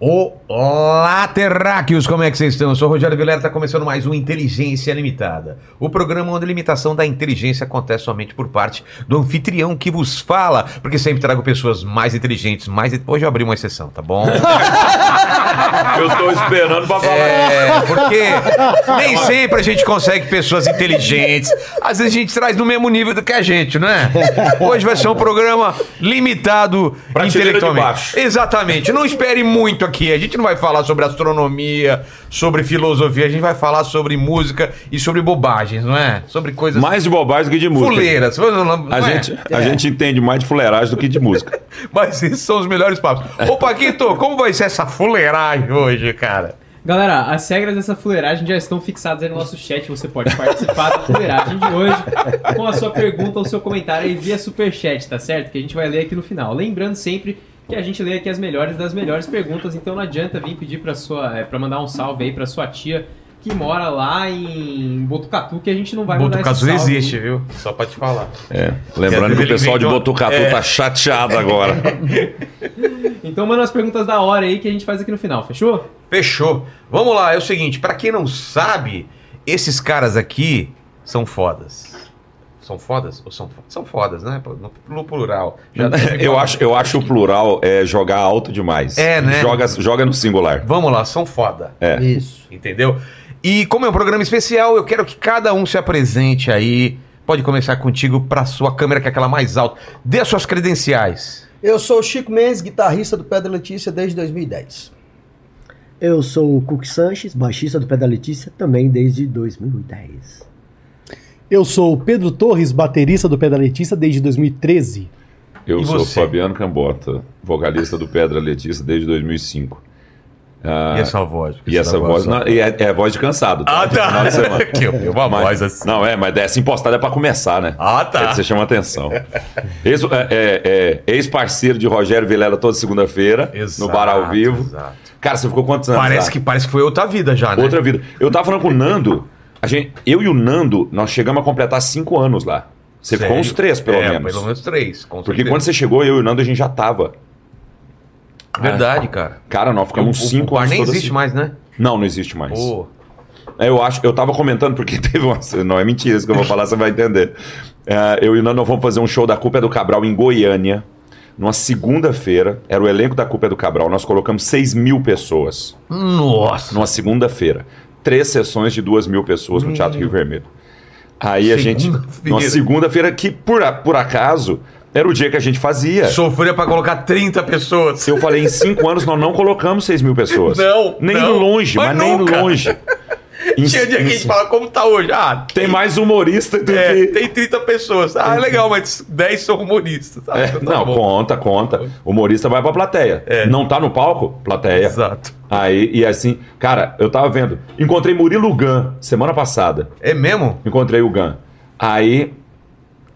Olá, terráqueos! Como é que vocês estão? Eu sou o Rogério Vilera, está começando mais um Inteligência Limitada. O programa onde a limitação da inteligência acontece somente por parte do anfitrião que vos fala, porque sempre trago pessoas mais inteligentes, mais... Hoje eu abri uma exceção, tá bom? Eu tô esperando pra falar. É, porque nem sempre a gente consegue pessoas inteligentes. Às vezes a gente traz no mesmo nível do que a gente, não é? Hoje vai ser um programa limitado Prateleira intelectualmente. de baixo. Exatamente. Não espere muito aqui. A gente não vai falar sobre astronomia, sobre filosofia. A gente vai falar sobre música e sobre bobagens, não é? Sobre coisas Mais de bobagem do que de música. fuleiras. Não, não A, é? gente, a gente entende mais de fuleiragem do que de música. Mas esses são os melhores papos. Ô, Paquito, como vai ser essa fuleiragem hoje, cara? Galera, as regras dessa fuleiragem já estão fixadas aí no nosso chat. Você pode participar da fuleiragem de hoje com a sua pergunta ou seu comentário aí via superchat, tá certo? Que a gente vai ler aqui no final. Lembrando sempre que a gente lê aqui as melhores das melhores perguntas, então não adianta vir pedir pra sua, é, para mandar um salve aí pra sua tia que mora lá em Botucatu, que a gente não vai mandar esse Botucatu salve. existe, viu? Só pra te falar. É. Lembrando que o pessoal de Ele inventou- Botucatu tá chateado agora. Então manda as perguntas da hora aí que a gente faz aqui no final, fechou? Fechou. Vamos lá, é o seguinte, pra quem não sabe, esses caras aqui são fodas. São fodas? Ou são, fo- são fodas, né? No, no plural. Já- Eu acho, eu acho o plural é jogar alto demais. É, né? Joga, joga no singular. Vamos lá, são foda. É. Isso. Entendeu? E como é um programa especial, eu quero que cada um se apresente aí. Pode começar contigo pra sua câmera, que é aquela mais alta. Dê as suas credenciais. Eu sou o Chico Mendes, guitarrista do Pedra Letícia desde 2010. Eu sou o Cook Sanches, baixista do Pé da Letícia, também desde 2010. Eu sou o Pedro Torres, baterista do Pedaletista desde 2013. Eu E sou você? Fabiano Cambota, vocalista do Pedra Letícia desde 2005. e essa voz? Porque Ah, E você essa dá voz não- e é, é voz de cansado. Ah, Final de tá. semana. que eu vi uma Mas- voz assim. Não, é, mas essa impostada é pra começar, né? Ah, É tá. que você chama atenção. Ex- é, é, é, Ex-parceiro de Rogério Vilela toda segunda-feira, no Exato, Bar ao Vivo. exato. Cara, você ficou quantos anos? Parece lá? que, parece que foi outra vida já, né? Outra vida. Eu tava falando com o Nando, a gente, eu e o Nando, nós chegamos a completar cinco anos lá. Você Sério? ficou uns três, pelo É, menos. Pelo menos três, com Porque certeza. quando você chegou, eu e o Nando, a gente já tava. É Verdade, cara. Cara, nós ficamos O- uns o- cinco o bar anos nem toda existe assim. mais, né? Não, não existe mais. Pô, É, Eu acho, eu tava comentando, porque teve uma. Não é mentira isso que eu vou falar, você vai entender. É, eu e o Nando vamos fazer um show da Culpa é do Cabral em Goiânia, numa segunda-feira. Era o elenco da Culpa é do Cabral. Nós colocamos 6 mil pessoas Nossa. numa segunda-feira. Três sessões de 2 mil pessoas no Teatro Rio Vermelho. Aí a gente. Segunda-feira. Numa segunda-feira, que por, a- por acaso era o dia que a gente fazia. Sofria pra colocar 30 pessoas. Eu falei, em cinco anos nós não colocamos 6 mil pessoas. Não, Nem não, longe, mas mas, nem nunca. longe. Em Tinha dia que a ci- gente fala como tá hoje. Ah, Tem mais humorista do é, que. tem 30 pessoas. Ah, legal, mas 10 são humoristas. Ah, É, então tá não, bom. É. conta, conta. O humorista vai pra plateia. Não tá no palco? Plateia. Exato. Aí, e assim, cara, eu tava vendo. Encontrei Murilo Gun semana passada. É mesmo? Encontrei o Gun. Aí,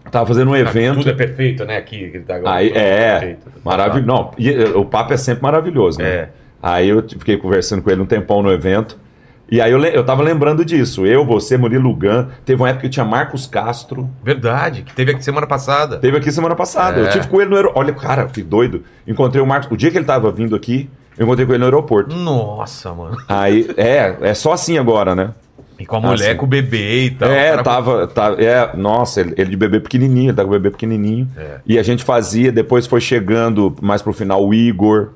tava fazendo um evento. é perfeito, né? Aqui que ele tá agora. Aí, Tudo é, perfeito. maravilhoso. Não, e, e, o papo é sempre maravilhoso, né? É. Aí eu t- fiquei conversando com ele um tempão no evento. E aí eu, le- eu tava lembrando disso. Eu, você, Murilo Gun. Teve uma época que tinha Marcos Castro. Verdade, que teve aqui semana passada. Teve aqui semana passada. É. Eu tive com ele no aeroporto. Olha, cara, que doido. Encontrei o Marcos. O dia que ele tava vindo aqui, eu encontrei com ele no aeroporto. Nossa, mano. Aí, é, é só assim agora, né? E com a Ah, mulher, sim. com o bebê e tal. é, O Tá, cara- tava, tava. É, nossa, ele, ele de bebê pequenininho, ele tá com o bebê pequenininho. É. E a gente fazia, depois foi chegando mais pro final o Igor.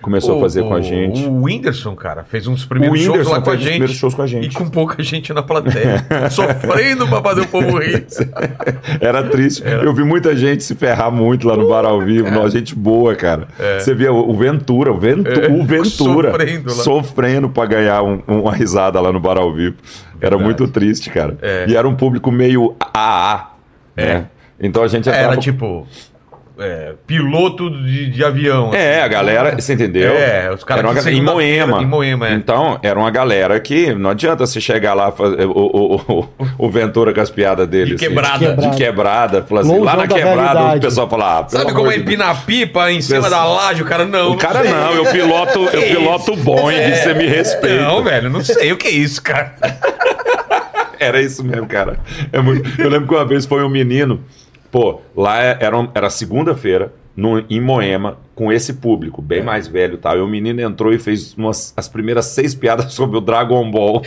Começou a fazer com a gente. O Whindersson, cara, fez uns O, primeiros shows Whindersson lá com a fez os gente. primeiros shows com a E gente. com pouca gente na plateia. sofrendo pra fazer o povo rir. tá Era triste. Eu vi muita gente se ferrar muito lá no bar ao vivo. Nossa, gente boa, cara. Você via o o Ventura, o, Ventu, o Ventura É. Sofrendo lá. sofrendo pra ganhar um- uma risada lá no bar ao vivo. Era Verdade. É. muito triste, cara. E era um público meio AA, né? Então a gente já Era tava- tipo. é, piloto de, de avião. assim. É, a galera, você entendeu? né? É, os caras Era uma que ga- em segunda-feira- Moema. em Moema, é. Então, era uma galera que não adianta você chegar lá fazer o, o, o, o Ventura com as piadas dele. assim. De quebrada. De quebrada. Fala assim, Longe lá na da quebrada, o realidade. pessoal fala. ah, pelo Sabe como amor é de Deus. empinar a pipa em cima Pensa- da laje? O cara não. É. O cara não, eu piloto, eu piloto Boeing, você me respeita. Não, velho, não sei o que é isso, cara. Era isso mesmo, cara. É muito- Eu lembro que uma vez foi um menino. Pô, lá é- era, um- era segunda-feira. no- em Moema com esse público, bem mais velho e tal. E o menino entrou e fez umas, as primeiras seis piadas sobre o Dragon Ball.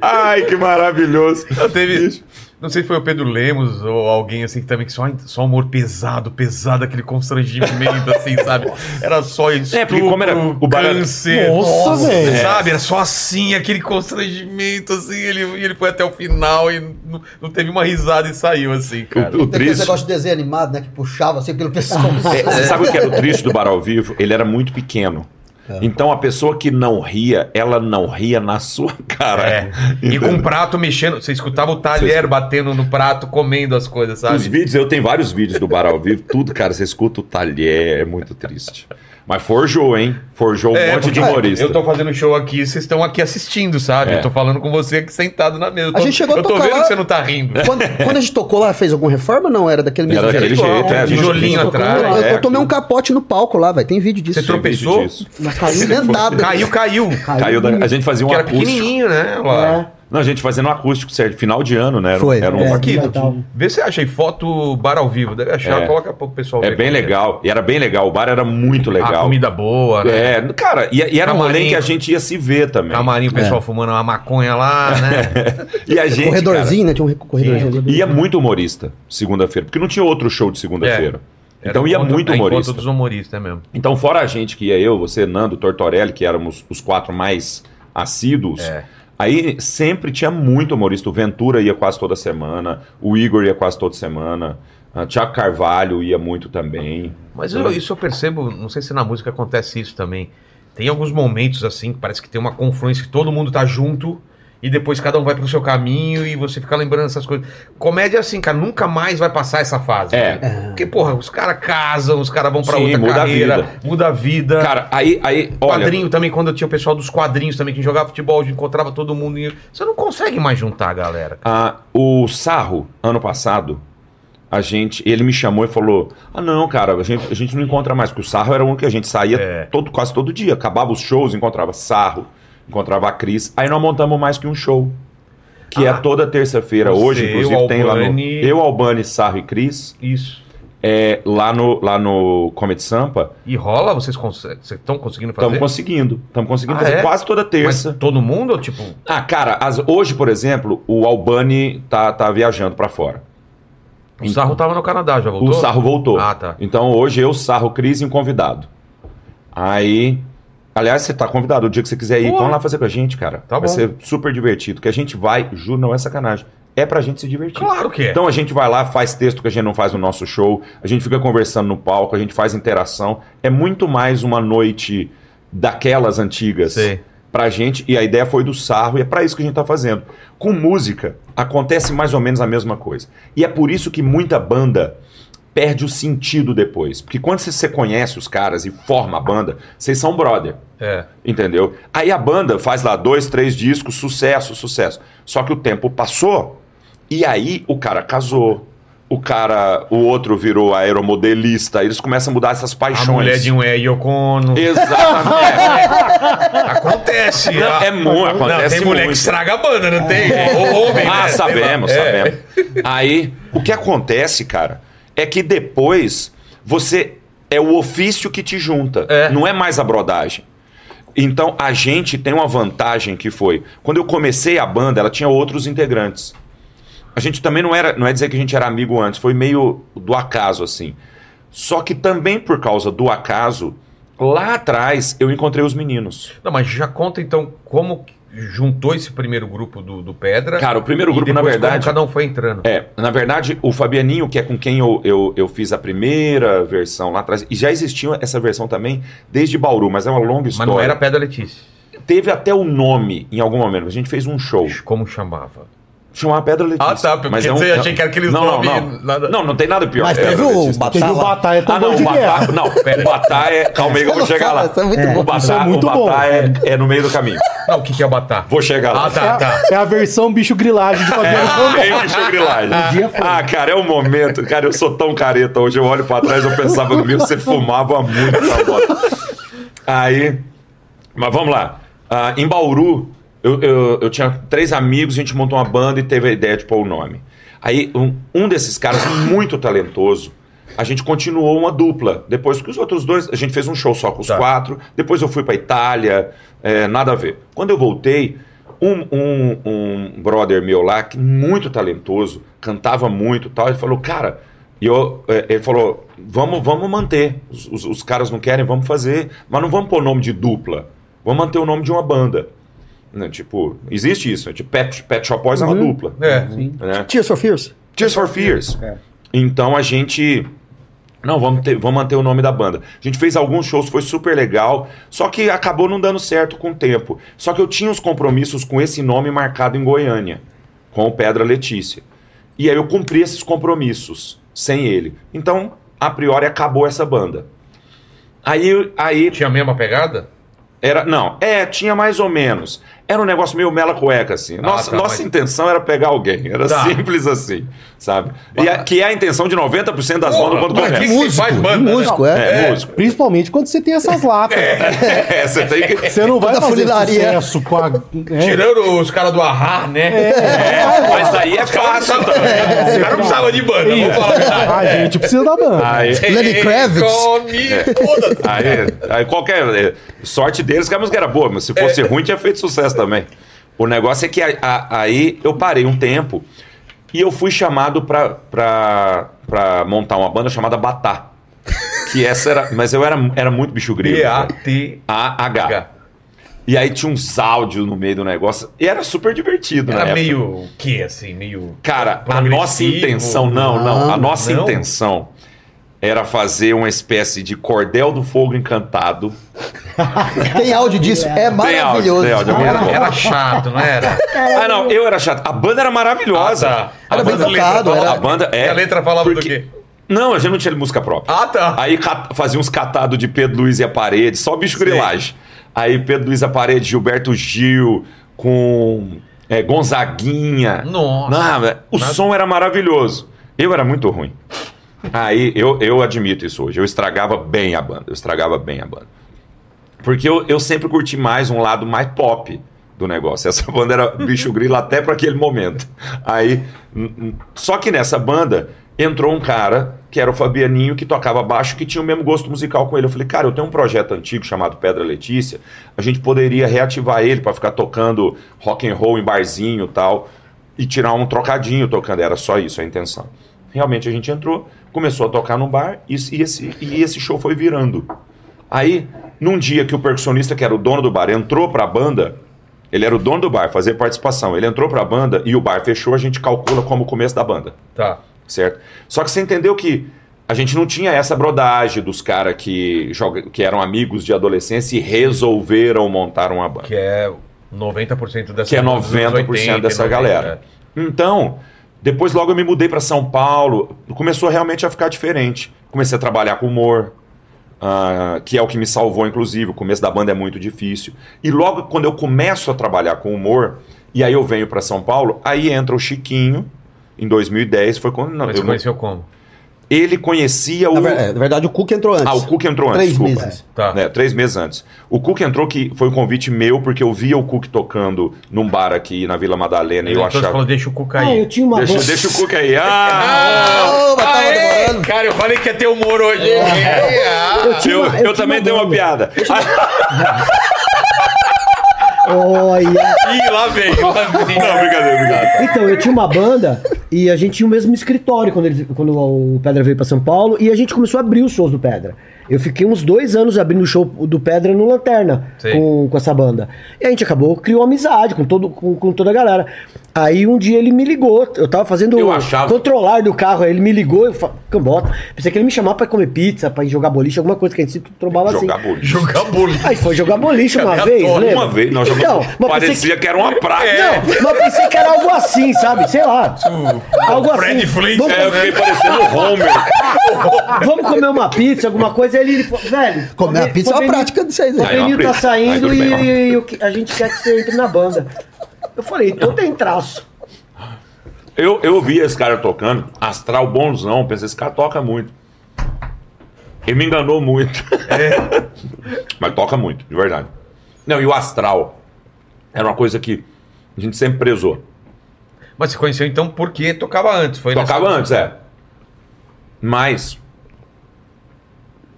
Ai, que maravilhoso. Não, teve. Não sei se foi o Pedro Lemos ou alguém assim que também que só, só humor pesado, pesado, aquele constrangimento, assim, sabe? Era só isso. É, porque como era o barato- câncer. Nossa, velho. Sabe? Era só assim, aquele constrangimento, assim, ele, ele foi até o final e não, não teve uma risada e saiu, assim, cara. O, o Aquele triste. negócio de desenho animado, né? Que puxava assim pelo pescoço. É, você sabe o que era o triste do Bar ao Vivo? Ele era muito pequeno. É. Então a pessoa que não ria, ela não ria na sua cara. É. E com o prato mexendo, você escutava o talher batendo no prato, comendo as coisas, sabe? Os vídeos, eu tenho vários vídeos do Bar ao Vivo, tudo, cara, você escuta o talher, é muito triste. Mas forjou, hein? Forjou um É, monte de porque humorista. Eu tô fazendo show aqui, vocês estão aqui assistindo, sabe? É. Eu tô falando com você aqui sentado na mesa. Eu A tô, gente chegou a eu tô tocar vendo lá- que você não tá rindo. Quando, quando a gente tocou lá, fez alguma reforma? Não, era daquele mesmo Era daquele jeito. jeito, é. a gente- Tijolinho a gente- atrás. Eu, É, eu tomei um capote no palco lá, velho. Tem vídeo disso. tá Você tropeçou? vídeo disso. Mas caiu, Inventado. Caiu, caiu. Caiu da- A gente fazia um Que era acústico. pequenininho, né? Lá. É. Não, a gente fazia um acústico, certo? Final de ano, né? Era, um- Foi. era um- É, Aqui, do Natal. vê se acha aí foto bar ao vivo. Deve achar, É. coloca pro pessoal é ver bem como legal. E era bem legal. O bar era muito A legal. Ah, comida boa, né? É, cara, e, e era um Camarim. rolê que a gente ia se ver também. Camarim, o pessoal fumando uma maconha lá, É. né? E a gente. cara, Corredorzinho, né? Tinha um corredorzinho ali. Ia é muito humorista segunda-feira, porque não tinha outro show de segunda-feira. Era Então ia encontro- muito é humorista. Encontro dos humoristas né, mesmo. Então, fora a gente que ia eu, você, Nando, Tortorelli, que éramos os quatro mais assíduos, É. aí sempre tinha muito humorista. O Ventura ia quase toda semana, o Igor ia quase toda semana, a Thiago Carvalho ia muito também. Mas eu- isso eu percebo, não sei se na música acontece isso também. Tem alguns momentos assim que parece que tem uma confluência que todo mundo tá junto e depois cada um vai pro seu caminho e você fica lembrando essas coisas. Comédia é assim, cara, nunca mais vai passar essa fase. É. né? Porque, porra, os caras casam, os caras vão pra Sim, outra muda a carreira, vida. muda a vida. Cara, aí, aí olha, Quadrinho também, quando eu tinha o pessoal dos quadrinhos também, que jogava futebol, eu encontrava todo mundo. e- Você não consegue mais juntar a galera. Ah, o Sarro, ano passado, a gente, ele me chamou e falou: Ah, não, cara, a gente, a gente não encontra mais, porque o Sarro era um que a gente saía É. todo, quase todo dia. Acabava os shows, encontrava Sarro, encontrava a Cris. Aí nós montamos mais que um show. Que é Ah. toda terça-feira, Você, hoje, inclusive, eu, tem lá no. Albani. Eu, Albani, Sarro e Cris, Isso. é, lá, no, lá no Comedy Sampa, E rola? Vocês estão conseguindo estamos fazer? conseguindo. Estamos conseguindo Ah, fazer é? quase toda Mas terça. todo mundo, tipo, Ah, cara, as- hoje, por exemplo, o Albani tá, tá viajando pra fora. O Sarro tava no Canadá, já voltou? Então. O Sarro voltou. Ah, tá. Então hoje eu, Sarro, Cris e um convidado. Aí. Aliás, você tá convidado. O dia que você quiser ir, Porra. vamos lá fazer com a gente, cara. Tá vai bom. ser super divertido. Que a gente vai, juro, não é sacanagem. É pra gente se divertir. Claro que é. Então a gente vai lá, faz texto que a gente não faz no nosso show, a gente fica conversando no palco, a gente faz interação. É muito mais uma noite daquelas antigas Sei. pra gente, e a ideia foi do sarro, e é pra isso que a gente tá fazendo. Com música, acontece mais ou menos a mesma coisa. E é por isso que muita banda perde o sentido depois. Porque quando você- você conhece os caras e forma a banda, vocês são brother. É. Entendeu? Aí a banda faz lá dois, três discos, sucesso, sucesso. Só que o tempo passou e aí o cara casou. O cara, o outro virou aeromodelista. Aí eles começam a mudar essas A paixões. mulher de um é Yokono. Exatamente. Acontece. Não, ah. é muito, Não, acontece tem mulher que muito. estraga a banda, não tem? Ou homem, Ah, né? sabemos, Sei lá. É. sabemos. Aí, o que acontece, cara, é que depois você é o ofício que te junta, É. não é mais a brodagem. Então, a gente tem uma vantagem que foi, quando eu comecei a banda, ela tinha outros integrantes. A gente também não era, não é dizer que a gente era amigo antes, foi meio do acaso assim. Só que também por causa do acaso, lá atrás eu encontrei os meninos. Não, mas já conta então como que juntou esse primeiro grupo do, do Pedra. Cara, o primeiro e grupo, na depois verdade, Como cada um foi entrando. É, na verdade, o Fabianinho, que é com quem eu, eu, eu fiz a primeira versão lá atrás, e já existia essa versão também desde Bauru, mas é uma longa mas história. não era Pedra Letícia. Teve até o nome em algum momento. A gente fez um show. Como chamava? Chamava Pedra Letícia. Ah, tá, porque é você achei que era aqueles não, não, nomes- não. nada- Não, não tem nada pior. Mas que teve Pedra o Letícia. Batata. Teve o Batalha Ah, não, também o é de guerra. Batá. Não, o Batá é. Calma aí que eu vou Essa chegar não lá. fala, essa é muito o boa. Isso é Batá, o muito bom. Batá é, é no meio do caminho. Não, o que, que é Batar? Vou chegar lá. Ah, tá, tá. É a versão bicho grilagem de É, Fabiano Gomes. Ei, bicho grilagem. Um dia foi. Ah, cara, é o momento. Cara, eu sou tão careta. Hoje eu olho pra trás eu pensava, meu, você fumava muito na bota. Aí. Mas vamos lá. Ah, em Bauru, eu, eu, eu tinha três amigos, a gente montou uma banda e teve a ideia de pôr o nome. Aí um, um desses caras muito talentoso, a gente continuou uma dupla. Depois que os outros dois, a gente fez um show só com os Tá. quatro. Depois eu fui pra Itália, é, nada a ver. Quando eu voltei, um, um, um brother meu lá, que muito talentoso, cantava muito, e tal. Ele falou, cara, e eu, é, ele falou, vamos, vamos manter. Os, os- os caras não querem, vamos fazer, mas não vamos pôr nome de dupla. Vamos manter o nome de uma banda. Né, Tipo, existe isso. né? Tipo, Pet, Pet Shop Boys é uma Uhum. dupla. É. né? Tears for Fears. Tears for Fears. É. Então a gente. Não, vamos, ter- vamos manter o nome da banda. A gente fez alguns shows, foi super legal, só que acabou não dando certo com o tempo. Só que eu tinha os compromissos com esse nome marcado em Goiânia, com o Pedra Letícia. E aí eu cumpri esses compromissos sem ele. Então, a priori, acabou essa banda. Aí, aí Tinha a mesma pegada? era, não, é, tinha mais ou menos. Era um negócio meio mela cueca, assim. Nossa, tá, nossa mas- intenção era pegar alguém. Era Tá. simples assim, sabe? E a- que é a intenção de 90% das bandas quando mas que começa. músico, faz banda, é. músico, né? é. É, músico. Principalmente quando você tem essas latas. É, você tem que. Você não vai Toda fazer funilaria. sucesso com a... É. Tirando os caras do Arrar, né? É, mas aí é fácil também. Os caras não precisavam de banda, vamos falar a verdade. A Ah, gente precisa da banda. Aí, Lenny Kravitz. Come, foda-se. aí, aí qualquer. é, Sorte deles que a música era boa, mas se É. fosse ruim, tinha feito sucesso também. O negócio é que a- a- aí eu parei um tempo e eu fui chamado pra, pra, pra montar uma banda chamada Batá. Que essa era. Mas eu era, era muito bicho grego. é B-A-T-H. A-H. E aí tinha uns áudios no meio do negócio. E era super divertido, na Era época. meio o quê, assim? Meio. Cara, a Progressivo. nossa intenção. Não, não. A Ah, nossa não? intenção era fazer uma espécie de cordel do fogo encantado. Tem áudio disso, é maravilhoso. tem áudio, é muito Era, era chato, não era? Ah, não, eu era chato. A banda era maravilhosa. Ah, tá. a Era bem banda, tocado, a era- banda é. E a letra falava do porque- quê? Não, a gente não tinha música própria. Ah, tá. Aí ca- fazia uns catados de Pedro Luiz e a parede, só bicho grilagem. Aí Pedro Luiz e a parede, Gilberto Gil, com é, Gonzaguinha. Nossa. Não, velho, o Nada- som era maravilhoso. Eu era muito ruim. Aí eu, eu admito isso hoje. Eu estragava bem a banda. Eu estragava bem a banda. Porque eu, eu sempre curti mais um lado mais pop do negócio. Essa banda era bicho grilo até para aquele momento. Aí, n- n- só que nessa banda entrou um cara que era o Fabianinho que tocava baixo que tinha o mesmo gosto musical com ele. Eu falei, cara, eu tenho um projeto antigo chamado Pedra Letícia. A gente poderia reativar ele para ficar tocando rock and roll em barzinho e tal e tirar um trocadinho tocando. Era só isso a intenção. Realmente a gente entrou, começou a tocar no bar e, e esse, e esse show foi virando. Aí, num dia que o percussionista, que era o dono do bar, entrou pra banda, ele era o dono do bar, fazia participação. Ele entrou pra banda e o bar fechou, a gente calcula como o começo da banda Tá. certo? Só que você entendeu que a gente não tinha essa brodagem dos caras que, joga- que eram amigos de adolescência e resolveram montar uma banda. Que é 90% dessa Que é dos anos 90% dessa galera. Então, depois logo eu me mudei para São Paulo, começou realmente a ficar diferente. Comecei a trabalhar com humor, ah, que é o que me salvou, inclusive. O começo da banda é muito difícil. E logo quando eu começo a trabalhar com humor, e aí eu venho para São Paulo, aí entra o Chiquinho, em 2010, foi quando... Não, Mas eu você não- conheceu como? ele conhecia Na o... ver- é, na verdade, o Cook entrou antes. Ah, o Cook entrou antes, Três desculpa. meses. Tá. É, três meses antes. O Cook entrou que foi um convite meu, porque eu via o Cook tocando num bar aqui na Vila Madalena e eu então você achava. falou, deixa o cuca Ah, eu aí. tinha uma Deixa, banda- deixa o Cook aí. Ah! Ah, mas tava demorando. cara, eu falei que ia ter humor hoje. É. Eu, tinha Ah, Eu, uma- eu tinha também tenho uma banda. piada. Olha. Ih, lá veio, lá veio. Não, brincadeira, brincadeira. Então, eu tinha uma banda e a gente tinha o mesmo escritório quando, ele- quando o Pedra veio pra São Paulo e a gente começou a abrir os shows do Pedra. Eu fiquei uns dois anos abrindo o show do Pedra no Lanterna Sim. com, com essa banda. E a gente acabou, criou amizade com, todo, com, com toda a galera. Aí um dia ele me ligou, eu tava fazendo Eu achava- controlar do carro, aí ele me ligou, eu falei, cambota. Pensei que ele me chamava pra comer pizza, pra ir jogar boliche, alguma coisa que a gente se trombava assim. Jogar boliche. É Jogar boliche. Aí foi jogar boliche uma Aleatório, vez, lembra? Uma vez, nós Então, jogamos. mas pensei parecia que... era uma praia. É. não, mas pensei que era algo assim, sabe? Sei lá. algo Fred assim. Flint, Vamos, É, eu fiquei parecendo o Homer. vamos comer uma pizza, alguma coisa. Aí ele falou, velho. Comer a pizza é uma prática de vocês O Aí é aí. uma Benil tá pizza. Aí é saindo tudo e, bem, ó. e eu que- a gente quer que você entre na banda. Eu falei, então tem traço. Eu, eu vi esse cara tocando, astral bonzão. Pensei, esse cara toca muito. Ele me enganou muito. É. Mas toca muito, de verdade. Não, e o astral era uma coisa que a gente sempre prezou. Mas você conheceu então porque tocava antes, foi nessa- Tocava antes, é. Mas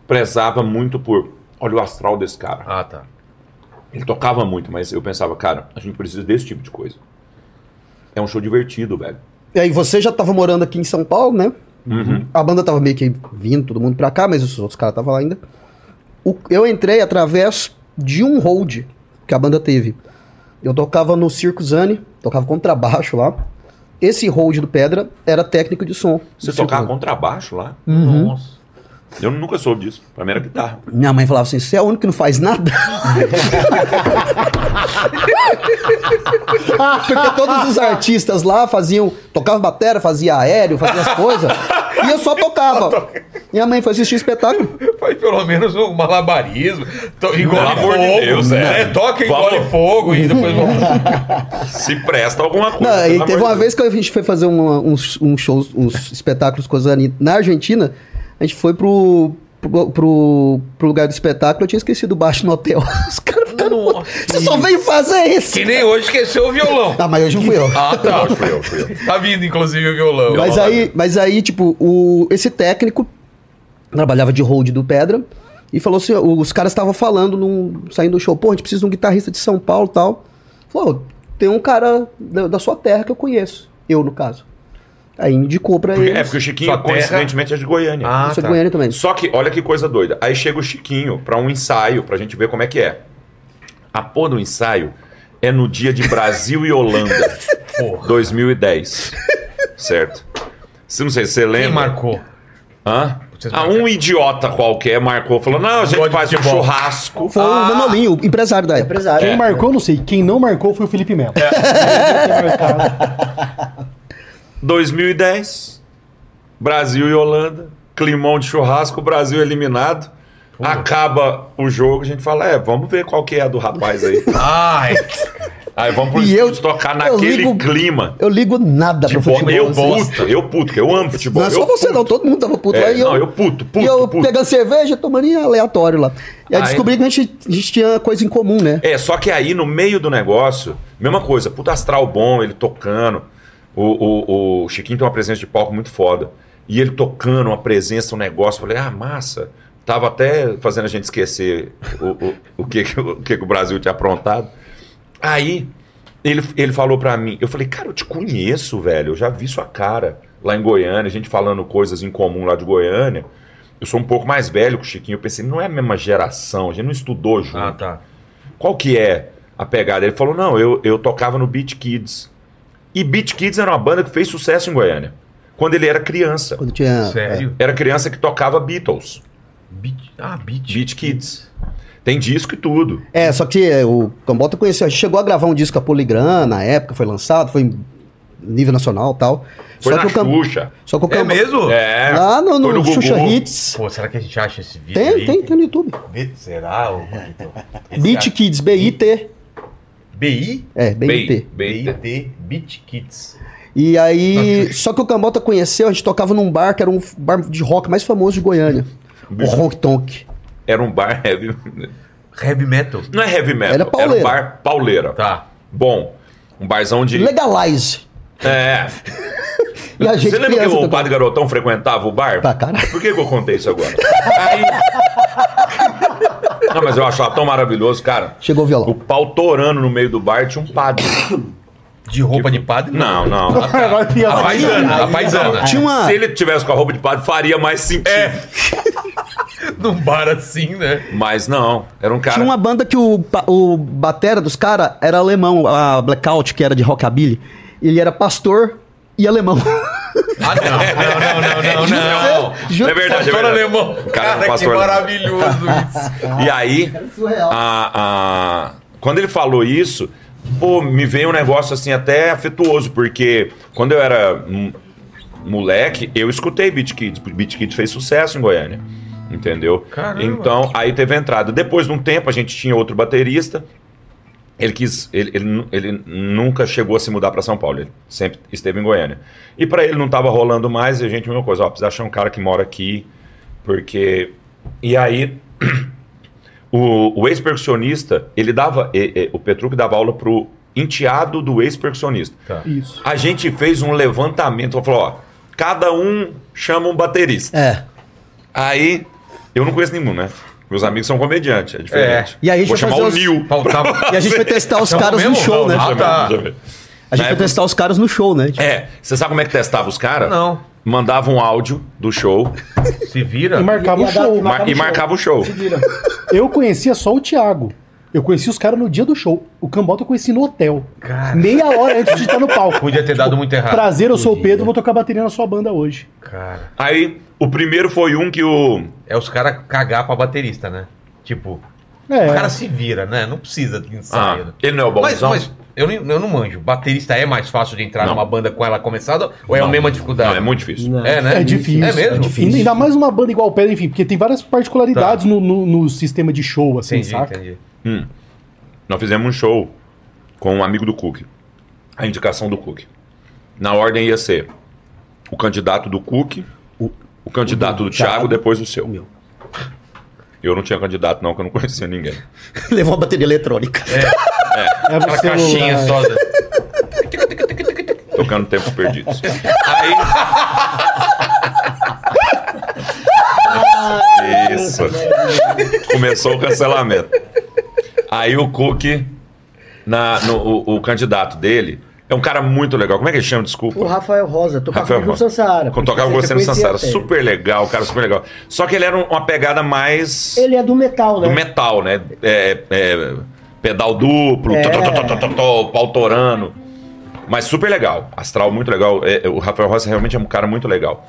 prezava muito por. Olha o astral desse cara. Ah, tá. Ele tocava muito, mas eu pensava, cara, a gente precisa desse tipo de coisa. É um show divertido, velho. E aí você já tava morando aqui em São Paulo, né? Uhum. A banda tava meio que vindo todo mundo pra cá, mas os outros caras estavam lá ainda. O- eu entrei através de um hold que a banda teve. Eu tocava no Circo Zane, tocava contrabaixo lá. Esse hold do Pedra era técnico de som. Você do Circo tocava Zane. contrabaixo lá? Uhum. Nossa. Eu nunca soube disso. Pra mim era guitarra. Minha mãe falava assim: você é o único que não faz nada. Porque todos os artistas lá faziam. Tocava batera, fazia aéreo, fazia as coisas. E eu só tocava. Minha mãe foi assistir o espetáculo. Faz pelo menos um malabarismo. To... Engole amor de fogo. Deus, é. né? Toca, engole Vamos. fogo e depois vamos. Se presta alguma coisa. Não, e pelo teve amor uma de vez que a gente foi fazer uma- uns, uns shows, uns espetáculos com a Zani na Argentina. A gente foi pro, pro, pro- pro lugar do espetáculo. Eu tinha esquecido o baixo no hotel. Os caras ficaram. putos. Você só veio fazer isso! que nem hoje esqueceu o violão. Ah, mas hoje não fui eu. Ah, tá. Deus. Fui eu, fui eu. Tá vindo, inclusive, o violão. Mas aí, mas aí, tipo, o, esse técnico trabalhava de hold do Pedra e falou assim: ó, os caras estavam falando, num, saindo do show, pô, a gente precisa de um guitarrista de São Paulo e tal. Falou: tem um cara da, da sua terra que eu conheço, eu no caso. Aí me indicou pra Porque- ele. é porque o Chiquinho, Sua terra- coincidentemente, é de Goiânia. Ah, eu sou tá. de Goiânia também. Só que, olha que coisa doida. Aí chega o Chiquinho pra um ensaio, pra gente ver como é que é. A porra do ensaio é no dia de Brasil e Holanda, Porra. 2010. Certo? Se não sei se você lembra. Quem marcou? Hã? Vocês Ah, um idiota qualquer marcou, falou: não, a gente Gosto de faz um futebol." churrasco. Ah, Foi o Manolinho, o empresário da época. Empresário. Quem É. marcou, não sei. Quem não marcou foi o Felipe Melo. 2010, Brasil e Holanda, climão de churrasco, Brasil eliminado. Acaba o jogo, a gente fala: é, vamos ver qual que é a do rapaz aí. Ai, Aí vamos pro E estúdio eu- tocar eu naquele ligo- clima. Eu ligo nada De pra bola, futebol. eu assim. puto, eu puto, que eu amo futebol. Não é só eu você, puto. não, todo mundo tava puto. É, aí eu, não, eu puto, puto, e eu puto. pegando cerveja, tomando em aleatório lá. E aí, Aí- descobri que a gente, a gente tinha coisa em comum, né? É, só que aí no meio do negócio, mesma coisa, puta astral bom, ele tocando. O, o, o Chiquinho tem uma presença de palco muito foda. E ele tocando, uma presença, um negócio. Falei, ah, massa. Tava até fazendo a gente esquecer o, o, o, que, que o o que que o Brasil tinha aprontado. Aí ele, ele falou pra mim, eu falei, cara, eu te conheço, velho, eu já vi sua cara lá em Goiânia, a gente falando coisas em comum lá de Goiânia. Eu sou um pouco mais velho que o Chiquinho, eu pensei, não é a mesma geração, a gente não estudou junto. ah, tá. Qual que é a pegada? Ele falou, não, eu, eu tocava no Beat Kids. E Beat Kids era uma banda que fez sucesso em Goiânia, quando ele era criança. Quando tinha. Sério? Era criança que tocava Beatles, Beat- Ah, beat. Beat Kids. Tem disco e tudo. É, só que é, o Cambota conheceu. A gente chegou a gravar um disco a Poligram na época, foi lançado, foi em nível nacional e tal. Foi só, na que o Cam- Xuxa. só que o É Cambota. mesmo? É, Lá no, foi no, no Gugu. Xuxa Hits. Pô, será que a gente acha esse vídeo? Tem, aí? tem, tem no YouTube. Be- Será? ô, Vitor? Esse Beat cara- Kids, B-I-T. BI? É, B-I-T. Bem, bem- BIT Beat Kids. E aí, só que o Cambota conheceu, a gente tocava num bar que era um bar de rock mais famoso de Goiânia. O Honk Tonk. Era um bar heavy. Heavy metal. Não é heavy metal, Era era, um pauleira. bar pauleira. Tá. Bom, um barzão de. Legalize. É. E a gente Você lembra que criança o tocando. padre garotão frequentava o bar? Pra caralho. Por que, que eu contei isso agora? Aí... Não, mas eu achava tão maravilhoso, cara. Chegou o O violão. pau torando no meio do bar tinha um padre. De roupa de padre? Não, não. Agora tem A essa- paisana, a paisana. Tinha uma. Se ele tivesse com a roupa de padre, faria mais sentido. Num bar assim, né? Mas não, era um cara. Tinha uma banda que o, pa- o batera dos caras era alemão, a Blackout, que era de rockabilly. Ele era pastor e alemão. Ah, não, não, não, não, não. Juro, É verdade, é Pastor verdade. alemão. O cara era um Cara, que pastor alemão. maravilhoso isso. E aí, Surreal. a- a- quando ele falou isso, pô, me veio um negócio assim até afetuoso, porque quando eu era hum, moleque, eu escutei Beat Kids. Beat Kids fez sucesso em Goiânia. Entendeu? Caramba. Então, aí teve a entrada. Depois de um tempo, a gente tinha outro baterista. Ele quis. Ele, ele nu- ele nunca chegou a se mudar para São Paulo. Ele sempre esteve em Goiânia. E para ele não tava rolando mais, e a gente, mesma coisa, ó, precisa achar um cara que mora aqui, porque. E aí, o, o ex-percussionista, ele dava. e- e- o Petruc dava aula pro enteado do ex-percussionista. Tá. Isso. A gente fez um levantamento, falou, ó, cada um chama um baterista. É. Aí, eu não conheço nenhum, né? Meus amigos são comediantes, é diferente. É. E aí a gente Vou vai chamar fazer o os- Nil. Faltava. E a gente vai testar os Chamou caras no mesmo? show, né? Não, não. Ah, tá. A gente vai época- testar os caras no show, né? Tipo, É, você sabe como é que testava os caras? Não. Mandava um áudio do show Se vira. E marcava E o a data- show. mar- e marcava o show. Eu conhecia só o Thiago. Eu conheci os caras no dia do show. O Cambota eu conheci no hotel. Cara. Meia hora antes de estar no palco. Podia ter dado muito errado. Prazer, eu sou o Podia. Pedro, vou tocar bateria na sua banda hoje. Cara. Aí, o primeiro foi um que o. É os caras cagar pra baterista, né? Tipo, É. o cara se vira, né? Não precisa de ensaio. Ah, né? ele não é o Mas, bonzão. mas eu, nem- eu não manjo. Baterista é mais fácil de entrar Não. numa banda com ela começada ou é a Não. mesma dificuldade? Não, é muito difícil. É, né? É difícil. É mesmo? E Ainda mais uma banda igual o Pedro, enfim, porque tem várias particularidades no, no- no sistema de show, assim, Entendi, saca? entendi. Nós fizemos um show com um amigo do Cook. A indicação do Cook. Na ordem ia ser o candidato do Cook, o, o candidato do Thiago, depois o seu. meu. Eu não tinha candidato, não, que eu não conhecia ninguém. Levou uma bateria eletrônica. É Aquela você, caixinha ah, só. né? Tocando tempos perdidos. Aí. Isso. Começou o cancelamento. Aí o Cook, na, no- o, o candidato dele, é um cara muito legal. Como é que ele chama? Desculpa. O Rafael Rosa, tocava Rafael com o Grupo Rosa. Sansara. Quando tocava com você no Frequência é Sansara. até. Super legal, cara, super legal. Só que ele era um- uma pegada mais Ele é do metal, né? do metal, né? É, é, pedal duplo, É. tó, tó, tó, tó, tó, tó, pau torando. Mas super legal. Astral muito legal. É, é, o Rafael Rossi realmente é um cara muito legal.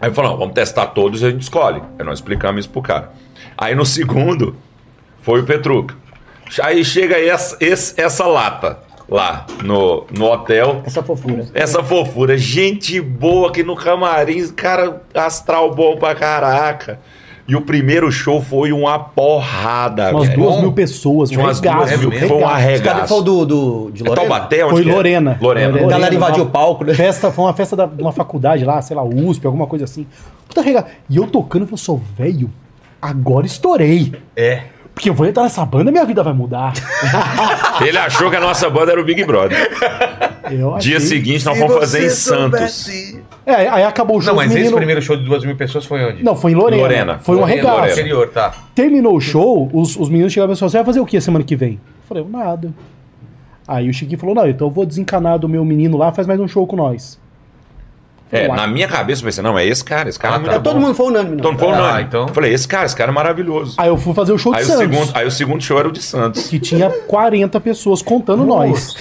Aí eu falei, não, vamos testar todos e a gente escolhe. Aí nós explicamos isso pro cara. Aí no segundo, foi o Petruca. Aí chega essa, esse- essa lata lá no, no hotel. Essa fofura. Essa fofura, gente boa aqui no camarim, cara, astral bom pra caraca. E o primeiro show foi uma porrada, Umas velho. duas Bom, mil pessoas, É Tinha umas regaço, duas mil, regaço. foi um Os caras arregaço. foi o do, do, de É Lorena? Taubaté, onde Foi que é? Lorena. Lorena. A galera Lorena, invadiu uma- o palco, né? é Festa, foi uma festa da- de uma faculdade lá, sei lá, USP, alguma coisa assim. Puta rega. E eu tocando, eu falei, sou velho, agora estourei. É. Porque eu vou entrar nessa banda, minha vida vai mudar. Ele achou que a nossa banda era o Big Brother. Eu Dia achei- seguinte nós fomos fazer em Santos. É, aí acabou o show. Não, mas os esse menino- primeiro show de duas mil pessoas foi onde? Não, foi em Lorena. Lorena. Foi um Lorena, arregaço. Lorena. Anterior, tá. Terminou o show, os, os meninos chegaram e falaram, assim, você vai fazer o que semana que vem? Eu falei, nada. Aí o Chiquinho falou, não, então eu vou desencanar do meu menino lá, faz mais um show com nós. É, Uai. na minha cabeça eu pensei, não, é esse cara, esse Ah, cara é muito tá. bom. Todo mundo foi unânime, né? não. Todo mundo falou, Ah, não. então. Eu Falei, esse cara, esse cara é maravilhoso. Aí eu fui fazer o show Aí de o, Ah, Santos, segundo, aí o segundo show era o de Santos. que tinha 40 pessoas contando nós.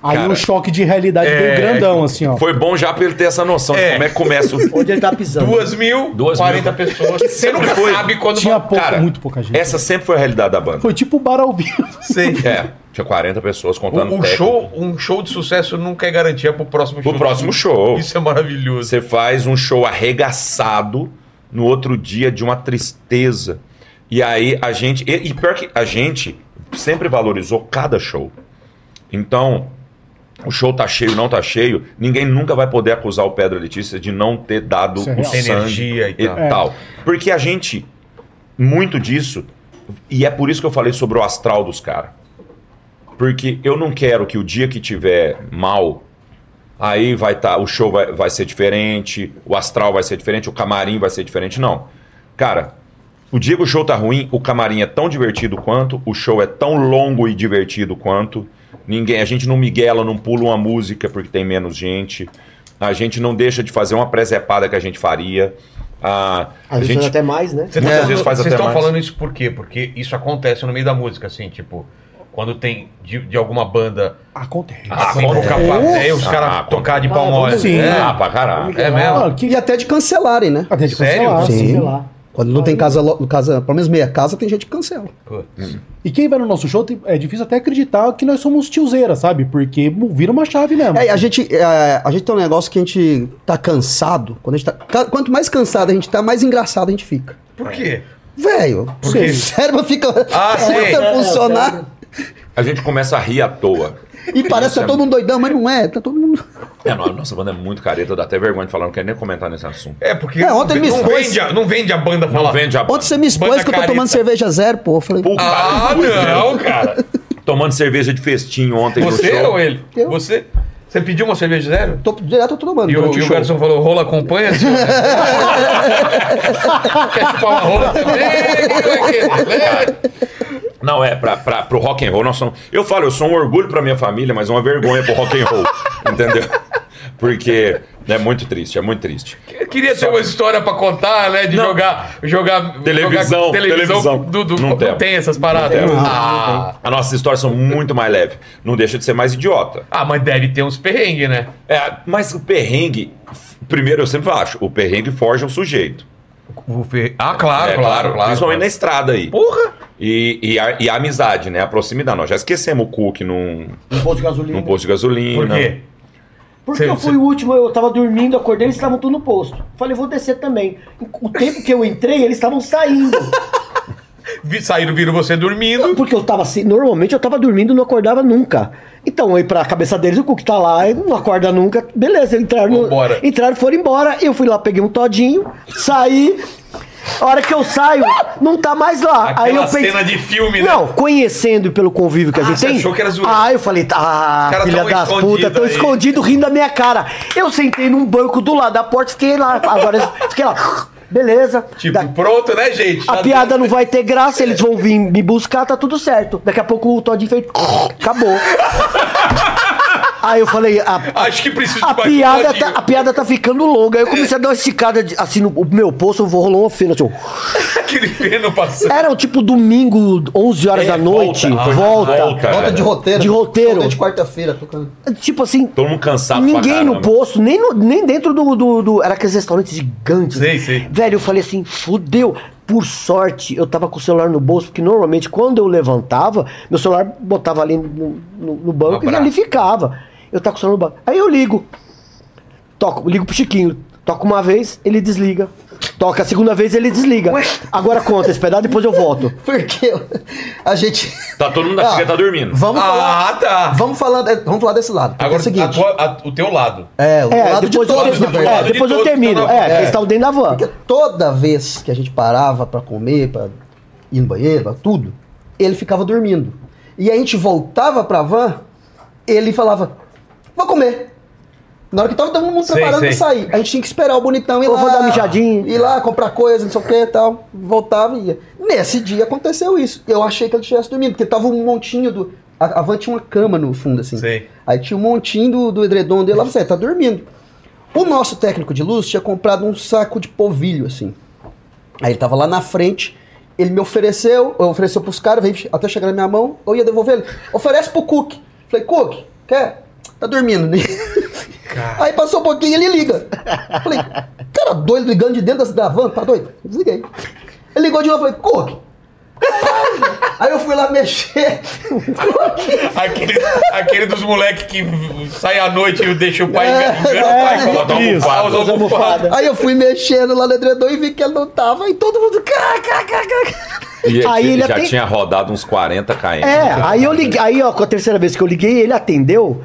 Aí Cara, o choque de realidade é, veio grandão, assim, ó. Foi bom já pra ele ter essa noção É. de como é que começa o Onde ele tá pisando. Duas mil, Duas mil. 40 pessoas. Você sempre nunca foi. sabe quando... Tinha pouca, Cara, É. muito pouca gente. Essa sempre foi a realidade da banda. Foi tipo o bar ao vivo. Sei. É, tinha 40 pessoas contando Um, um técnico. show, um show de sucesso nunca é garantia pro próximo show. é. Pro próximo show. Isso é maravilhoso. Você faz um show arregaçado no outro dia de uma tristeza. E aí a gente. E, e pior que a gente sempre valorizou cada show. Então, o show tá cheio, não tá cheio, ninguém nunca vai poder acusar o Pedro Letícia de não ter dado Isso é o real. É. sangue Energia e e tal. tal. Porque a gente, muito disso, e é por isso que eu falei sobre o astral dos caras. Porque eu não quero que o dia que tiver mal, aí vai estar, o show vai, vai ser diferente, o astral vai ser diferente, o camarim vai ser diferente, não. Cara, o dia que o show tá ruim, o camarim é tão divertido quanto, o show é tão longo e divertido quanto. Ninguém, a gente não miguela, não pula uma música porque tem menos gente. A gente não deixa de fazer uma presepada que a gente faria. Ah, a Às vezes gente até mais, né? É. Você Muitas tá falando- vezes faz Vocês até estão mais. falando isso por quê? Porque isso acontece no meio da música, assim, tipo, quando tem de, de alguma banda Acontece. ah, acontece. pouca plateia, os Ah, caras acontece. tocar de palma olha. sim. É, Ah, pra caralho. é mesmo. Ah, que- E até de cancelarem, né? Até de Sério? cancelar, assim, Sim. cancelar. Quando não tem casa, lo- casa, pelo menos meia casa, tem gente que cancela. E quem vai no nosso show, tem- é difícil até acreditar que nós somos tiozeira, sabe? Porque vira uma chave mesmo. É, a gente, é, a gente tem um negócio que a gente tá cansado. Quando a gente tá, ca- quanto mais cansado a gente tá, mais engraçado a gente fica. Por quê? Velho, Por o quê? cérebro fica Ah, sei. tenta funcionar A gente começa a rir à toa. É, e parece que tá todo mundo doidão, mas não é, tá todo mundo. É, no- nossa banda é muito careta, dá até vergonha de falar, não quero nem comentar nesse assunto. É, porque É, ontem não, ele me expôs- vende a, não vende a banda falar. Não vende a Ontem você me expôs Banda que eu tô careta. tomando cerveja zero, pô. Eu falei, Puta Ah, que pariu. não, cara. tomando cerveja de festim ontem Você no show. ou ele? Eu. Você? Você pediu uma cerveja zero? Tô, direto eu tô tomando. E o, durante e o o show. Gerson falou, rola acompanha? senhor?" Quer chupar uma rola é também? Não, é, pra, pra, pro rock and roll, nós somos... Eu falo, eu sou um orgulho pra minha família, mas uma vergonha pro rock and roll, entendeu? Porque é muito triste, é muito triste. Eu queria ter uma história pra contar, né? De jogar, jogar... Televisão, jogar televisão. televisão. do- do- Não não, tem. tem essas paradas. Não tem. ah, As nossas histórias são muito mais leves, não deixa de ser mais idiota. ah, mas deve ter uns perrengues, né? É, mas o perrengue, primeiro eu sempre acho, o perrengue forja um sujeito. Ah, claro, claro, É, claro. Principalmente claro. na estrada aí. Porra! E, e, a, e a amizade, né? A proximidade. Nós já esquecemos o Cook num, Um posto de gasolina. num posto de gasolina. Por quê? Porque Cê- eu fui cê- o último, eu tava dormindo, acordei, eles estavam tudo no posto. Falei, vou descer também. O tempo que eu entrei, eles estavam saindo. Vi- Saíram, viram você dormindo. Porque eu tava assim, normalmente eu tava dormindo e não acordava nunca. Então, aí pra cabeça deles, o Cook tá lá, e não acorda nunca. Beleza, entraram, no- Vambora. entraram, foram embora. Eu fui lá, peguei um todinho, saí. A hora que eu saio, não tá mais lá. Aquela aí eu pensei, cena de filme, né? Não, conhecendo e pelo convívio que a Ah, gente você tem. achou que era zoeira. Ah, eu falei, ah, Cara, filha tão das escondido putas, tão aí. escondido rindo da minha cara. Eu sentei num banco do lado da porta, fiquei lá, agora fiquei lá. Beleza. Tipo, Da- pronto, né, gente? a Já piada não vai ter graça, eles vão vir me buscar, tá tudo certo. Daqui a pouco o Todd fez. Acabou. Aí eu falei, a, Acho que preciso a mais um piada pouquinho. tá, a piada tá ficando longa. Aí eu comecei a dar uma esticada de- assim no o meu poço, eu vou rolar uma feira. Assim, ó. Aquele feno passando. Era o tipo domingo, 11 horas É, da noite. volta, Volta. volta, Volta cara. de roteiro. De roteiro. Volta de quarta-feira, tocando. Tipo assim, Todo mundo Tá cansado pra Ninguém caramba. no posto, nem, no- nem dentro do, do, do- Era aqueles restaurantes gigantes. Sei, sei. Velho, eu falei assim, fudeu. Por sorte, eu tava com o celular no bolso, porque normalmente quando eu levantava, meu celular botava ali no, no- no banco e Abraço. ali ficava. Eu tava com o celular no banco. Aí eu ligo. Toco, ligo pro Chiquinho. Toco uma vez, ele desliga. Toca a segunda vez, ele desliga. Agora conta esse pedaço, depois eu volto. Porque a gente. Tá todo mundo da xinga tá dormindo. Vamos falar. Ah, tá. Vamos falar, é, vamos falar desse lado. porque Agora, é o seguinte. a tua- a- o teu lado. É, o É, lado de depois, eu, todos, ter- na é, verdade. De depois eu todos que termino. estão na É, van. eles estavam dentro da van. Porque toda vez que a gente parava pra comer, pra ir no banheiro, pra tudo, ele ficava dormindo. E a gente voltava pra van, ele falava, vou comer. Na hora que tava todo mundo Sei, preparando sei. pra sair, a gente tinha que esperar o bonitão ir Eu lá. vou dar mijadinha. Ir lá, comprar coisa, não sei o que e tal. Voltava e ia. Nesse dia aconteceu isso. Eu achei que ele tivesse dormindo, porque tava um montinho do. A, a van tinha uma cama no fundo, assim. Sei. Aí tinha um montinho do, do edredom dele lá, você tá dormindo. O nosso técnico de luz tinha comprado um saco de polvilho, assim. Aí ele tava lá na frente, ele me ofereceu, eu ofereceu pros caras, veio até chegar na minha mão, eu ia devolver ele. Oferece pro Cook. Falei, Cook, quer? Tá dormindo, né? Aí passou um pouquinho e ele liga. Falei, cara doido ligando de dentro da- da van, tá doido? Desliguei. Ele ligou de novo, falei, Cook. Aí eu fui lá mexer. Aquele, aquele dos moleques que sai à noite e deixa o pai É, engana é, o pai com almofada, isso. As usa almofada. almofadas. Aí eu fui mexendo lá no edredom e vi que ele não tava. E todo mundo. Cá, cá, cá, cá. E Aí ele ele já até- tinha rodado uns 40 km. É, aí eu liguei, aí ó, com a terceira vez que eu liguei, ele atendeu,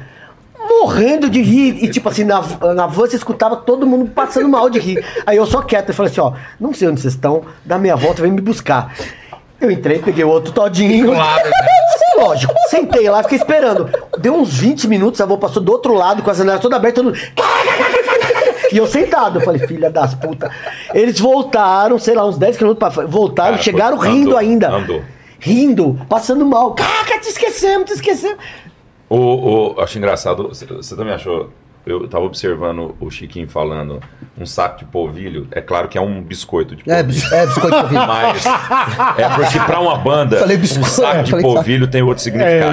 morrendo de rir. E tipo assim, na, na van você escutava todo mundo passando mal de rir. Aí eu só quieto, eu falei assim, ó, não sei onde vocês estão, dá meia volta, vem me buscar. Eu entrei, peguei o outro todinho. Claro, né? Lógico, sentei lá, fiquei esperando. Deu uns 20 minutos, a avó passou do outro lado com a janela toda aberta. Todo... mundo- E eu sentado, eu falei, filha das putas. Eles voltaram, sei lá, uns 10 quilômetros pra frente, voltaram, Cara, chegaram foi- rindo andou, ainda. andou. Rindo, passando mal. Caraca, te esquecemos, te esquecemos. O, o, acho engraçado, você- você também achou? Eu tava observando o Chiquinho falando um saco de polvilho. É claro que é um biscoito de É, polvilho. bis- é biscoito de polvilho. Mas é porque pra uma banda, Falei um biscoito, saco de falei polvilho tem outro significado.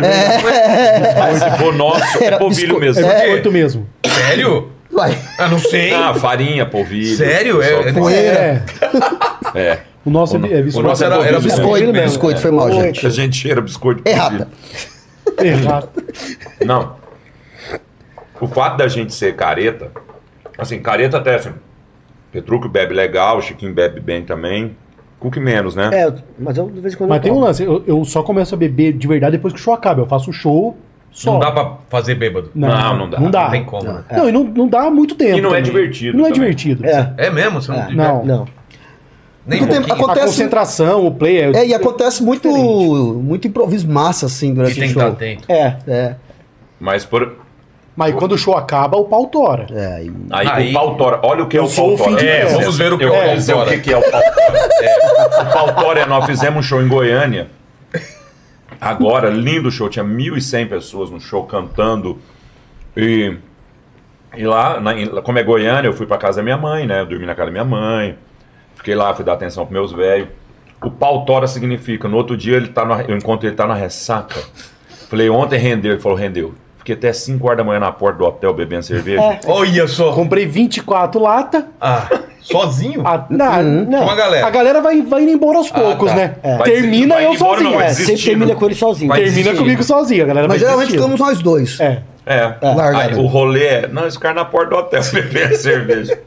Mas se for nosso, é Era polvilho biscoito. mesmo. É biscoito mesmo. Sério? Vai. Ah, não sei. Ah, farinha, polvilho. Sério? pessoal É- fala. É. é. O nosso é, é O biscoito. nosso era, era Biscoito. biscoito. Biscoito, mesmo, biscoito, foi mal, gente. A gente cheira biscoito. de Errada. Errado. polvilho. Não. O fato da gente ser careta, assim, careta até assim. Petruco bebe legal, Chiquinho bebe bem também. Cook menos, né? É, mas eu de vez em quando. Mas eu tem um tomo. lance, eu, eu só começo a beber de verdade depois que o show acaba. Eu faço o show só. Não dá pra fazer bêbado. Não, Não, não, não dá. dá. Não dá. Não tem como. É. né? Não, e não, não dá muito tempo. E não é também. divertido Não é também. divertido. É, um- É mesmo? Você não... É, Não. não. Nem um Porque tem- pouquinho. A acontece- concentração, o play É, e acontece muito, muito improviso massa, assim, E durante tem o que estar show. atento. É. É, Mas por... Mas quando o show acaba, o pau tora. é. e- aí, Aí- Ah, o pau tora. Olha o que é Eu o pau sou o fim tora. de É, festa. Vamos ver o que eu é o vou pau dizer o tora. que que é o pau tora. É, o pau tora é nós fizemos um show em Goiânia. Agora, lindo show. Tinha 1.100 pessoas no show cantando. E, e lá, na- em- como é Goiânia, eu fui pra casa da minha mãe, né? Eu dormi na casa da minha mãe. Fiquei lá, fui dar atenção pros meus velhos. O pau tora significa, no outro dia ele tá na- eu encontro ele tá na ressaca. Falei, ontem rendeu. Ele falou, rendeu. Fiquei até 5 horas da manhã na porta do hotel bebendo cerveja. Olha só. Comprei 24 lata. Ah, sozinho? A, na- Uhum. não. Uma galera. A galera vai, vai indo embora aos poucos, tá. né? Ah, Vai É. desistindo, Termina vai eu indo embora, sozinho. não, é. existe. Sempre termina com ele sozinho. Vai Termina desistindo. comigo sozinho, a galera vai Mas geralmente desistindo. ficamos nós dois. É, É. Largado. Aí, o rolê é. Não, esse cara na porta do hotel bebendo cerveja.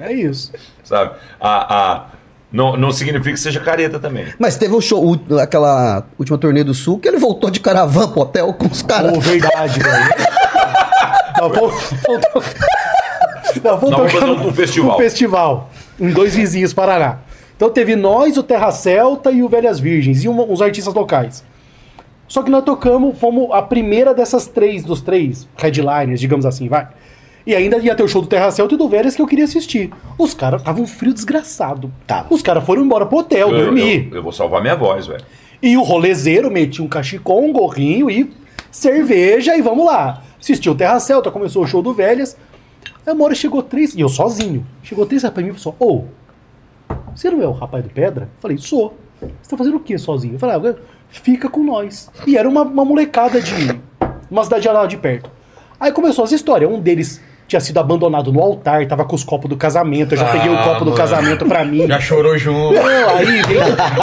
é isso. Sabe? A, a, não, não significa que seja careta também. Mas teve um show, o- aquela última turnê do Sul, que ele voltou de caravana pro hotel com os caras. Pô, verdade, velho. Não, vou- voltou... Não, vou Não, vamos tocar fazer um- um festival. Um festival. Em dois vizinhos, Paraná. Então teve nós, o Terra Celta e o Velhas Virgens. E uma- uns artistas locais. Só que nós tocamos, fomos a primeira dessas três, dos três headliners, digamos assim, vai. E ainda ia ter o show do Terra Celta e do Velhas que eu queria assistir. Os caras estavam um frio desgraçado. Os caras foram embora pro hotel, dormir. eu, eu vou salvar minha voz, velho. E o rolezeiro metia um cachecol, um gorrinho e cerveja e vamos lá. Assistiu o Terra Celta, começou o show do Velhas. Aí uma hora chegou três, e eu sozinho. Chegou três rapazes pra mim e falou: assim, Ô, você não é o rapaz do Pedra? Eu falei: Sou. Você tá fazendo o quê sozinho? Eu falei: "Ah, fica com nós. E era uma, uma molecada de. uma cidade lá de perto. Aí começou as histórias. Um deles tinha sido abandonado no altar, tava com os copos do casamento. Eu já Ah, peguei o copo mano. do casamento pra mim. Já chorou junto. Não, aí,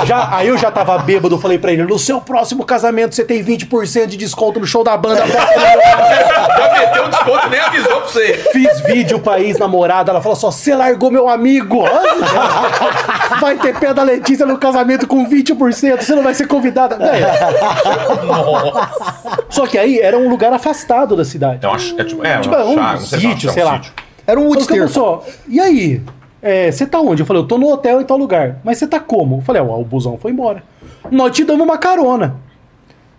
já, aí eu já tava bêbado, eu falei pra ele, no seu próximo casamento você tem 20% de desconto no show da banda. Já meteu um desconto, nem avisou pra você. Fiz vídeo pra ex-namorada, ela falou só, você largou meu amigo. Vai ter pé da Letícia no casamento com 20%, você não vai ser convidada. Véi, Nossa. Só que aí era um lugar afastado da cidade. É, uma, ch- é tipo, é, Tipo, uma é um chácara, não se é sítio, uma- sei é um lá. sítio. Era um Falou, Woodster. só, e aí? É, Você tá onde? Eu falei, eu tô no hotel em tal lugar. Mas você tá como? Eu falei, ó, o busão foi embora. Nós te damos uma carona.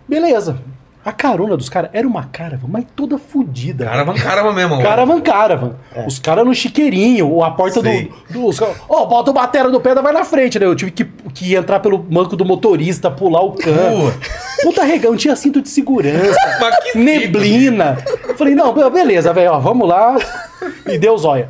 Beleza. A carona dos caras era uma caravan, mas toda fodida. Caravan, caravan mesmo. Caravan, caravan. Os caras no chiqueirinho, ou a porta do. Sei. do- os caras, Ó, bota o batera do pedra, vai na frente, né? Eu tive que, que entrar pelo banco do motorista, pular o cano. Puta regão, tinha cinto de segurança Mas que neblina. Falei, não, be- beleza, velho, ó, vamos lá. E deu zóia.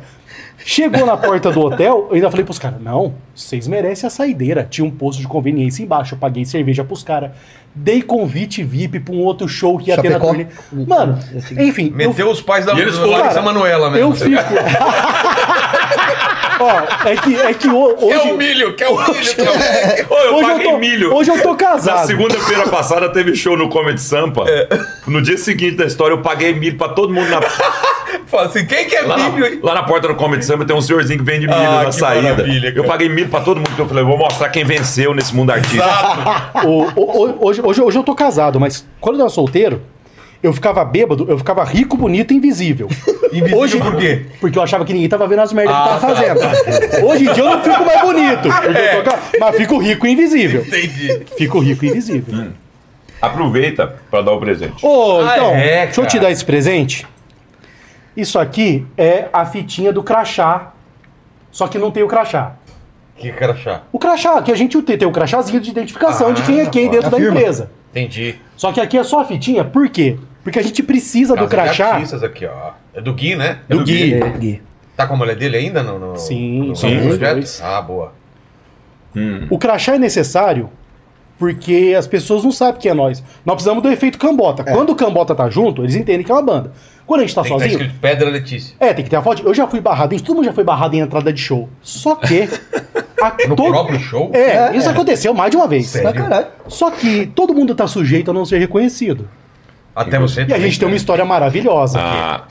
Chegou na porta do hotel, eu ainda falei pros caras, não, vocês merecem a saideira. Tinha um posto de conveniência embaixo, eu paguei cerveja pros caras. Dei convite VIP pra um outro show que ia ter na Chapecó? turnê. Mano, enfim, eu Meteu os pais da E eles da Larissa Cara, Manuela mesmo. eu fico. Ó, é que, é que ho- hoje. Quer o milho, quer o milho. quer o milho. Ô, eu hoje, eu paguei tô, milho. hoje eu tô Na casado. segunda-feira passada teve show no Comedy Sampa. É. No dia seguinte da história, eu paguei milho pra todo mundo na Fala assim, quem quer Lá na, milho? lá na porta do Comedy Samba tem um senhorzinho que vende milho Ah, na que saída. maravilha, cara. Eu paguei milho pra todo mundo que eu falei, vou mostrar quem venceu nesse mundo artístico. O- o- o- hoje, hoje, hoje eu tô casado, mas quando eu era solteiro, eu ficava bêbado, eu ficava rico, bonito e invisível. Invisível Hoje- por quê? Porque eu achava que ninguém tava vendo as merdas que Ah, eu tava fazendo. Hoje em dia eu não fico mais bonito, porque É. eu tô ca- mas fico rico e invisível. Entendi. Fico rico e invisível. Aproveita pra dar o presente. Ô, Ah, então, é, deixa eu te cara. dar esse presente. Isso aqui é a fitinha do crachá, só que não tem o crachá. Que crachá. O crachá, que a gente tem, tem o crachazinho de identificação Ah, de quem é quem pô, dentro da afirma. empresa. Entendi. Só que aqui é só a fitinha, por quê? Porque a gente precisa do Casa de crachá. artistas aqui, ó. É do Gui, né? É Do Gui. É, Gui. Tá com a mulher dele ainda no, no- Sim, no, sim, no os projeto? dois. Ah, boa. O crachá é necessário porque as pessoas não sabem quem é nós. Nós precisamos do efeito cambota. Quando o cambota tá junto, eles entendem que é uma banda. Quando a gente tá É. Tem que tá sozinho. escrito Pedra Letícia. é, tem que ter a foto. Eu já fui barrado, em- todo mundo já foi barrado em entrada de show. Só que. a No to- próprio show? É, isso aconteceu mais de uma vez. Sério? Pra caralho. Só que todo mundo tá sujeito a não ser reconhecido. Até você E a gente tem uma história maravilhosa. A,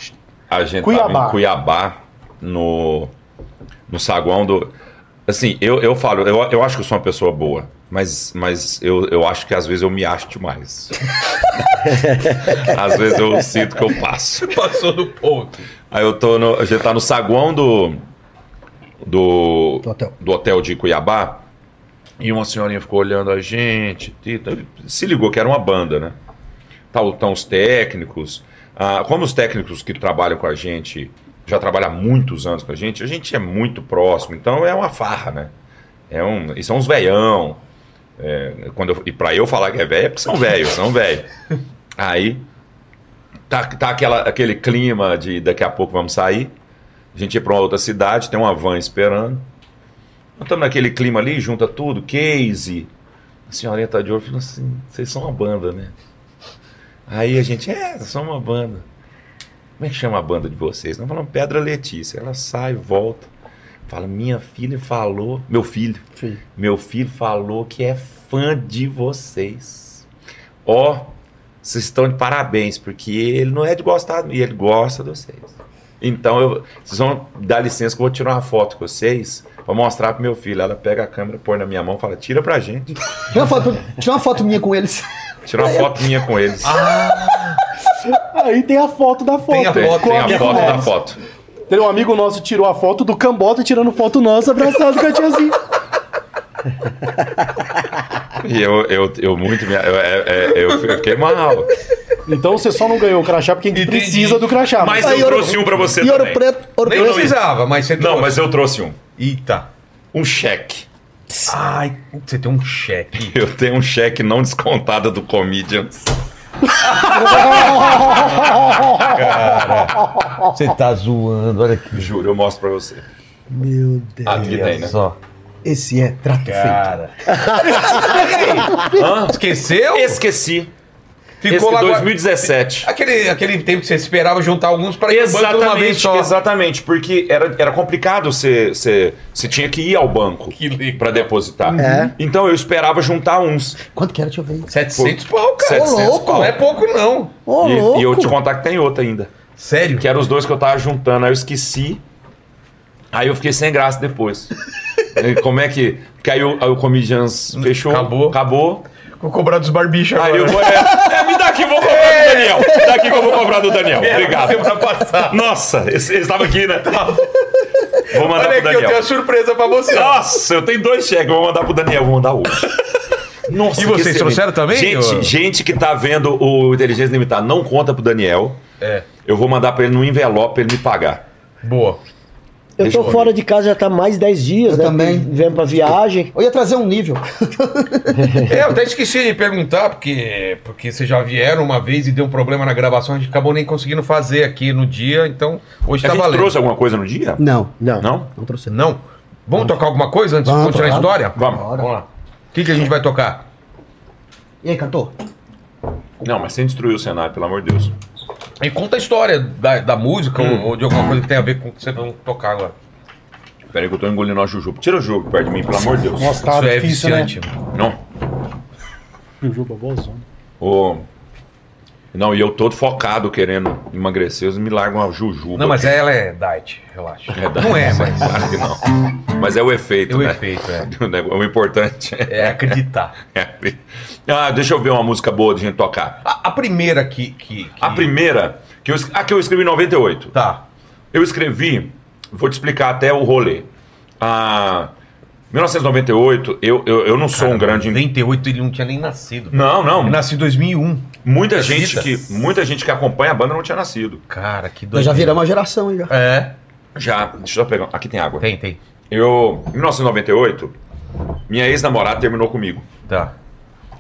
a gente Cuiabá. tava em Cuiabá, no, no saguão do... Assim, eu, eu falo, eu, eu acho que eu sou uma pessoa boa, mas, mas eu, eu acho que às vezes eu me acho demais. às vezes eu sinto que eu passo. passou do ponto. Aí eu tô no. A gente tá no saguão do. Do. Do hotel. do hotel de Cuiabá. E uma senhorinha ficou olhando a gente. Tita, se ligou que era uma banda, né? Tal, tão os técnicos. Ah, como os técnicos que trabalham com a gente já trabalham há muitos anos com a gente, a gente é muito próximo, então é uma farra, né? É um, e são uns veião. É, quando eu- e pra eu falar que é velho, é porque são velhos, são velho. Aí tá, tá aquela, aquele clima de daqui a pouco vamos sair. A gente ia pra uma outra cidade, tem uma van esperando. Nós estamos naquele clima ali, junta tudo, case. A senhorinha tá de olho falando assim, vocês são uma banda, né? Aí a gente, é, somos uma banda. Como é que chama a banda de vocês? Nós falamos Pedra Letícia. Ela sai, volta. Fala, minha filha falou. Meu filho. Filho. Meu filho falou que é fã de vocês. Ó, vocês estão de parabéns, porque ele não é de gostar, e ele gosta de vocês. Então, eu, vocês vão dar licença que eu vou tirar uma foto com vocês pra mostrar pro meu filho. Ela pega a câmera, põe na minha mão e fala: tira pra gente. Tira uma foto, tira uma foto minha com eles. Tira uma foto minha com eles. Ah, Aí tem a foto da foto. Tem a foto, Com Tem a minha foto mulher. da foto. Tem um amigo nosso tirou a foto do Cambota tirando foto nossa abraçado com a tiazinha. E eu, eu, eu muito me. Eu, é- é- eu fiquei mal. Então você só não ganhou o crachá porque a gente Entendi. precisa do crachá. Mas Aí, eu ouro- trouxe um pra você E ouro também. preto, ouro Nem Eu não preto. ia. precisava, mas você Não, trouxe. mas eu trouxe um. Eita. Um cheque. Ai, você tem um cheque. Eu tenho um cheque não descontado do Comedians. Você tá zoando, olha aqui. Juro, eu mostro pra você. Meu Ah, Ah, Deus. Aqui tem, né? Só. Esse é trato feito. Cara. Esqueceu? Esqueci. Ficou Esse lá. agora- 2017. Aquele, aquele tempo que você esperava juntar alguns pra ir no banco de uma vez Exatamente, só. exatamente, porque era, era complicado você, você, você tinha que ir ao banco Que legal. para depositar. É. Então eu esperava juntar uns. Quanto que era? Deixa eu ver. 700 pau, cara. 700 Ô, louco. pau. Não é pouco, não. Ô, e, louco. e eu te contar que tem outro ainda. Sério? Que eram os dois que eu tava juntando, aí eu esqueci. Aí eu fiquei sem graça depois. E Como é que. Porque aí o, aí o Comedians fechou. Acabou. Acabou. Vou cobrar dos barbichos Aí agora. eu vou. É, é, me dá aqui, eu vou cobrar do Daniel. Me dá aqui que eu vou cobrar do Daniel. Obrigado. Semana passada. Nossa, esse- ele estava aqui, né? Vou Olha mandar pro aqui, eu Daniel. tenho uma surpresa pra você. Nossa, eu tenho dois cheques, vou mandar pro Daniel, vou mandar outro. Nossa, E que vocês excelente. trouxeram também, Gente, ô? gente que tá vendo o Inteligência Limitada, não conta pro Daniel. É, Eu vou mandar pra ele num envelope pra ele me pagar. boa. Eu Deixa tô eu fora de casa já tá mais 10 dias, Eu né? também. Vendo pra viagem. Eu ia trazer um nível. É, eu até esqueci de perguntar, porque, porque vocês já vieram uma vez e deu um problema na gravação, a gente acabou nem conseguindo fazer aqui no dia, então hoje a tá gente valendo. trouxe alguma coisa no dia? Não. Não. Não? Não trouxe. Não? Vamos tocar alguma coisa antes de Vamos continuar a tocar. história? Vamos. Vamos lá. O que, que a gente vai tocar? E aí, cantor? Não, mas sem destruir o cenário, pelo amor de Deus. E conta a história da, da música ou- ou de alguma coisa que tem a ver com o que vocês vão tocar agora. Peraí que eu tô engolindo uma jujuba. Tira o jogo perto de mim, pelo amor de Deus. Nossa, tá Isso é difícil, né? viciante. Não. Jujuba, bozona. Ô, Não, e eu todo focado querendo emagrecer, eles me largam uma jujuba. Não, mas ela é diet, relaxa. da- Não é, mas Claro que não. Mas é o é efeito, o né? efeito, é. O nego- O importante é. É acreditar. Ah, deixa eu ver uma música boa de gente tocar. A, a primeira que... que, que- A primeira, que eu, es- a que eu escrevi em 98. Tá. Eu escrevi, vou te explicar até o rolê. Ah, 1998, eu, eu, eu não sou um grande. 98 ele não tinha nem nascido. Não, Ele não. nasceu em 2001. Muita gente, Acredita? que, muita gente que acompanha a banda não tinha nascido. Cara, que doido. Nós já viramos uma geração, hein, já. É. Já, deixa eu pegar. um, Aqui tem água. Tem, tem. Eu, em 1998, minha ex-namorada terminou comigo. Tá.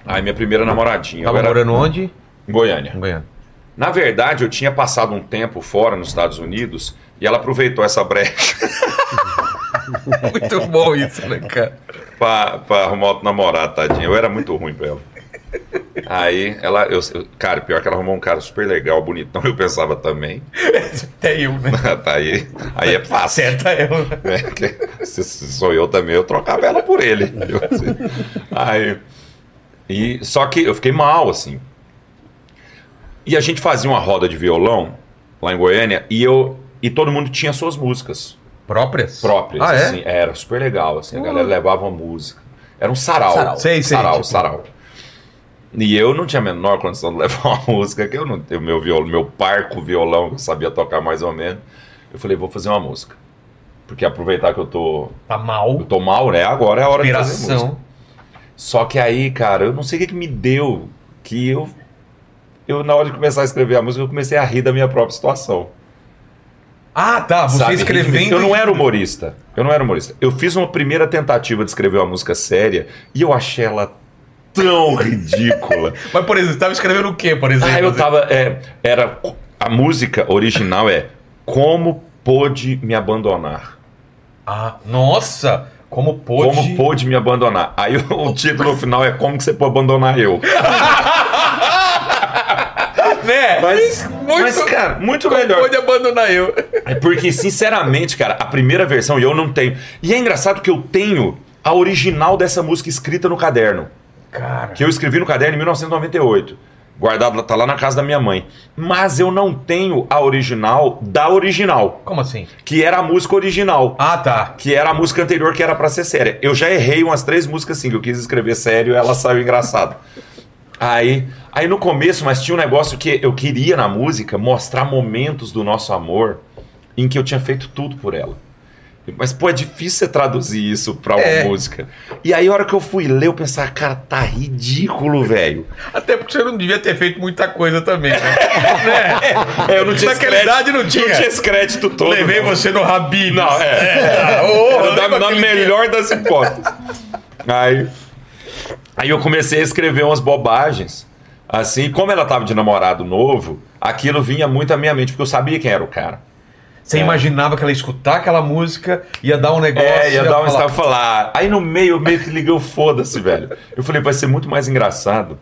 Aí minha primeira namoradinha. Tava eu era morando onde? em Goiânia. Em Goiânia. Na verdade, eu tinha passado um tempo fora nos Estados Unidos e ela aproveitou essa brecha Muito bom isso, né, cara? pra, pra arrumar outro namorado, tadinha. Eu era muito ruim pra ela. Aí, ela, eu, eu- cara, pior que ela arrumou um cara super legal, bonitão, eu pensava também. Até eu, né? Tá aí, aí é fácil. Acerta eu. né? né? Que se se sou eu também, eu trocava ela por ele. entendeu? Assim. Aí, e, só que eu fiquei mal, assim. E a gente fazia uma roda de violão lá em Goiânia e eu e todo mundo tinha suas músicas Próprias? próprias. Ah, é? Hum. assim, Era super legal, assim, a galera levava a música. Era um sarau. Sarau. Sei, sei, sarau, tipo. sarau. E eu não tinha a menor condição de levar uma música, que eu não tenho meu violão, meu parco violão, que eu sabia tocar mais ou menos. Eu falei, vou fazer uma música. Porque aproveitar que eu tô, Tá mal. eu tô mal, né? Agora é a hora de fazer música. Inspiração. Só que aí, cara, eu não sei o que, que me deu que eu, eu, na hora de começar a escrever a música, eu comecei a rir da minha própria situação. Ah, tá. Você sabe? escrevendo. Eu não é- era humorista. Eu não era humorista. Eu fiz uma primeira tentativa de escrever uma música séria e eu achei ela tão ridícula. Mas, por exemplo, você tava escrevendo o quê, por exemplo? Ah, eu tava. é, era, a música original é Como Pôde Me Abandonar. Ah, nossa! Como pôde. Como pôde me abandonar? Aí o, o título final é Como que você pôde abandonar eu? Né? Mas, Muito- mas, cara, muito Como melhor. pôde abandonar eu? É porque, sinceramente, cara, a primeira versão eu não tenho. E é engraçado que eu tenho a original dessa música escrita no caderno. Cara. Que eu escrevi no caderno em 1998. Guardado, tá lá na casa da minha mãe. Mas eu não tenho a original da original, Como assim? que era a música original. Ah, tá. Que era a música anterior que era pra ser séria. Eu já errei umas três músicas assim, que eu quis escrever sério ela saiu engraçada. Aí, aí no começo, mas tinha um negócio que eu queria na música mostrar momentos do nosso amor em que eu tinha feito tudo por ela. Mas, pô, é difícil você traduzir isso pra uma É. música. E aí, a hora que eu fui ler, eu pensava, cara, tá ridículo, velho. Até porque você não devia ter feito muita coisa também, né? Né? É, eu não tinha Naquela idade não tinha. Não tinha esse crédito todo. Levei não. você no Ah, rabino. Não, é. Era da- na melhor das hipóteses. Aí, aí eu comecei a escrever umas bobagens. Assim, como ela tava de namorado novo, aquilo vinha muito à minha mente, porque eu sabia quem era o cara. Você imaginava que ela ia escutar aquela música, ia dar um negócio. É, ia dar um falar, estava falar. Aí no meio, eu meio que liguei o foda-se, velho. Eu falei, vai ser muito mais engraçado.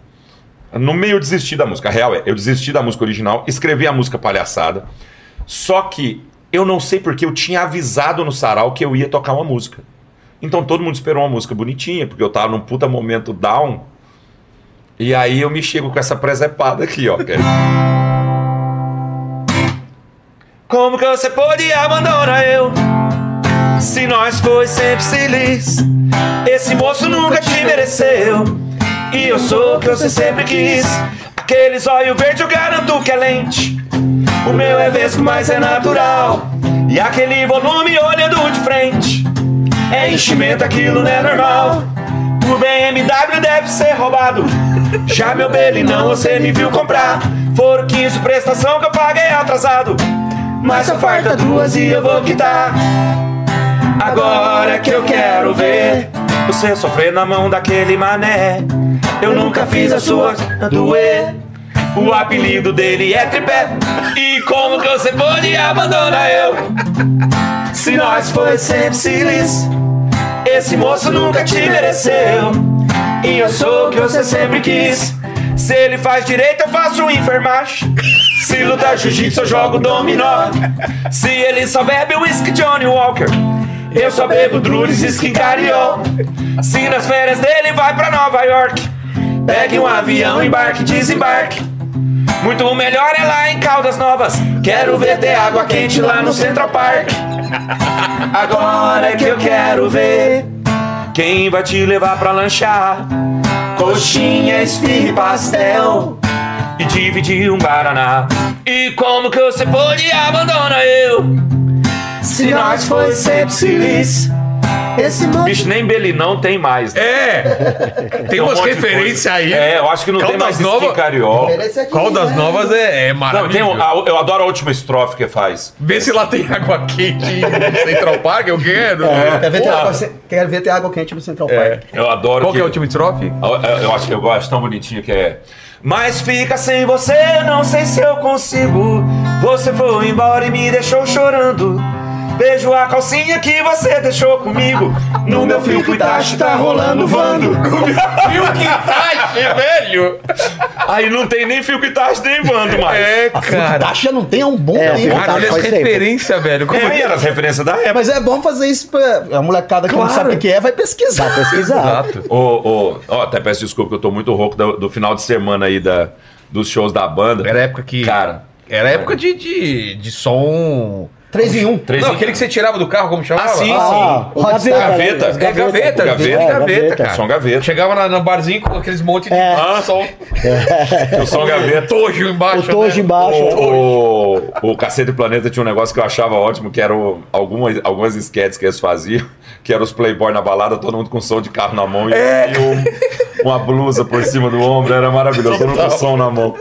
No meio eu desisti da música. A real é, eu desisti da música original, escrevi a música palhaçada. Só que eu não sei porque eu tinha avisado no sarau que eu ia tocar uma música. Então todo mundo esperou uma música bonitinha, porque eu tava num puta momento down. E aí eu me chego com essa presepada aqui, ó. que é- Como que você pôde abandonar eu? Se nós foi sempre feliz, esse moço nunca te mereceu. E eu sou o que você sempre quis. Aquele zóio verde eu garanto que é lente. O meu é vesgo, mas é natural. E aquele volume olhando de frente. É enchimento, aquilo não é normal. O BMW deve ser roubado. Já meu Bentley não, você me viu comprar. Foram 15 prestação que eu paguei atrasado. Mas só falta duas e eu vou quitar. Agora que eu quero ver você sofrer na mão daquele mané. Eu nunca fiz a sua doer. O apelido dele é tripé. E como que você pode abandonar eu? Se nós foi sempre cilis, esse moço nunca te mereceu. E eu sou o que você sempre quis. Se ele faz direito, eu faço enfermagem. Se lutar jiu-jitsu, eu jogo dominó. Se ele só bebe whisky Johnny Walker, eu só bebo drules e skin Cariol. Se nas férias dele vai pra Nova York, pegue um avião, embarque, desembarque. Muito melhor é lá em Caldas Novas. Quero ver ter água quente lá no Central Park. Agora é que eu quero ver quem vai te levar pra lanchar. Coxinha, esfirra e pastel e dividir um guaraná. E como que você pôde abandonar eu? Se nós foi sempre feliz. Esse mano. Bicho, nem Beli não tem mais. né? É! Tem umas um monte de referências aí. É, eu acho que não tem Caldas mais Nova- skin carioca. Qual das novas é, é Não, tem maravilhoso? um- a- eu adoro a última estrofe que faz. Vê se lá tem água quente no Central Park, eu quero. Quer ver, ter Porra. água, quer ver ter água quente no Central Park. Eu adoro Qual que é o time trophy? Eu, eu- eu acho que eu gosto tão bonitinho que é. Mas fica sem você, não sei se eu consigo. Você foi embora e me deixou chorando. Beijo a calcinha que você deixou comigo. No meu fio cuidaste, tá rolando vando. Viu que tá- taxa, velho? Aí não tem nem fio cuidaste nem vando mais. É, Cara, cara. taxa não tem há um bom É, tempo. Cara, olha as faz tempo. referências, velho. Como É, era as referências da época. Mas é bom fazer isso pra. A molecada que não sabe o que é vai pesquisar. Vai pesquisar. Exato. Ô, ô, ó, até peço desculpa que eu tô muito rouco do, do final de semana aí da, dos shows da banda. Era época que. Cara, Era época de, de, de som. Três em um. Três Não, em- aquele que você tirava do carro, como chamava? Ah, sim, Ah, sim. gaveta. Gaveta. É gaveta, Gaveta, gaveta, é, gaveta, gaveta. cara. Som gaveta. Chegava na, no barzinho com aqueles monte de Ah. som, Eu sou um gaveta. tojo embaixo. O tojo né? embaixo. O, o, o Cacete do Planeta tinha um negócio que eu achava ótimo, que eram algumas, algumas esquetes que eles faziam, que eram os playboy na balada, todo mundo com som de carro na mão e, e um- uma blusa por cima do ombro, era maravilhoso, todo mundo com som na mão.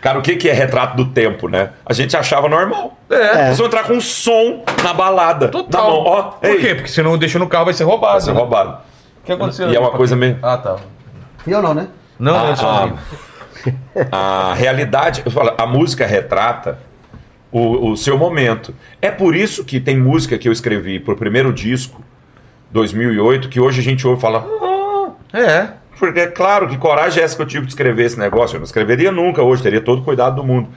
Cara, o que, que é retrato do tempo, né? A gente achava normal. É. Eles vão entrar com som na balada. Total. Na mão, Tá ó. Por ei, quê? Porque se não deixa no carro vai ser roubado. Vai ser roubado. O que aconteceu? E é uma coisa meio. Ah, tá. Eu não, né? Não, Ah, não, é assim. não. ah. a realidade, eu falo, a música retrata o, o seu momento. É por isso que tem música que eu escrevi pro primeiro disco, 2008, que hoje a gente ouve falar. É. Porque é claro que coragem é essa que eu tive de escrever esse negócio. Eu não escreveria nunca hoje, teria todo o cuidado do mundo.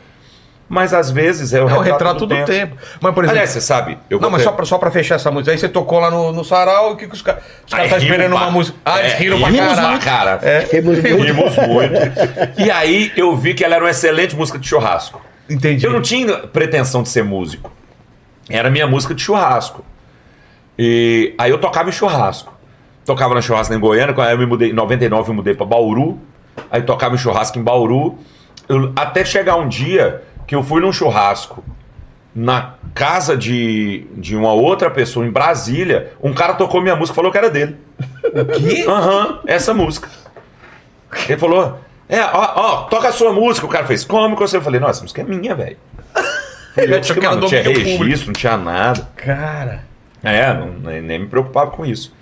Mas às vezes é É o, o retrato, retrato do, tempo. tempo. Mas, por exemplo. Aliás, você sabe, eu não, vou mas ter- só pra, só pra fechar essa música. Aí você tocou lá no, no sarau, o que, que os caras. Os Aí caras tá riu esperando pra- uma música. Ah, eles é, riram pra rimos caralho. cara. É. Temos muito. Rimos muito. E aí eu vi que ela era uma excelente música de churrasco. Entendi. Eu não tinha pretensão de ser músico. Era minha música de churrasco. E aí eu tocava em churrasco. Tocava na churrasco em Goiânia, quando eu me mudei, em 99 eu mudei pra Bauru. Aí tocava em churrasco em Bauru. Eu- até chegar um dia que eu fui num churrasco na casa de, de uma outra pessoa em Brasília. Um cara tocou minha música e falou que era dele. Que? Aham, essa música. Ele falou, é, ó, ó, toca a sua música. O cara fez, como que você? Eu falei, nossa, essa música é minha, velho. Falei, Eu "Eu acho que, que era mano, não do tinha meu registro, não tinha nada. Cara. É, não- nem, nem me preocupava com isso.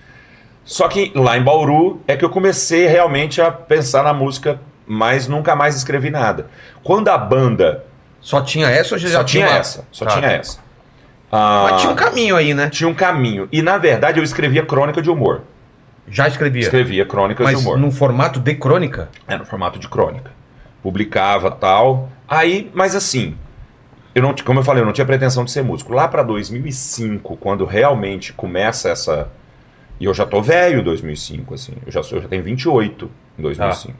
Só que lá em Bauru é que eu comecei realmente a pensar na música, mas nunca mais escrevi nada. Quando a banda Só tinha essa ou já só tinha uma- essa, só Tá. tinha essa. Ah, Mas tinha um caminho aí, né? tinha um caminho. E na verdade eu escrevia crônica de humor. Já escrevia. Escrevia crônicas de Mas humor. num formato de crônica. É, no formato de crônica. Publicava tal. Aí, mas assim, eu não, ti- como eu falei, eu não tinha pretensão de ser músico. Lá pra 2005, quando realmente começa essa. E eu já tô velho em 2005, assim. Eu já, sou, eu já tenho 28 em 2005.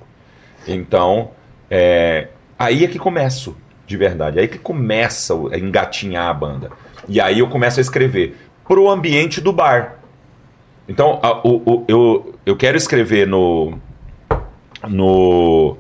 Então, é, aí é que começo, de verdade. Aí que começa o- a engatinhar a banda. E aí eu começo a escrever pro ambiente do bar. Então, a- o- o- eu, eu quero escrever no, no,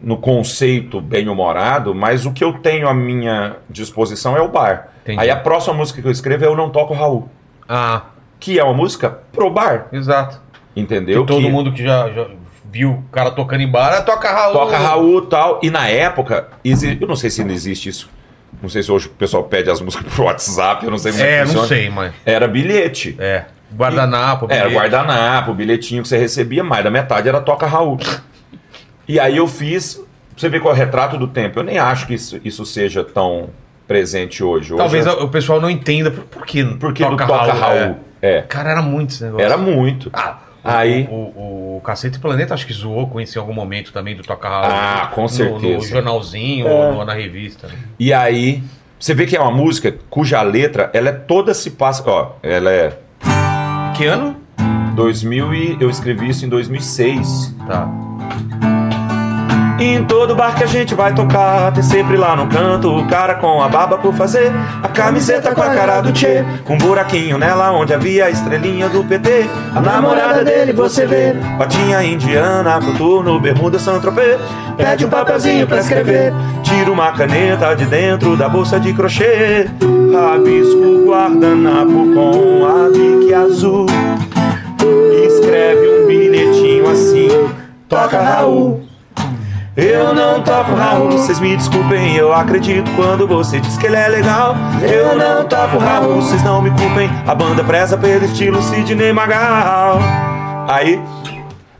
no conceito bem-humorado, mas o que eu tenho à minha disposição é o bar. Entendi. Aí a próxima música que eu escrevo é Eu Não Toco Raul, Ah, que é uma música pro bar, exato. entendeu? E todo Que mundo que já, já viu o cara tocando em bar, ah, toca Raul. toca Raul e tal. E na época, exi- eu não sei se ainda existe isso. Não sei se hoje o pessoal pede as músicas pro WhatsApp, eu não sei como É, que não funciona. sei, mas. Era bilhete. É. Guardanapo. Era bilhete. guardanapo, bilhetinho que você recebia, mais da metade era toca Raul. E aí eu fiz, você vê qual é o retrato do tempo. Eu nem acho que isso, isso seja tão presente hoje. hoje Talvez é- o pessoal não entenda por, por que porque do toca Raul. É. é. Cara, era muito esse negócio. Era muito. Ah, Aí- O, o, o Cacete Planeta acho que zoou com isso em algum momento também do Toca Raul. Ah, com No- No, certeza. É. jornalzinho ou no- na revista. né? E aí, você vê que é uma música cuja letra, ela é toda se passa, ó, ela é Que ano? 2000 e eu escrevi isso em 2006. Tá. Em todo bar que a gente vai tocar, tem sempre lá no canto o cara com a barba por fazer, a camiseta com a cara do Tchê, um buraquinho nela onde havia a estrelinha do PT, a namorada dele você vê, patinha indiana, coturno, bermuda, santropê, pede um papelzinho pra escrever, tira uma caneta de dentro da bolsa de crochê, rabisco guardanapo com a bique azul, escreve um bilhetinho assim, toca Raul. Eu não toco Raul, vocês me desculpem, eu acredito quando você diz que ele é legal. Eu não toco Raul, vocês não me culpem, a banda preza pelo estilo Sidney Magal. Aí,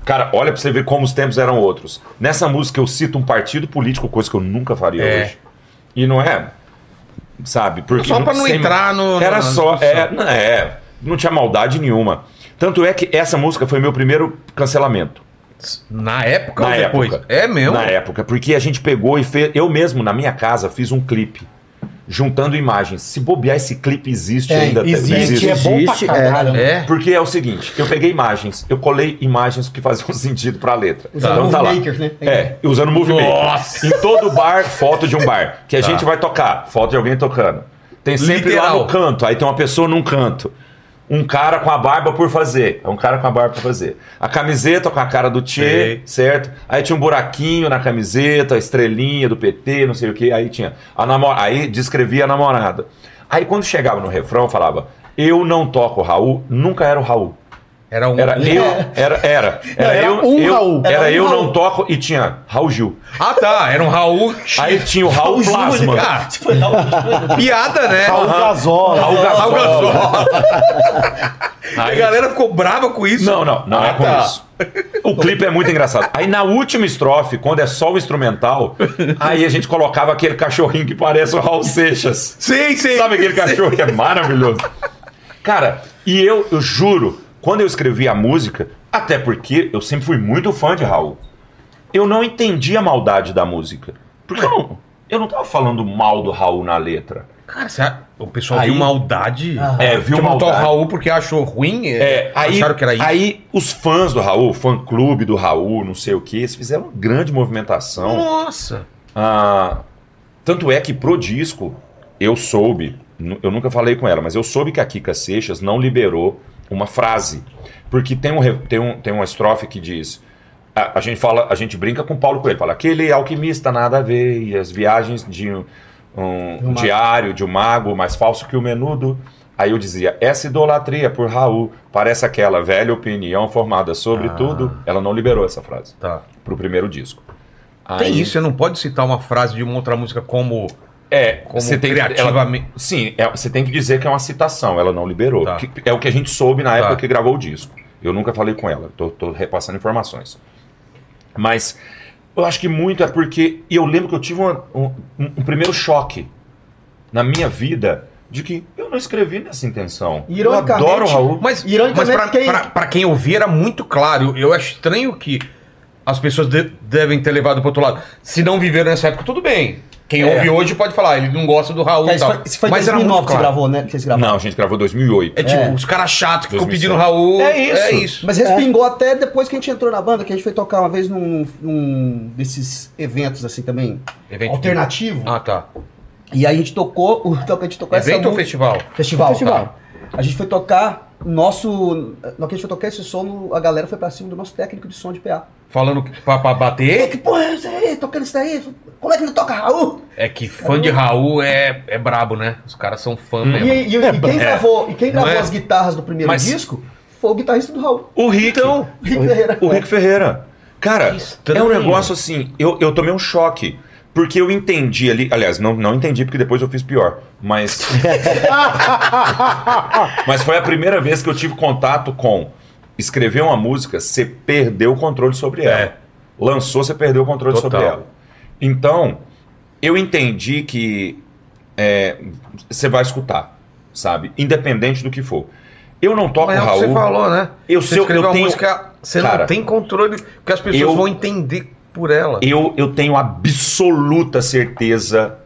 cara, olha pra você ver como os tempos eram outros. Nessa música eu cito um partido político, coisa que eu nunca faria É. hoje. E não é, sabe? Porque Só pra não sem- entrar no. Era na- só, é, não, é, não tinha maldade nenhuma. Tanto é que essa música foi meu primeiro cancelamento. Na época Na ou depois? época. É mesmo? Na época, porque a gente pegou e fez. Eu mesmo, na minha casa, fiz um clipe juntando imagens. Se bobear, esse clipe existe ainda. existe, é bom pra Existe, é. caralho. É. Porque é o seguinte, eu peguei imagens, eu colei imagens que faziam sentido pra letra. Usando então tá lá. movie makers, né? É, usando o movie maker. Nossa! Em todo bar, foto de um bar. Que a Tá. gente vai tocar, foto de alguém tocando. Tem sempre lá Literal. no canto. Aí tem uma pessoa num canto. Um cara com a barba por fazer. É um cara com a barba por fazer. A camiseta com a cara do Tchê, Sei. certo? Aí tinha um buraquinho na camiseta, a estrelinha do PT, não sei o que. Aí tinha. A namo- Aí descrevia a namorada. Aí quando chegava no refrão, falava: Eu não toco o Raul, nunca era o Raul. Era um. Era eu, era, era. Era, era eu, um eu- Raul. Era, Era um eu Raul. não toco e tinha Raul Gil. Ah, tá. Era um Raul. Aí tinha o Raul Plasma. Ah, piada, né? Raul Gazola. Raul Raul Gasol. Gasol. A Aí- galera ficou brava com isso. Não, não, não Ah, é com tá. isso. O clipe é muito engraçado. Aí na última estrofe, quando é só o instrumental, aí a gente colocava aquele cachorrinho que parece o Raul Seixas. Sim, sim. Sabe aquele cachorro que é maravilhoso? Cara, e eu, eu juro, quando eu escrevi a música, até porque eu sempre fui muito fã de Raul, eu não entendi a maldade da música. Porque eu não, eu não tava falando mal do Raul na letra. Cara, sabe, o pessoal Aí- viu maldade. É, viu Tipo, botou o maldade. Raul porque achou ruim. É, aí, acharam que era isso. aí os fãs do Raul, fã clube do Raul, não sei o que, eles fizeram uma grande movimentação. Nossa. Ah, tanto é que pro disco, eu soube, nu- eu nunca falei com ela, mas eu soube que a Kika Seixas não liberou uma frase. Porque tem, um, re- tem, um, tem uma estrofe que diz. A, a gente fala, a gente brinca com o Paulo Coelho, fala, aquele alquimista nada a ver, e as viagens de um, um diário, de um mago, mais falso que o menudo. Aí eu dizia, essa idolatria por Raul parece aquela velha opinião formada sobre Ah. tudo. Ela não liberou essa frase Tá. pro primeiro disco. Tem Aí- isso, você não pode citar uma frase de uma outra música como, é, como você tem ela- criativamente. sim, é, você tem que dizer que é uma citação, ela não liberou. Tá. Que- é o que a gente soube na Tá. época que gravou o disco. Eu nunca falei com ela, tô, tô repassando informações. Mas eu acho que muito é porque. E eu lembro que eu tive uma- um, um- um primeiro choque na minha vida de que eu não escrevi nessa intenção. Eu Ironicamente, adoro o Raul. Mas, mas Ironicamente, pra, quem- pra- pra quem ouvir era muito claro. Eu acho estranho que as pessoas de- devem ter levado pro outro lado. Se não viveram nessa época, tudo bem. Quem É. ouve hoje pode falar, ele não gosta do É, Raul e É, Isso tal. foi, isso foi Então, mas era muito 2009 que você claro. gravou, né? Que vocês gravaram. Não, a gente gravou em 2008. É tipo, os caras chatos que ficam 2007. pedindo Raul. É isso. Mas respingou até depois que a gente entrou na banda, que a gente foi tocar uma vez num, num desses eventos assim também, Evento- alternativo. Ah, tá. E aí a gente tocou, o então, que a gente tocou Evento ou música- festival? Festival. Festival. tá. A gente foi tocar o nosso. Na que a gente foi tocar esse som, no- a galera foi pra cima do nosso técnico de som de PA. Falando que- pra, pra "Ei, bater, que porra é isso aí? Tocando isso daí? Como é que não toca Raul? é que fã de Raul é, é brabo, né? Os caras são fã E, mesmo. e- e quem gravou, e quem É, Não gravou é? as guitarras do primeiro Mas- disco foi o guitarrista do Raul. O Rick. Então, Rick Ferreira. O Rick Ferreira. Cara, Que estranho. é um negócio assim, eu, eu tomei um choque. Porque eu entendi ali, aliás, não, não entendi porque depois eu fiz pior, mas. mas foi a primeira vez que eu tive contato com escrever uma música, você perdeu o controle sobre ela. É. Lançou, você perdeu o controle Total. sobre ela. Então, eu entendi que é, você vai escutar, sabe? Independente do que for. Eu não toco Mas é o que Raul. você falou, né? Eu você sei- eu escreveu a tenho- música, você Cara, não tem controle, porque as pessoas eu- vão entender por ela. Eu, eu tenho absoluta certeza.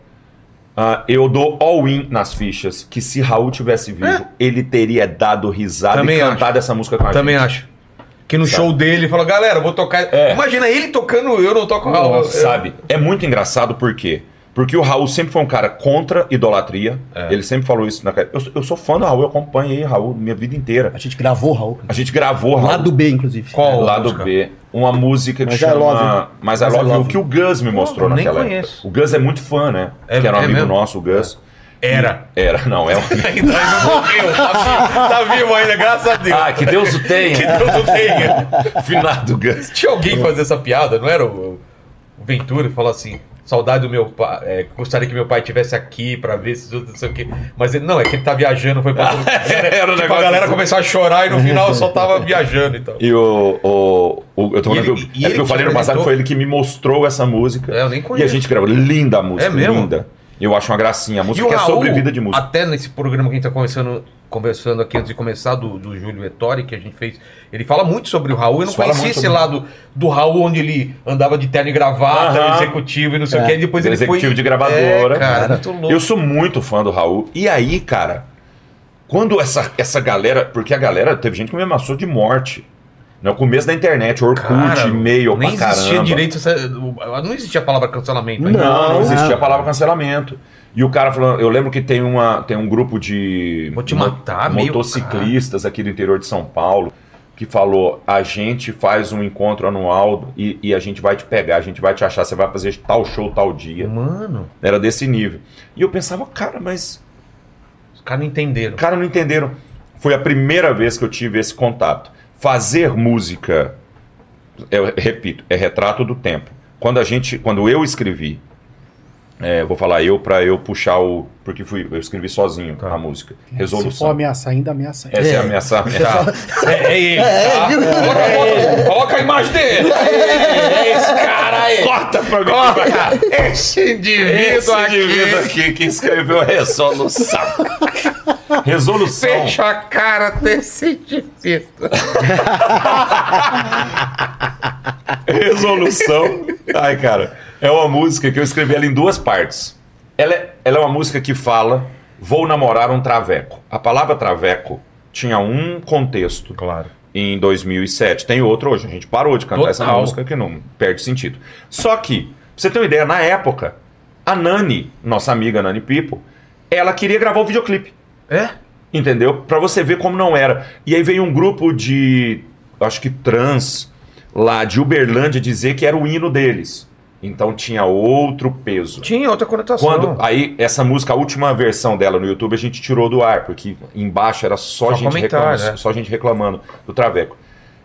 ah, eu dou all-in nas fichas que se Raul tivesse vivo, ele teria dado risada Também e acho. cantado essa música com a Também gente. acho. Que no Sabe? show dele ele falou, galera, eu vou tocar. É. Imagina ele tocando, eu não toco Raul. Eu- Sabe? É muito engraçado por quê? Porque o Raul sempre foi um cara contra idolatria. É. Ele sempre falou isso na cara. Eu, sou- eu sou fã do Raul, eu acompanhei Raul minha vida inteira. A gente gravou Raul. A gente gravou Raul. Lá do B, inclusive. Qual Lado música? B. Uma música que Mas I chama Love Mas I Mas I Love You, Love que o Gus me mostrou nem naquela conheço. época. O Gus é muito fã, né? É- que era um é amigo mesmo? nosso, o Gus. Era. Era, não, é um Ainda não morreu, tá vivo, tá vivo ainda, graças a Deus. Ah, que Deus o tenha. Que Deus o tenha. Finado Gus. Tinha alguém fazer essa piada, não era o, o Ventura que falou assim: saudade do meu pai, é, gostaria que meu pai estivesse aqui pra ver se tudo, não sei o quê. Mas ele, não, é que ele tá viajando, foi pra. Era um tipo, a negócio galera assim. começou a chorar e no final eu só tava viajando então. E o. o, o- eu tô E ele- falando que eu- e é ele porque eu te falei no passado apresentou? foi ele que me mostrou essa música. É, eu nem E a conheço. gente gravou. Linda a música. É mesmo? Linda. Eu acho uma gracinha. A E música o que é Raul, sobre vida de música. Até nesse programa que a gente tá conversando, conversando aqui antes de começar, do, do Júlio Ettore, que a gente fez, ele fala muito sobre o Raul. Eu não Fala conhecia muito esse sobre- lado do Raul, onde ele andava de terno e gravata, Aham. executivo e não sei o É, que. E depois ele executivo foi... de gravadora. É, cara, muito louco. Eu sou muito fã do Raul. E aí, cara, quando essa, essa galera. Porque a galera. Teve gente que me amassou de morte. No começo da internet, Orkut, Cara, e-mail nem pra caramba. existia direito. essa- Não existia a palavra cancelamento. ainda. Não, não existia não. a palavra cancelamento. E o cara falando, eu lembro que tem, uma, tem um grupo de Vou te matar, mo- meu motociclistas aqui do interior de São Paulo que falou: a gente faz um encontro anual e, e a gente vai te pegar, a gente vai te achar, você vai fazer tal show tal dia. Mano, Era desse nível. E eu pensava, cara, mas os caras não entenderam. Cara, não entenderam. Foi a primeira vez que eu tive esse contato. Fazer música, eu repito, é retrato do tempo. Quando a gente, quando eu escrevi, é, eu vou falar eu pra eu puxar o, porque fui, eu escrevi sozinho Tá. a música. Se for Resolução. ameaçar, ainda ameaça. Essa é a minha essa- Tá. É, é ele. tá? viu? Coloca, a foto, coloca a imagem dele. É esse cara aí. Corta pra mim. Corta É esse indivíduo É. Esse aqui. indivíduo aqui que escreveu resolução. Resolução. Fecha a cara desse indivíduo. Resolução. Ai, cara. É uma música que eu escrevi ela em duas partes. Ela é, ela é uma música que fala: Vou namorar um traveco. A palavra traveco tinha um contexto Claro. em 2007. Tem outro hoje. A gente parou de cantar essa Total. música que não perde sentido. Só que, pra você ter uma ideia, na época, a Nani, nossa amiga Nani Pipo, ela queria gravar o videoclipe. É? Entendeu? Pra você ver como não era. E aí veio um grupo de, acho que trans, lá de Uberlândia, dizer que era o hino deles. Então tinha outro peso. Tinha outra conotação. Quando, aí, essa música, a última versão dela no YouTube, a gente tirou do ar, porque embaixo era só, Só gente, comentário, reclamando, né? só gente reclamando do Traveco.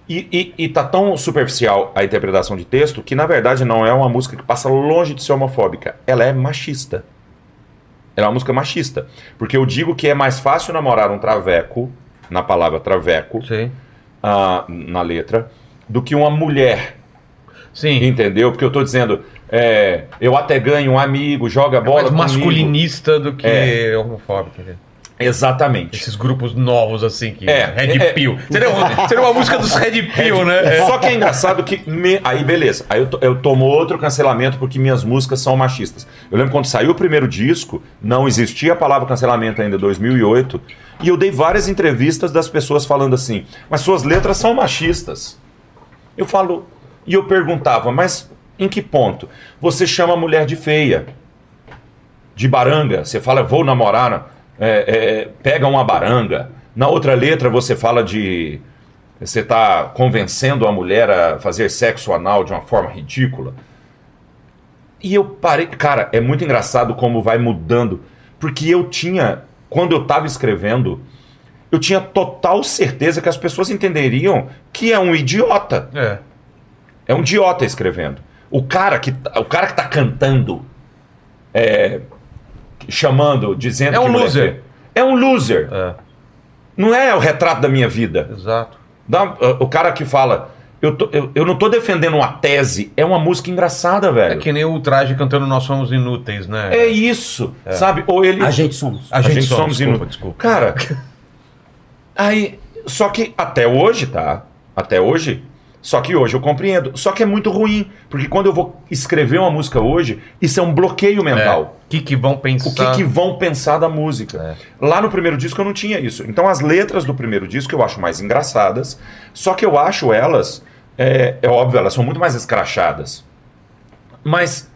E, e- e tá tão superficial a interpretação de texto que, na verdade, não é uma música que passa longe de ser homofóbica. Ela é machista. Ela é uma música machista. Porque eu digo que é mais fácil namorar um traveco, na palavra traveco, Sim. ah, na letra, do que uma mulher Sim. Entendeu? Porque eu tô dizendo, é, eu até ganho um amigo, joga bola. É mais comigo. masculinista do que homofóbico. né? Exatamente. Esses grupos novos, assim, que. É, Red é. Pill. Seria, uma, seria uma música dos Red Pill, né? É. Só que é engraçado que. me- Aí, beleza. Aí eu, to- eu tomo outro cancelamento porque minhas músicas são machistas. Eu lembro quando saiu o primeiro disco, não existia a palavra cancelamento ainda, 2008. E eu dei várias entrevistas das pessoas falando assim: mas suas letras são machistas. Eu falo. E eu perguntava, mas em que ponto? Você chama a mulher de feia, de baranga. Você fala, vou namorar, é, é, é, pega uma baranga. Na outra letra você fala de. Você está convencendo a mulher a fazer sexo anal de uma forma ridícula. E eu parei. Cara, é muito engraçado como vai mudando. Porque eu tinha. Quando eu estava escrevendo, eu tinha total certeza que as pessoas entenderiam que é um idiota. É. É um idiota escrevendo. O cara que, tá- o cara que tá cantando, é, chamando, dizendo É um que mulher loser. feia- É um loser. É. Não é o retrato da minha vida. Exato. Dá- ah, o cara que fala, eu, tô- eu, eu não tô defendendo uma tese, é uma música engraçada, É velho. que nem o traje cantando Nós Somos Inúteis, né? É, isso, sabe? Ou ele. A gente somos. A gente, somos, inú- desculpa, desculpa. Cara, aí. Só que até hoje, tá? Até hoje. Só que hoje eu compreendo. Só que é muito ruim. Porque quando eu vou escrever uma música hoje, isso é um bloqueio mental. O que, que vão pensar? O que, que vão pensar da música? É. Lá no primeiro disco eu não tinha isso. Então as letras do primeiro disco eu acho mais engraçadas, só que eu acho elas, é, é óbvio, elas são muito mais escrachadas. Mas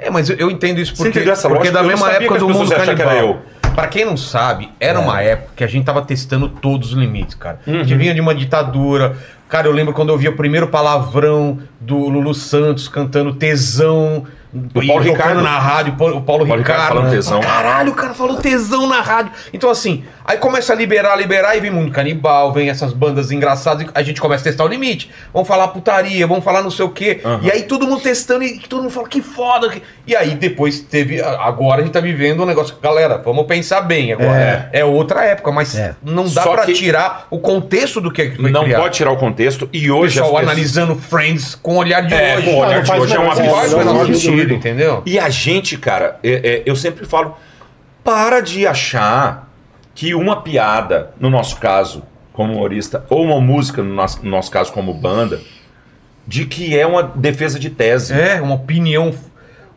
É, mas eu, eu entendo isso Você porque, entendeu essa porque lógica? da Eu não mesma sabia época que as do pessoas mundo achavam que era É. canibal. Pra quem não sabe, era uma época que a gente tava testando todos os limites, cara. A Uhum. gente vinha de uma ditadura. Cara, eu lembro quando eu vi o primeiro palavrão do Lulu Santos cantando tesão. Do Paulo tocando Ricardo. na rádio, o Paulo, o Paulo Paulo Ricardo Ricardo. né? falando tesão. Caralho, o cara falou tesão na rádio. Então, assim, aí começa a liberar, liberar, e vem mundo canibal, vem essas bandas engraçadas, e a gente começa a testar o limite. Vamos falar putaria, vamos falar não sei o quê. E aí todo mundo testando e todo mundo fala, que foda. que-". E aí depois teve. a- Agora a gente tá vivendo um negócio. Galera, vamos pensar bem agora. É, outra época, mas É. não dá Só pra que- tirar o contexto do que foi não criado. pode tirar o contexto. E o hoje pessoal as pessoas- analisando Friends com o olhar de É, hoje. com o Não, olhar não de faz hoje é o um menor Não faz o sentido. menor absurdo. Absurdo. sentido, entendeu? E a gente, cara, é- é- eu sempre falo, para de achar que uma piada, no nosso caso, como humorista, ou uma música, no nosso, no nosso caso, como banda, de que é uma defesa de tese. É, uma opinião f- Eu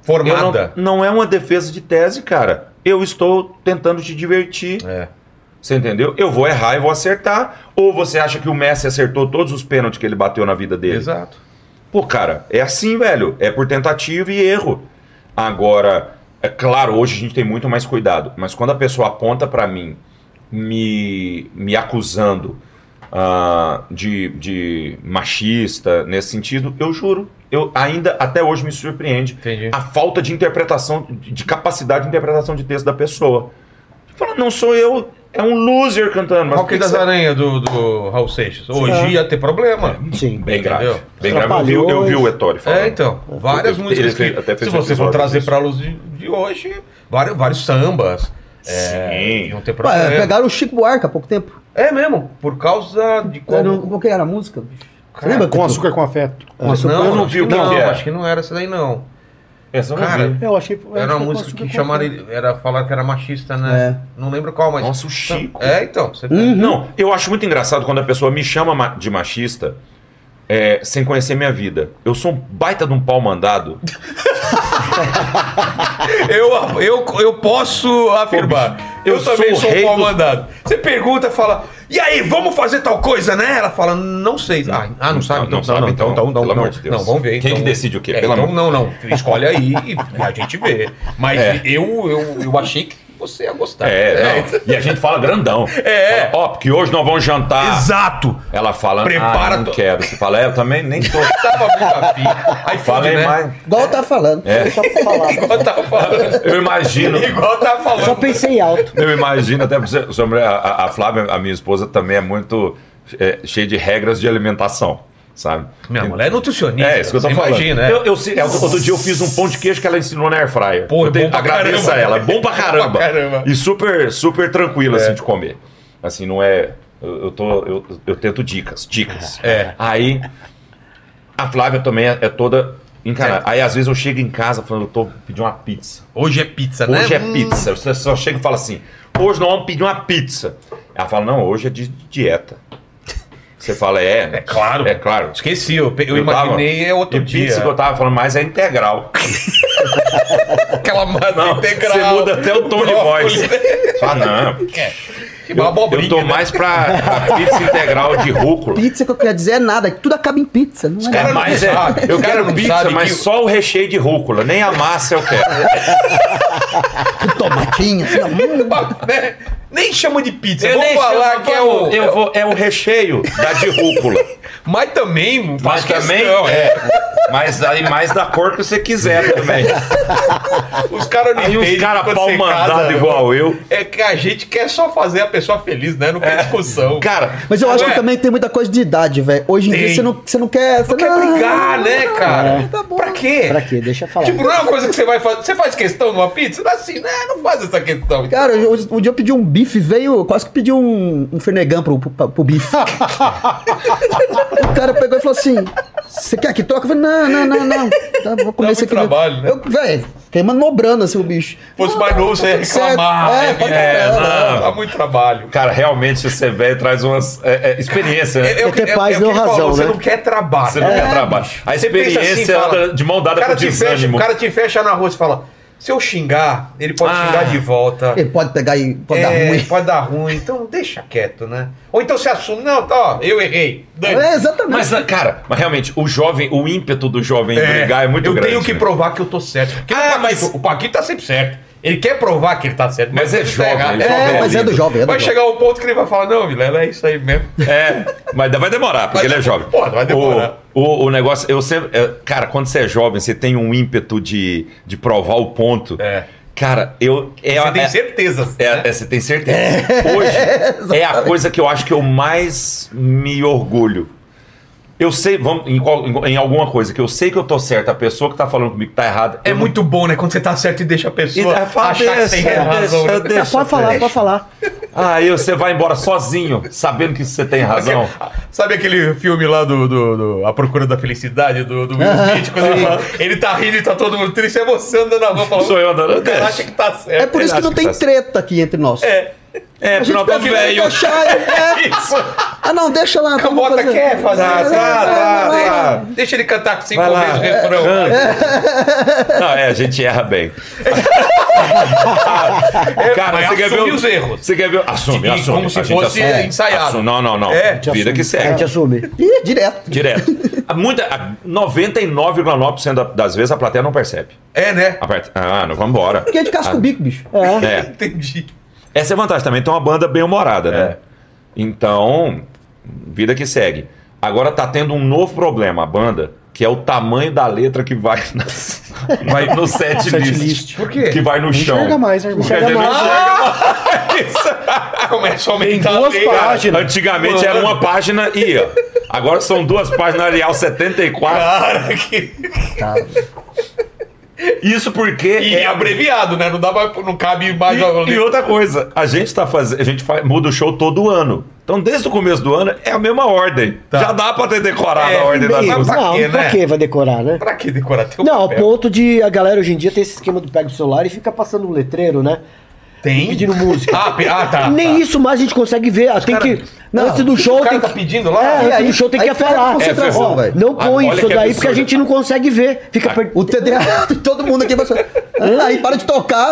formada. não, não é uma defesa de tese, cara. Eu estou tentando te divertir. É. Você entendeu? Eu vou errar e vou acertar. Ou você acha que o Messi acertou todos os pênaltis que ele bateu na vida dele? Exato. Pô, cara, é assim, velho. É por tentativa e erro. Agora, é claro, hoje a gente tem muito mais cuidado, mas quando a pessoa aponta pra mim, me, me acusando ah, de, de machista nesse sentido, eu juro. Eu ainda, até hoje, me surpreende Entendi. a falta de interpretação, de capacidade de interpretação de texto da pessoa. Fala, não sou eu, é um loser cantando. Mas Qual que é por das que que você- É, aranhas do, do Raul Seixas? Hoje Ah. ia ter problema. Sim. Bem grave. Entendeu? Bem grave. Eu vi, eu vi o Ettore falando. É, então. Várias Ele músicas fez- que, até se fez um você for episódio trazer disso. pra luz de, de hoje, vários, vários sambas. É, Sim. iam ter problema. Ué, pegaram o Chico Buarque há pouco tempo. É mesmo, por causa de Era como... um- Qual que era a música? bicho? Você Cara, lembra? Com açúcar com afeto. Com açúcar. não, eu não acho vi o que que não, que é. acho que não era essa daí, não. é Essa eu não Cara, vi. Eu achei. eu Era achei uma com música açúcar que com chamaram afeto. ele, era falar que era machista, né? Não lembro qual, mas. Nossa, o Chico. É, então. Você Não, eu acho muito engraçado quando a pessoa me chama ma- de machista é, sem conhecer minha vida. Eu sou um baita de um pau mandado. Eu, eu, eu posso afirmar. eu eu também sou o sou rei um pau dos- mandado. Você pergunta, fala, e aí, vamos fazer tal coisa, né? Ela fala, não sei. Ah, ah, não, sabe? Então, sabe, não, então, então, então, não, pelo não, amor de Deus. Não, vamos ver. Quem então. que decide o quê? É, Pelo então, amor- não, não. Escolhe aí e a gente vê. Mas eu, eu, eu achei que você ia gostar. É, não. E a gente fala grandão. Tá. então. É. Fala, Ó, porque hoje nós vamos jantar. Exato. Ela fala, Prepara ah, não tu- quero. Você fala, é, eu também nem tô. Tava muito afim. Aí Falei né? mais. Igual eu tava falando. É. Só pra falar. Igual tava falando. Eu imagino. Igual tava falando. Só pensei alto. Eu imagino, até porque sobre a, a- a Flávia, a minha esposa, também é muito é, cheia de regras de alimentação, sabe? Minha mulher é nutricionista. É, isso que eu tô você falando. Imagina, é. eu, eu, sei- é, outro dia eu fiz um pão de queijo que ela ensinou na Airfryer. Pô, é bom pra agradeço caramba. a ela. É bom pra caramba. Bom pra caramba. É. E super, super tranquilo, assim, de comer. Assim, não é... Eu, eu tô, eu, eu tento dicas, dicas. É. Aí, a Flávia também é, é toda encanada. É. Aí, às vezes, eu chego em casa falando, eu tô pedindo uma pizza. Hoje é pizza, né? Hoje é pizza. Você só chega e fala assim: hoje nós vamos pedir uma pizza. Ela fala: não, hoje é de dieta. Você fala: é, é claro. É claro. Esqueci, eu, pe- eu tava- imaginei é outro e dia. pizza que eu tava falando mais é integral. Aquela massa Não, integral. Você muda até o tom de brócolis. voz. Ah, não. É. Que Eu, abobrinha, eu tô né? mais pra, pra pizza integral de rúcula. Pizza que eu queria dizer é nada, que tudo acaba em pizza. Não é cara É, não mas é, sabe, eu os cara quero não pizza, sabe mas que- só o recheio de rúcula, nem a massa eu quero. nada. tomatinho, assim, ó. hum. Né? Nem chama de pizza. Eu Vamos nem chamo, falar que é o. eu vou- é o recheio da de rúcula. Mas também. não Mas faz também, questão, é. Mas aí mais da cor que você quiser também. Os caras não Aí uns entendem caras quando pau você mandado casa, igual eu. É que a gente quer só fazer a pessoa feliz, né? Não É. quer discussão. Cara, Mas eu acho Ué. que também tem muita coisa de idade, velho. Hoje em Tem. dia você não, você não quer. não Você Ah, quer brigar, né, cara? tá bom. Pra quê? Pra quê? Deixa eu falar. Tipo, não é uma coisa que você vai fazer. Você faz questão numa pizza? Não é assim, né? Não faz essa questão. Cara, hoje- um dia eu pedi um bife, veio. Quase que pedi um, um fernegão pro, pro, pro bife. o cara pegou e falou assim: Você quer que toque? Eu falei: Não, não, não, não. Tá, vou comer Dá isso muito aqui. mesmo." trabalho, né? Eu, velho, fiquei manobrando assim o bicho. fosse Não, mais tá novo, você ia tudo certo. reclamar. É, né? pra É, caralho. não, dá muito trabalho. cara, realmente você velho traz umas é, é, experiência, né? ter paz que não ele falou, razão, Você né? não quer trabalho. Você não quer trabalho. A É. Você pensa assim, experiência fala, anda de mão o dada com cara te fecha, desânimo. O cara te fecha na rua e fala: se eu xingar, ele pode Ah. xingar de volta. Ele pode pegar e pode É, dar ruim. Pode dar ruim, então deixa quieto, né? Ou então você assume, não, tá, ó, eu errei. Dane. É, exatamente. Mas, cara, mas realmente, o jovem, o ímpeto do jovem brigar é muito eu grande. tenho que né? provar que eu tô certo. Porque Ah, o, Paquito, mas- o Paquito tá sempre certo. Ele quer provar que ele tá certo. Mas mesmo é que ele jovem, errado. ele É, jovem, mas mas é do jovem, é do vai jovem. chegar um ponto que ele vai falar, não, Vilela, é isso aí mesmo. É, mas vai demorar, porque Vai- ele é jovem. Pô, vai demorar. O, o, o negócio, eu sempre. é, Cara, quando você é jovem, você tem um ímpeto de, de provar o ponto. É. Cara, eu. É, Você tem é- certeza. né? é- é, você tem certeza. Hoje é a coisa que eu acho que eu mais me orgulho. Eu sei, vamos, em, qual- em- em alguma coisa, que eu sei que eu tô certo, a pessoa que tá falando comigo que tá errada. É muito bom, né? Quando você tá certo e deixa a E, pessoa é, fala, assim, achar que deixa, tem razão. deixa, né? Tá, deixa, pode falar, deixa. pode falar. Aí ah, você vai embora sozinho, sabendo que você tem razão. Sabe aquele filme lá do, do- do A Procura da Felicidade, do, do Will Smith, quando ele, fala- ele tá rindo e tá todo mundo triste, aí você anda na rua falando. Sou eu andando, "O cara deixa." acha que tá certo. É por isso acho que não que tem tá certo. treta aqui entre nós. É. É, A gente pronto, prefere velho. deixar, é. Isso. Ah, não, deixa lá. então vamos Cambota fazer. quer fazer. Ah, Tá, isso. tá, tá, Deixa- tá. Deixa ele cantar cinco né, Vai lá. vezes o refrão. Não, é, a gente erra bem. Cara, É, mas você quer ver assumir o- os erros. Você quer ver? Assume, E assume. como se A gente fosse assume. ensaiado. Assume. Não, não, não. É. Vida que A segue. gente assume. Ih, direto. Direto. A Muita, a 99,9% da- das vezes a plateia não percebe. É, né? A parte- ah, não, vambora. Porque é de casco Ah. bico, bicho. É. Entendi. Essa é a vantagem também. Então, é uma banda bem humorada, É. né? Então, vida que segue. Agora tá tendo um novo problema, a banda, que é o tamanho da letra que vai, nas- vai no set, Set list, list. Por quê? Que vai no chão. Enxerga mais, né, irmão? Quer dizer, não enxerga mais. Começa a Tem aumentar a duas lei, cara. páginas. Antigamente era uma página e ia. Agora são duas páginas, Arial Cara, 74. que... Isso porque E é é abreviado, né? Não, dá mais, não cabe mais... a E, e outra coisa, a gente tá fazendo, a gente faz- muda o show todo ano. Então, desde o começo do ano, é a mesma ordem. Já dá pra ter decorado É, a ordem das bem, músicas. pra não, quê, né? É. pra que vai decorar, né? Pra que decorar teu Não, ao papel? ponto de a galera hoje em dia tem esse esquema do pega o celular e fica passando um letreiro, né? Tem? Pedindo música. Ah, pe- ah, tá. Nem tá. isso mais a gente consegue ver. ah, Tem cara- que. antes do O show cara tem tá que. pedindo É, lá? antes aí- do show tem aí que perde a aferar. concentração, Ó, velho. Não põe Olha isso que daí absurdo. porque a gente não consegue ver. Fica per... O TDA de todo mundo aqui vai ser- Aí para de tocar.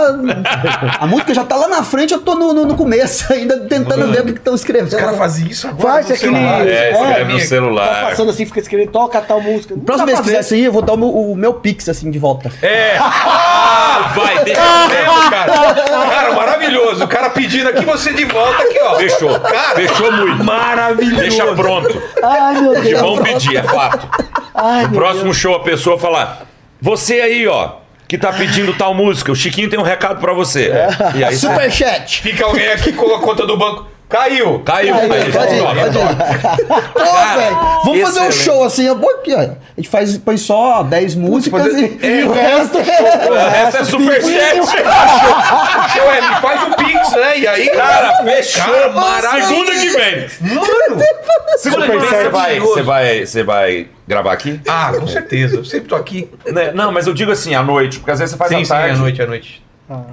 A música já tá lá na frente, eu tô no, no- no começo ainda, tentando ver o que estão escrevendo. Os caras fazem isso agora Faz no aquele- celular. É, escreve no amigo. Tá celular. passando assim, fica escrevendo, toca tal música. Não Próxima dá vez pra que fizer isso aí, eu vou dar o meu, o meu pix assim de volta. É. Ah, vai, deixa Mesmo, cara. Cara, maravilhoso. O cara pedindo aqui, você de volta aqui, ó. Fechou. Cara. Fechou muito. Maravilhoso. Deixa pronto. ver. Ai, meu Que Deus. vão pedir, é fato. Ai, No meu próximo Deus. show, a pessoa falar: Você aí, ó, que tá pedindo tal música, o Chiquinho tem um recado pra você. E aí, você- Superchat! Fica alguém aqui com a conta do banco. Caiu. Caiu. Aí, Aí, pode ir, toma. pode ir. Pô, velho, vamos fazer um excelente. show assim, eu vou aqui, ó. A gente faz, põe só 10 músicas e, e o resto. Essa é superchat. Show, é, me faz um pix, né? E aí, cara. Cara, fechou. Cara, Maravilha. maravilha. Segunda que vem. Mano. Segunda que vem você vai, você vai, você vai gravar aqui? Ah, com certeza. Eu sempre tô aqui. Né, Não, mas eu digo assim, à noite, porque às vezes você faz Sim, é à sim, tarde. à noite, à noite.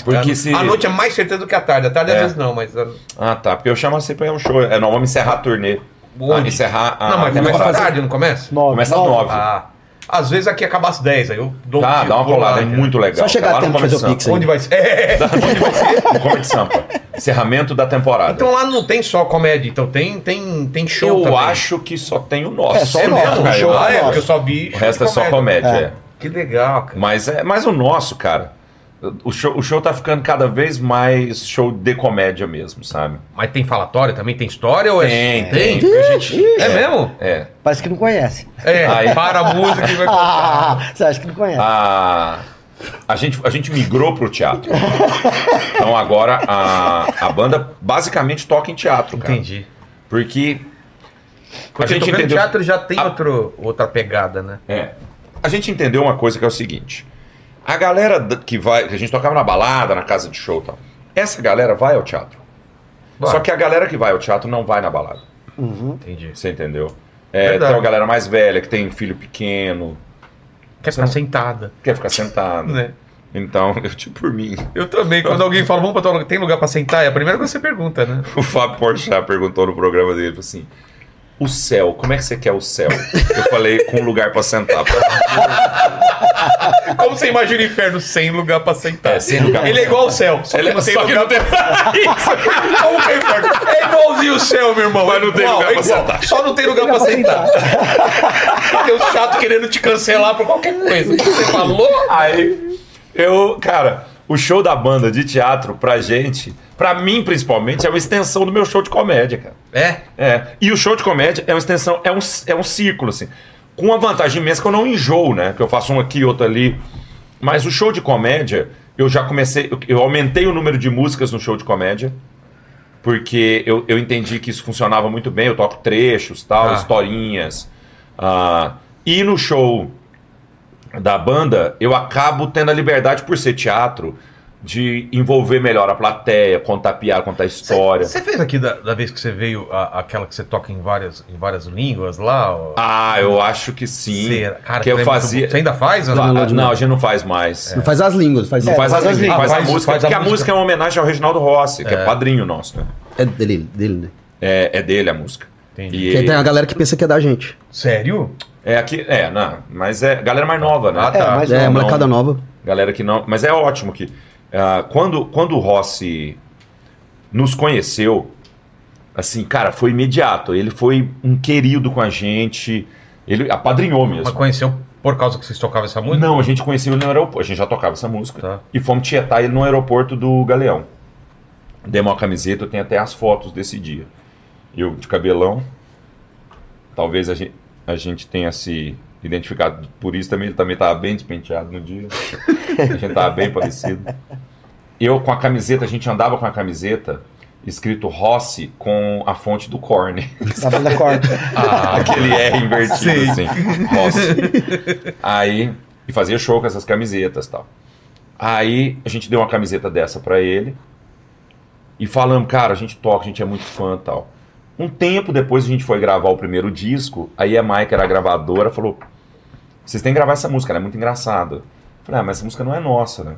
Porque à, se... à noite é mais certeza do que à tarde. À tarde, É. às vezes, não, mas... ah, Ah, tá. Porque eu chamo assim pra ir a um show. É, não, vamos encerrar a turnê. Ah, Onde? encerrar a não, mas começa à temporada. tarde, não começa? Nove, Começa às nove. nove. Ah, às vezes aqui acaba às 10, aí eu dou um Tá, tiro, dá uma pulo lá, colada, é cara. muito legal. Só chegar Tá lá a tempo no de fazer o Comedy pix aí. Onde vai ser? É. Sampa. No Comedy Sampa. Encerramento da temporada. Então lá não tem só comédia, então tem, tem, tem show eu também. acho que só tem o nosso. Né, É, só É o mesmo? cara, show, eu ah, acho. é, porque eu só vi O resto é só comédia, é. Que legal, cara. Mas é mas o nosso, cara. O show, o show tá ficando cada vez mais show de comédia mesmo, sabe? Mas tem falatório também? Tem história? Ou é... Tem, tem. Porque a gente- É, mesmo? É. Parece que não conhece. É, Aí. para a música e vai contar. Ah, você acha que não É. conhece? a, a, gente, a gente migrou pro teatro. Então agora a, a banda basicamente toca em teatro, cara. Entendi. Porque a Porque gente tocando entendeu. teatro já tem Ah. outro, outra pegada, né? É. A gente entendeu uma coisa que é o seguinte: a galera da- que vai. Que a gente tocava na balada, na casa de show e tal. Essa galera vai ao teatro. Vai. Só que a galera que vai ao teatro não vai na balada. Entendi. Você entendeu? É, tem Verdade. uma galera mais velha que tem um filho pequeno, Quer ficar sentada, quer ficar sentado. né? Então, eu tipo por mim. Eu também, quando alguém fala, vamos pra tal lugar, tem lugar pra sentar? É a primeira coisa que você pergunta, né? O Fábio Porchat perguntou no programa dele, falou assim, o céu, como é que você quer o céu? Eu falei, com um lugar pra sentar. Como você imagina o inferno sem lugar pra sentar? É, sem lugar pra Ele é igual ao céu, só Ele que não tem só que lugar não tem... Como que é inferno? É igualzinho o céu, meu irmão. Mas não tem Igual, lugar pra igual. sentar. Só não tem lugar pra sentar. tem um chato querendo te cancelar por qualquer coisa. Você falou? Aí, eu, cara, o show da banda de teatro pra gente, pra mim principalmente, é uma extensão do meu show de comédia, cara. É. É, e o show de comédia é uma extensão, é um, é um círculo, assim. Com uma vantagem imensa que eu não enjoo, né? Que eu faço um aqui, outro ali. Mas o show de comédia, eu já comecei. Eu, eu aumentei o número de músicas no show de comédia. Porque eu, eu entendi que isso funcionava muito bem. Eu toco trechos, tal, Ah. historinhas. ah, e no show da banda, eu acabo tendo a liberdade, por ser teatro, de envolver melhor a plateia, contar piada, contar história. Você fez aqui da, da vez que você veio a- aquela que você toca em várias, em várias línguas lá? ó? Ah, eu acho que sim. Será? Cara, que é eu muito bom. fazia. Você ainda faz? Ah, Ana? não, a gente não faz mais. É. Não faz as línguas, faz. é- Não faz as faz línguas, as faz, a línguas. música. É, assim, Faz a porque a música. música é uma homenagem ao Reginaldo Rossi, que é padrinho nosso, né? É dele, dele, né? É, é dele a música. Entendi. E- Porque tem a galera que pensa que é da gente. Sério? é aqui, é, não, mas é galera mais nova, né? Ah, tá. É, mas É, não, molecada nova. Galera que não, mas é ótimo que ah, quando, quando o Rossi nos conheceu, assim, cara, foi imediato. Ele foi um querido com a gente. Ele apadrinhou Mas mesmo. conheceu por causa que vocês tocavam essa música? Não, a gente conheceu ele no aeroporto. A gente já tocava essa música. Tá. E fomos tietar ele no aeroporto do Galeão. Dei uma camiseta, eu tenho até as fotos desse dia. Eu de cabelão. Talvez a gente, a gente tenha se identificado por isso também. Ele também estava bem despenteado no dia. a gente estava bem parecido. Eu com a camiseta, a gente andava com a camiseta escrito Rossi com a fonte do Korn. Tá Da banda corda. Ah, Aquele R invertido, Sim. assim. Rossi. Aí, e fazia show com essas camisetas e tal. Aí, a gente deu uma camiseta dessa pra ele. E falamos, cara, a gente toca, a gente é muito fã e tal. Um tempo depois a gente foi gravar o primeiro disco. Aí a Mike, que era a gravadora, falou: Vocês têm que gravar essa música, ela é muito engraçada. Eu Falei, ah, mas essa música não é nossa, né?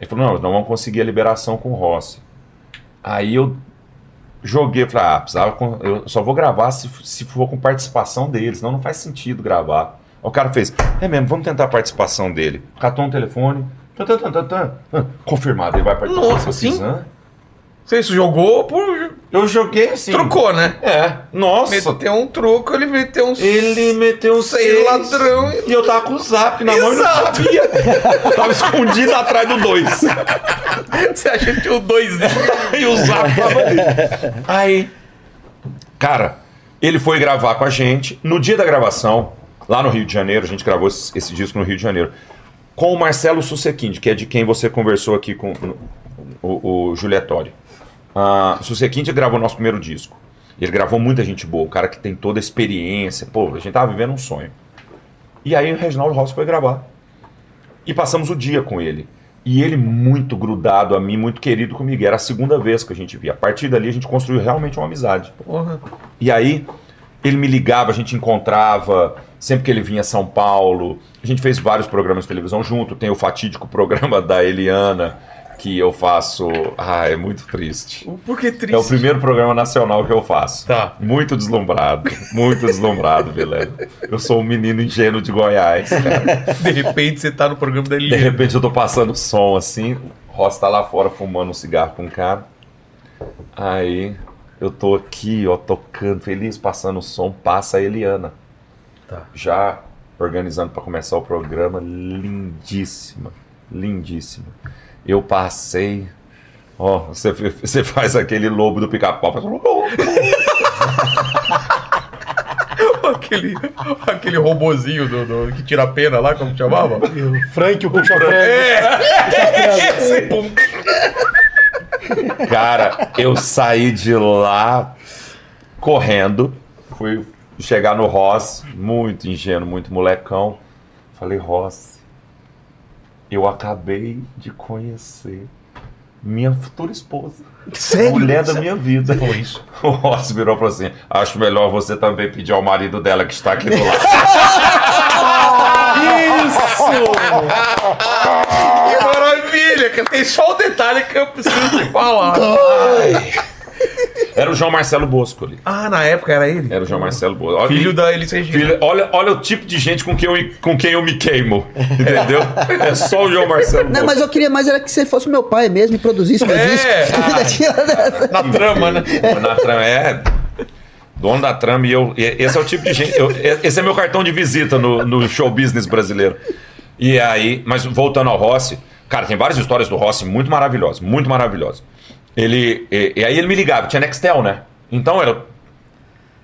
Ele falou: Não, nós não vamos conseguir a liberação com o Rossi. Aí eu joguei, falei, ah, precisava. com- Eu só vou gravar se, se for com participação dele, senão não faz sentido gravar. Aí o cara fez, é mesmo, vamos tentar a participação dele. Catou um telefone. tan, tan, tan, tan, tan, ah, Confirmado, ele vai participar. Nossa, Eu fiz, sim? "Hã?" Você isso jogou por. Eu joguei assim. Trocou, né? É. Nossa. Meteu um troco, ele meteu um. Ele meteu sei seis. ladrão. E eu tava com o zap na mão e não Exato. sabia. tava escondido atrás do dois. Você acha que tinha o dois? e o zap tava ali. Aí. Cara, ele foi gravar com a gente. No dia da gravação, lá no Rio de Janeiro, a gente gravou esse, esse disco no Rio de Janeiro. Com o Marcelo Susequinde, que é de quem você conversou aqui com no- o, o Julietório. Ah, o Susequinde gravou nosso primeiro disco. Ele gravou muita gente boa, o cara que tem toda a experiência. Pô, a gente tava vivendo um sonho. E aí o Reginaldo Rossi foi gravar. E passamos o dia com ele. E ele muito grudado a mim, muito querido comigo. Era a segunda vez que a gente via. A partir dali a gente construiu realmente uma amizade. Porra. E aí ele me ligava, a gente encontrava, sempre que ele vinha a São Paulo. A gente fez vários programas de televisão junto. Tem o fatídico programa da Eliana, que eu faço. Ah, é muito triste. Por que triste? É o primeiro programa nacional que eu faço. Tá. Muito deslumbrado, muito deslumbrado, Vileno. Eu sou um menino ingênuo de Goiás, cara. De repente você tá no programa da De Eliana. repente eu tô passando som assim, o Ross tá lá fora fumando um cigarro com um cara. Aí eu tô aqui, ó, tocando, feliz, passando o som, passa a Eliana. Tá. Já organizando pra começar o programa, lindíssima, lindíssima. Eu passei, ó, você, você faz aquele lobo do pica-pau, faz... um aquele, aquele robozinho do, do- que tira a pena lá, como chamava? É Frank, o puxa frango. Esse, pum. Cara, eu saí de lá correndo. Fui chegar no Ross, muito ingênuo, muito molecão. Falei, Ross, eu acabei de conhecer minha futura esposa. a Mulher da minha vida. Foi isso. O Ross virou e falou assim: acho melhor você também pedir ao marido dela que está aqui do lado. Isso! Que maravilha! Que tem só o detalhe que eu preciso te falar. Era o João Marcelo Bosco ali. Ah, na época era ele? Era o João Marcelo Bosco. Olha- Filho da Elis Regina. Filho, olha, olha o tipo de gente com quem eu, com quem eu me queimo. Entendeu? É só o João Marcelo. Não, mas eu queria mais era que você fosse meu pai mesmo e produzisse meu É, disco. ah. Na trama, né? Bosco. Na trama, é. Dono da trama e eu. e Esse é o tipo de gente. eu- esse é meu cartão de visita no, no show business brasileiro. E aí, mas voltando ao Rossi, cara, tem várias histórias do Rossi muito maravilhosas, muito maravilhosas. Ele. E, e aí ele me ligava, tinha Nextel, né? Então era.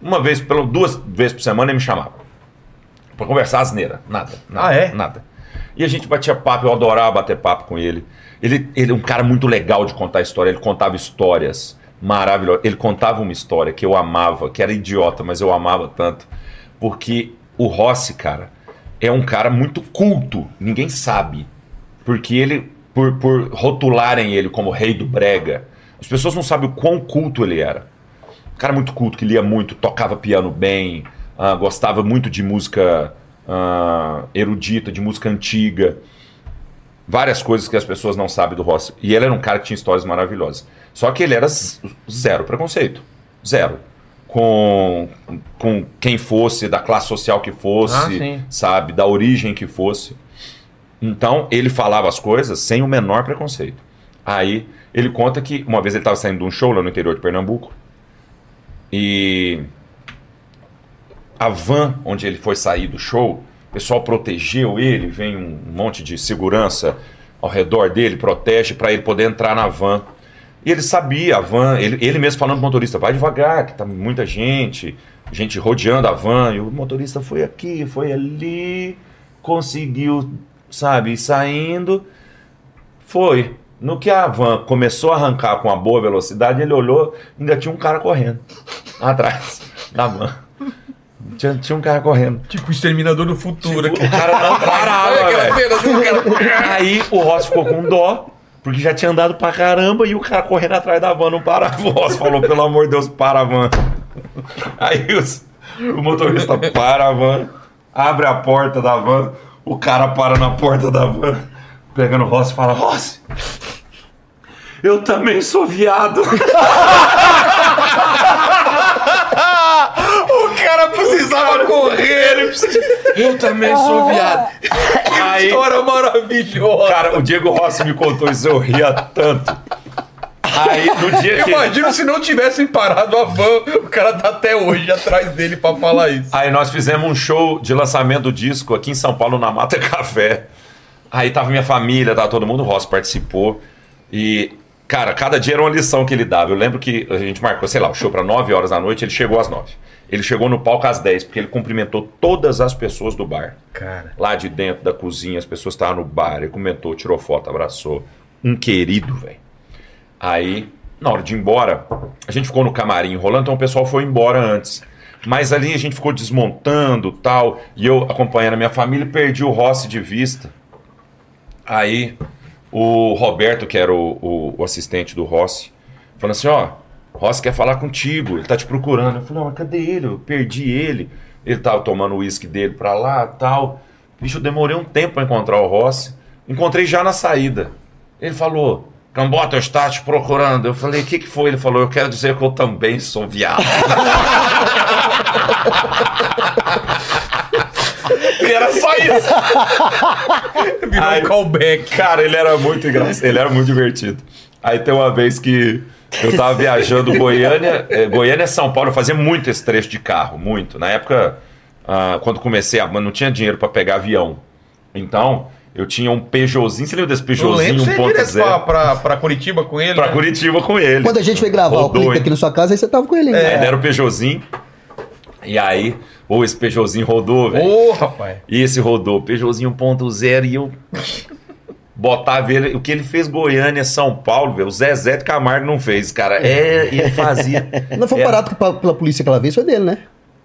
Uma vez, pelo, duas vezes por semana ele me chamava. Pra conversar asneira. Nada. nada Ah, é? Nada. E a gente batia papo, eu adorava bater papo com ele. Ele, ele é um cara muito legal de contar história, ele contava histórias maravilhosas. Ele contava uma história que eu amava, que era idiota, mas eu amava tanto. Porque o Rossi, cara, é um cara muito culto, ninguém sabe. Porque ele, por, por rotularem ele como rei do brega, as pessoas não sabem o quão culto ele era Um cara muito culto, que lia muito, tocava piano bem, ah, gostava muito de música ah, erudita, de música antiga. Várias coisas que as pessoas não sabem do Rossi. E ele era um cara que tinha histórias maravilhosas. Só que ele era z- zero preconceito. Zero. Com, com quem fosse, da classe social que fosse, Ah, sim. sabe? Da origem que fosse. Então, ele falava as coisas sem o menor preconceito. Aí, ele conta que uma vez ele estava saindo de um show lá no interior de Pernambuco. E a van onde ele foi sair do show, o pessoal protegeu ele, vem um monte de segurança ao redor dele, protege para ele poder entrar na van. E ele sabia, a van, ele, ele mesmo falando pro motorista, vai devagar, que tá muita gente, gente rodeando a van, e o motorista foi aqui, foi ali, conseguiu, sabe, ir saindo. Foi. No que a van começou a arrancar com uma boa velocidade, ele olhou, ainda tinha um cara correndo atrás da van. Tinha, tinha um cara correndo. Tipo o Exterminador do Futuro. O cara não parava, velho. Aí o Ross ficou com dó, porque já tinha andado pra caramba e o cara correndo atrás da van não parava. O Ross falou, pelo amor de Deus, para a van. Aí os- o motorista para a van, abre a porta da van, o cara para na porta da van, pegando o Ross e fala, Ross, eu também sou viado. O cara precisava correr. Ele precisava... Eu também sou viado. Aí, Hora maravilhosa. Cara, o Diego Rossi me contou isso, eu ria tanto. Aí, no dia que... Imagina se não tivessem parado a van, o cara tá até hoje atrás dele pra falar isso. Aí nós fizemos um show de lançamento do disco aqui em São Paulo, na Mata Café. Aí tava minha família, tava todo mundo, o Rossi participou. E, cara, cada dia era uma lição que ele dava. Eu lembro que a gente marcou, sei lá, o show pra 9 horas da noite, ele chegou às 9. Ele chegou no palco às 10, porque ele cumprimentou todas as pessoas do bar. Cara. Lá de dentro da cozinha, as pessoas estavam no bar, ele comentou, tirou foto, abraçou. Um querido, velho. Aí, na hora de ir embora, a gente ficou no camarim rolando, então o pessoal foi embora antes. Mas ali a gente ficou desmontando tal, e eu acompanhando a minha família, perdi o Rossi de vista. Aí o Roberto, que era o, o- o assistente do Rossi, falando assim: ó, Rossi quer falar contigo, ele tá te procurando. Eu falei: ó, mas cadê ele? Eu perdi ele. Ele tava tomando o uísque dele pra lá tal. Bicho, eu demorei um tempo pra encontrar o Rossi. Encontrei já na saída. Ele falou: Cambota, eu estava te procurando. Eu falei: o que, que foi? Ele falou: eu quero dizer que eu também sou viado. e era só isso. Virou Ai. um callback. Cara, ele era muito engraçado, ele era muito divertido. Aí tem uma vez que eu tava viajando Goiânia, eh, Goiânia São Paulo, eu fazia muito esse trecho de carro, muito. Na época, ah, quando comecei a, mas não tinha dinheiro pra pegar avião. Então, eu tinha um Peugeotzinho, você lembra desse Eu lembro Peugeotzinho você direto pra, 1.0? pra, pra Curitiba com ele. Pra né? Curitiba com ele. Quando a gente foi gravar o Rodou, clipe hein? aqui na sua casa, aí você tava com ele, hein? É. Aí deram o Peugeotzinho. E aí, ou esse Peugeotzinho rodou, velho. Ô, rapaz. E esse rodou, Peugeotzinho 1.0 e eu botava ele. O que ele fez Goiânia, São Paulo, velho, o Zezé de Camargo não fez, cara. É, ele fazia. Não foi É. parado pela, pela polícia aquela vez, foi dele, né?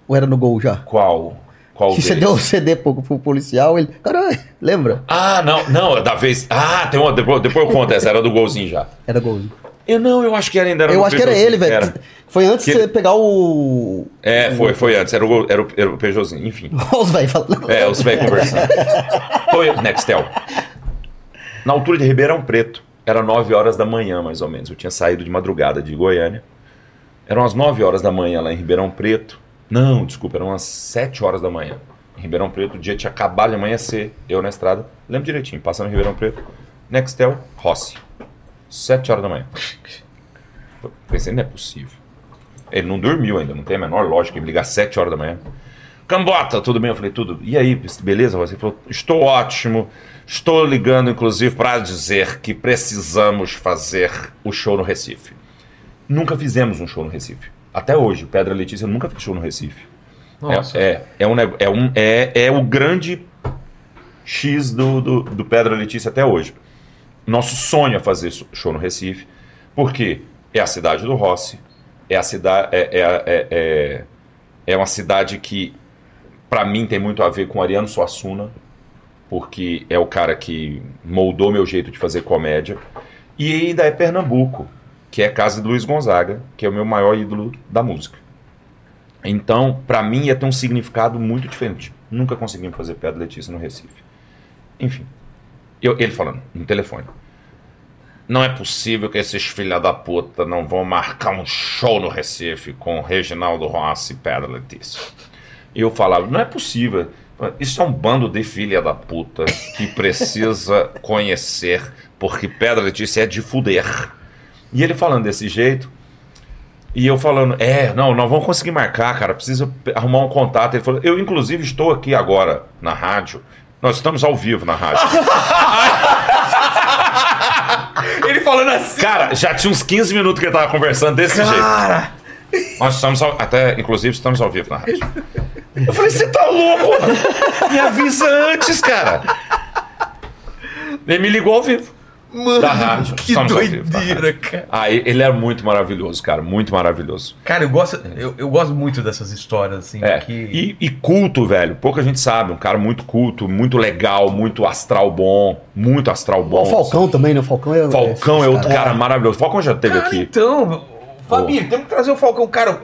Ou era no gol já? Qual? Qual Que você deles? deu um o CD pro, pro policial, ele. Caralho, lembra? Ah, não, não, da vez. Ah, tem uma. Depois, depois eu conto essa, era do golzinho já. Era golzinho. Eu não, eu acho que era ainda era Eu no acho que era Peugeotzinho, ele, velho. era. Foi antes de Que você pegar o. É, foi, foi antes, era o, Gol- era o, era o Peugeotzinho, enfim. Os velhos falando. É, os velhos conversando. Oi, Nextel. Na altura de Ribeirão Preto, era 9 horas da manhã, mais ou menos. Eu tinha saído de madrugada de Goiânia. Eram as 9 horas da manhã lá em Ribeirão Preto. Não, desculpa, eram as 7 horas da manhã. Em Ribeirão Preto, o dia tinha acabado de amanhecer. Eu na estrada, lembro direitinho, passando em Ribeirão Preto. Nextel, Rossi. 7 horas da manhã. Pensei, não é possível. Ele não dormiu ainda, não tem a menor lógica ele ligar às 7 horas da manhã. Cambota, tudo bem? Eu falei, tudo. E aí, beleza? Você falou, estou ótimo. Estou ligando, inclusive, para dizer que precisamos fazer o show no Recife. Nunca fizemos um show no Recife. Até hoje, Pedra Letícia nunca fez show no Recife. Nossa. É, é, é, um, nego- é, um, é, é o grande X do, do, do Pedra Letícia até hoje. Nosso sonho é fazer so- show no Recife, porque é a cidade do Rossi, é a cidade. É, é, é, é, é uma cidade que, para mim, tem muito a ver com Ariano Suassuna, porque é o cara que moldou meu jeito de fazer comédia. E ainda é Pernambuco, que é a casa de Luiz Gonzaga, que é o meu maior ídolo da música. Então, pra mim, ia ter um significado muito diferente. Nunca conseguimos fazer Pedra Letícia no Recife. Enfim, eu- ele falando no telefone. Não é possível que esses filha da puta não vão marcar um show no Recife com Reginaldo Rossi e Pedra Letícia. E eu falava, não é possível. Isso é um bando de filha da puta que precisa conhecer, porque Pedra Letícia é de fuder. E ele falando desse jeito, e eu falando, é, não, nós vamos conseguir marcar, cara, precisa pe- arrumar um contato. Ele falou, eu inclusive estou aqui agora na rádio, nós estamos ao vivo na rádio. Ele falando assim. Cara, já tinha uns 15 minutos que ele tava conversando desse jeito. Nós estamos ao, até, inclusive, estamos ao vivo na rádio. Eu falei, você tá louco? Me avisa antes, cara. Ele me ligou ao vivo. Da rádio. Mano, que Estamos ao vivo, da doideira, cara. Ah, e- ele era muito maravilhoso, cara, muito maravilhoso. Cara, eu gosto, eu, eu gosto muito dessas histórias, assim, É. que... E, e culto, velho. Pouca gente sabe. Um cara muito culto, muito legal, muito astral bom. Muito astral bom. o Falcão também, né? O Falcão é. Falcão é outro cara maravilhoso. Falcão já teve Cara, aqui. então, Fabi, temos que trazer o Falcão, cara.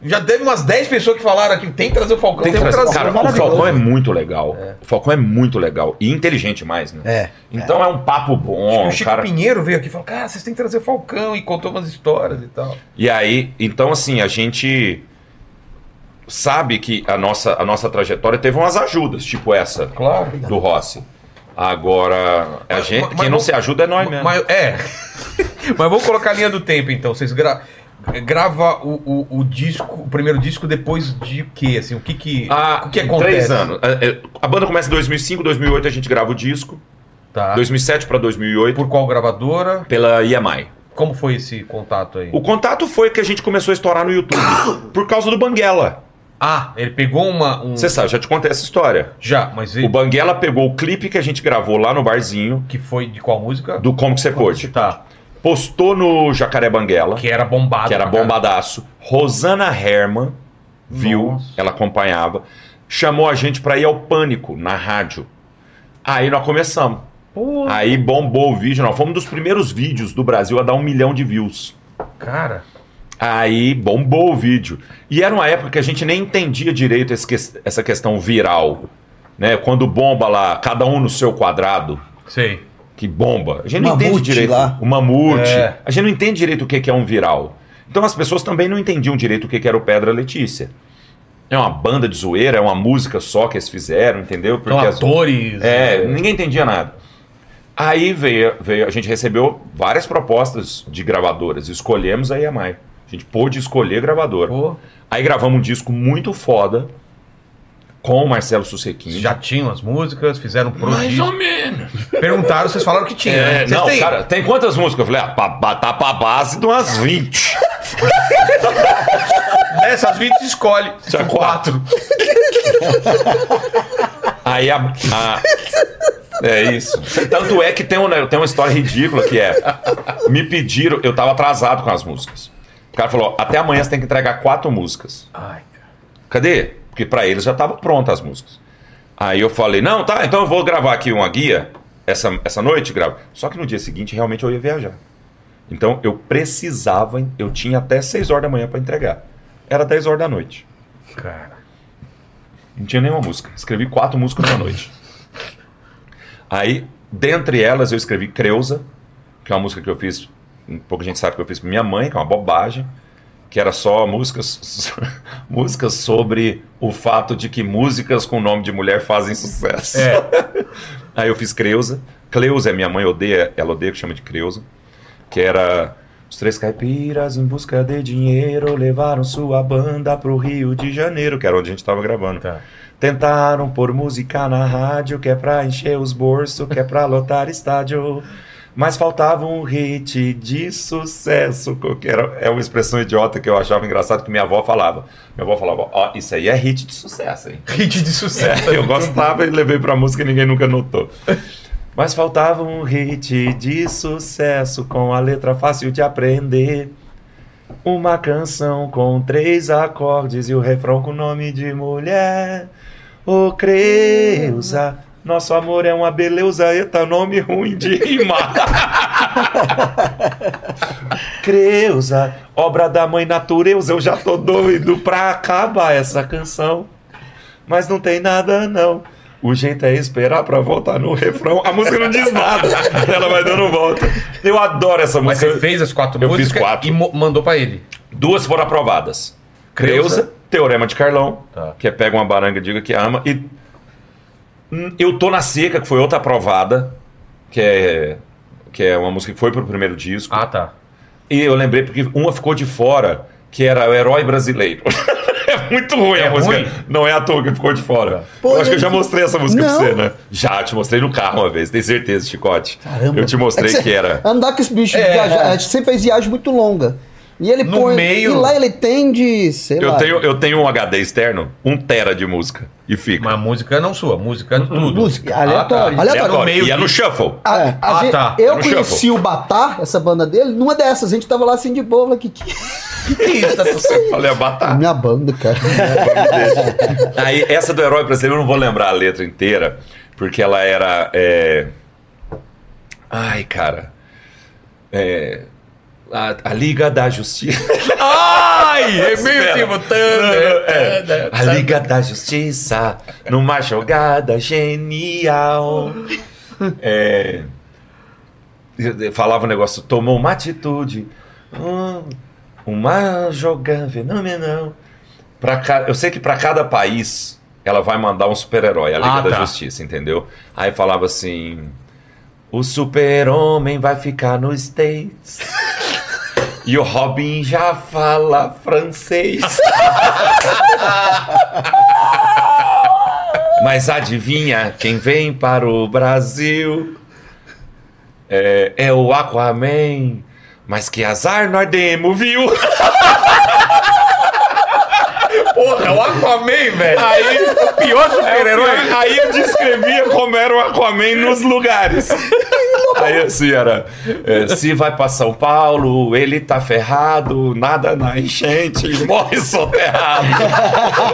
Já teve umas 10 pessoas que falaram aqui, tem que trazer o Falcão, Tem que trazer- Cara, o maravilhoso. Falcão é muito legal. O Falcão é muito legal. E inteligente mais, né? É. Então é, um papo bom. o um Chico cara... Pinheiro veio aqui e falou, cara, vocês têm que trazer o Falcão, e contou umas histórias e tal. E aí, então assim, a gente sabe que a nossa, a nossa trajetória teve umas ajudas, tipo essa Claro. do Rossi. Agora, a mas- gente, quem mas não vamos- se ajuda é nós mesmo. Mas, é. Mas vamos colocar a linha do tempo, então. Vocês gra... eh, grava o, o, o disco, o primeiro disco depois de quê? Assim, o que que, Há o que acontece? Ah, três anos. É, é, A banda começa em 2005, 2008 a gente grava o disco. Tá. 2007 para 2008 Por qual gravadora? pela EMI. Como foi esse contato aí? O contato foi que a gente começou a estourar no YouTube por causa do Banguela. Ah, ele pegou uma... Um... Você sabe, já te contei essa história. Já, mas O ele... Banguela pegou o clipe que a gente gravou lá no barzinho que foi de qual música? do Como que você pôde. Tá. Postou no Jacaré Banguela, Que era bombado. que era pra caralho. bombadaço. Rosana Herman viu, Nossa. ela acompanhava, chamou a gente pra ir ao pânico na rádio. Aí nós começamos. Pô, Aí bombou o vídeo, nós fomos um dos primeiros vídeos do Brasil a dar um milhão de views. cara. Aí bombou o vídeo. E era uma época que a gente nem entendia direito esse que- essa questão viral. Né? Quando bomba lá, cada um no seu quadrado, Sei. que bomba. A gente não Mamute entende direito. lá. O mamute. É. A gente não entende direito o que que é um viral. Então as pessoas também não entendiam direito o que que era o Pedra Letícia. É uma banda de zoeira, é uma música só que eles fizeram, entendeu? Porque Então, as- atores. é, ninguém entendia nada. Aí veio, veio, a gente recebeu várias propostas de gravadoras. Escolhemos a EMI. A gente pôde escolher gravadora. Pô, Aí gravamos um disco muito foda com o Marcelo Sussequinho. já tinham as músicas, fizeram um Mais ou prodígio. menos. Perguntaram, vocês falaram que tinha. né? É, Vocês não, têm? cara, tem quantas músicas? Eu falei, ah, pra, pra- tá pra base de umas 20. Dessas 20 escolhe. Tinha quatro. Aí a. a- é isso. Tanto é que tem, um, tem uma história ridícula que é. Me pediram, eu tava atrasado com as músicas. O cara falou: até amanhã você tem que entregar quatro músicas. Ai, cara. Cadê? Porque pra eles já tava pronta as músicas. Aí eu falei: não, tá, então eu vou gravar aqui uma guia essa, essa noite, gravo. Só que no dia seguinte realmente eu ia viajar. Então eu precisava, eu tinha até 6 horas da manhã pra entregar. Era 10 horas da noite. Cara. Não tinha nenhuma música. Escrevi quatro músicas na noite. Aí, dentre elas, eu escrevi Creuza, que é uma música que eu fiz, um pouco gente sabe que eu fiz pra minha mãe, que é uma bobagem, que era só músicas, músicas sobre o fato de que músicas com nome de mulher fazem sucesso. Aí eu fiz Creuza. Cleusa é minha mãe, odeia, ela odeia que chama de Creuza. Que era. Os três caipiras em busca de dinheiro levaram sua banda pro Rio de Janeiro, que era onde a gente tava gravando. Tá. Tentaram pôr música na rádio, que é pra encher os bolsos, que é pra lotar estádio. Mas faltava um hit de sucesso, que era, é uma expressão idiota que eu achava engraçado que minha avó falava. Minha avó falava, ó, isso aí é hit de sucesso, hein? Hit de sucesso. É, eu gostava e levei pra música e ninguém nunca notou. Mas faltava um hit de sucesso com a letra fácil de aprender. Uma canção com três acordes e o refrão com nome de mulher. Ô Creuza, nosso amor é uma beleza, eita, nome ruim de rimar. Creuza, obra da mãe natureza, eu já tô doido pra acabar essa canção mas não tem nada não. O jeito é esperar pra voltar no refrão. A música não diz nada. Ela vai dando volta. Eu adoro essa Mas música. você fez as quatro Eu fiz músicas quatro. e mo- mandou pra ele. Duas foram aprovadas. Creuza, Teorema de Carlão, Tá. que é pega uma baranga, diga que ama, e Hum, Eu Tô Na Seca, que foi outra aprovada, que é, que é uma música que foi pro primeiro disco. Ah, tá. E eu lembrei porque uma ficou de fora, que era o herói brasileiro. é muito ruim É a música. ruim? Tá. Não é à toa que ficou de fora. eu Pô, acho que eu eu- já mostrei essa música Não. pra você, né? Já, te mostrei no carro uma vez, tenho certeza, Chicote. Eu te mostrei que, É você- era. Andar com esse bicho, viajar, a gente sempre faz viagem muito longa. E ele No põe. meio- E lá ele tem de. Sei Eu lá. tenho, eu tenho um HD externo, um tera de música. E fica. Mas música não sua, música de tudo. música, aleatório. aleatório. Aleatório. No um meio E é de- no shuffle. A- a Ah, gente- tá. Eu No conheci o Batá, essa banda dele, numa dessas. A gente tava lá assim de boa. falei, Que, que Falei, "Ah, batata. Minha banda, cara. Aí, essa do herói brasileiro, eu não vou lembrar a letra inteira, porque ela era. é, Ai, cara. É, A, a Liga da Justiça. Ai, é meio Espera. tipo... Thunder, É, a Liga da Justiça, numa jogada genial. É, eu- eu falava um negócio, tomou uma atitude, hum, uma jogada fenomenal. Pra ca- eu sei que para cada país ela vai mandar um super-herói, a Liga Ah, da tá. Justiça, entendeu? Aí falava assim: o super-homem vai ficar nos States. E o Robin já fala francês. Mas adivinha quem vem para o Brasil? É, é o Aquaman. Mas que azar nós demos, viu? é Porra, o Aquaman, velho. Aí, o pior super-herói. Aí eu descrevia como era o Aquaman nos lugares. Aí assim era: é, se vai pra São Paulo, ele tá ferrado, nada na enchente, morre soterrado.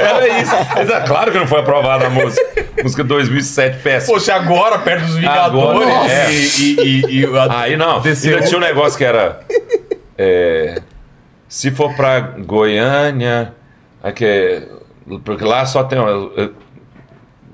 Era isso. Mas é claro que não foi aprovada a música. Música 2007, péssima. Poxa, agora, perto dos Vingadores. Agora, é. E, e, e, e a- Aí não, Desceu. ainda tinha um negócio que era. é, se for pra Goiânia, é que é- porque lá só tem. uma- é,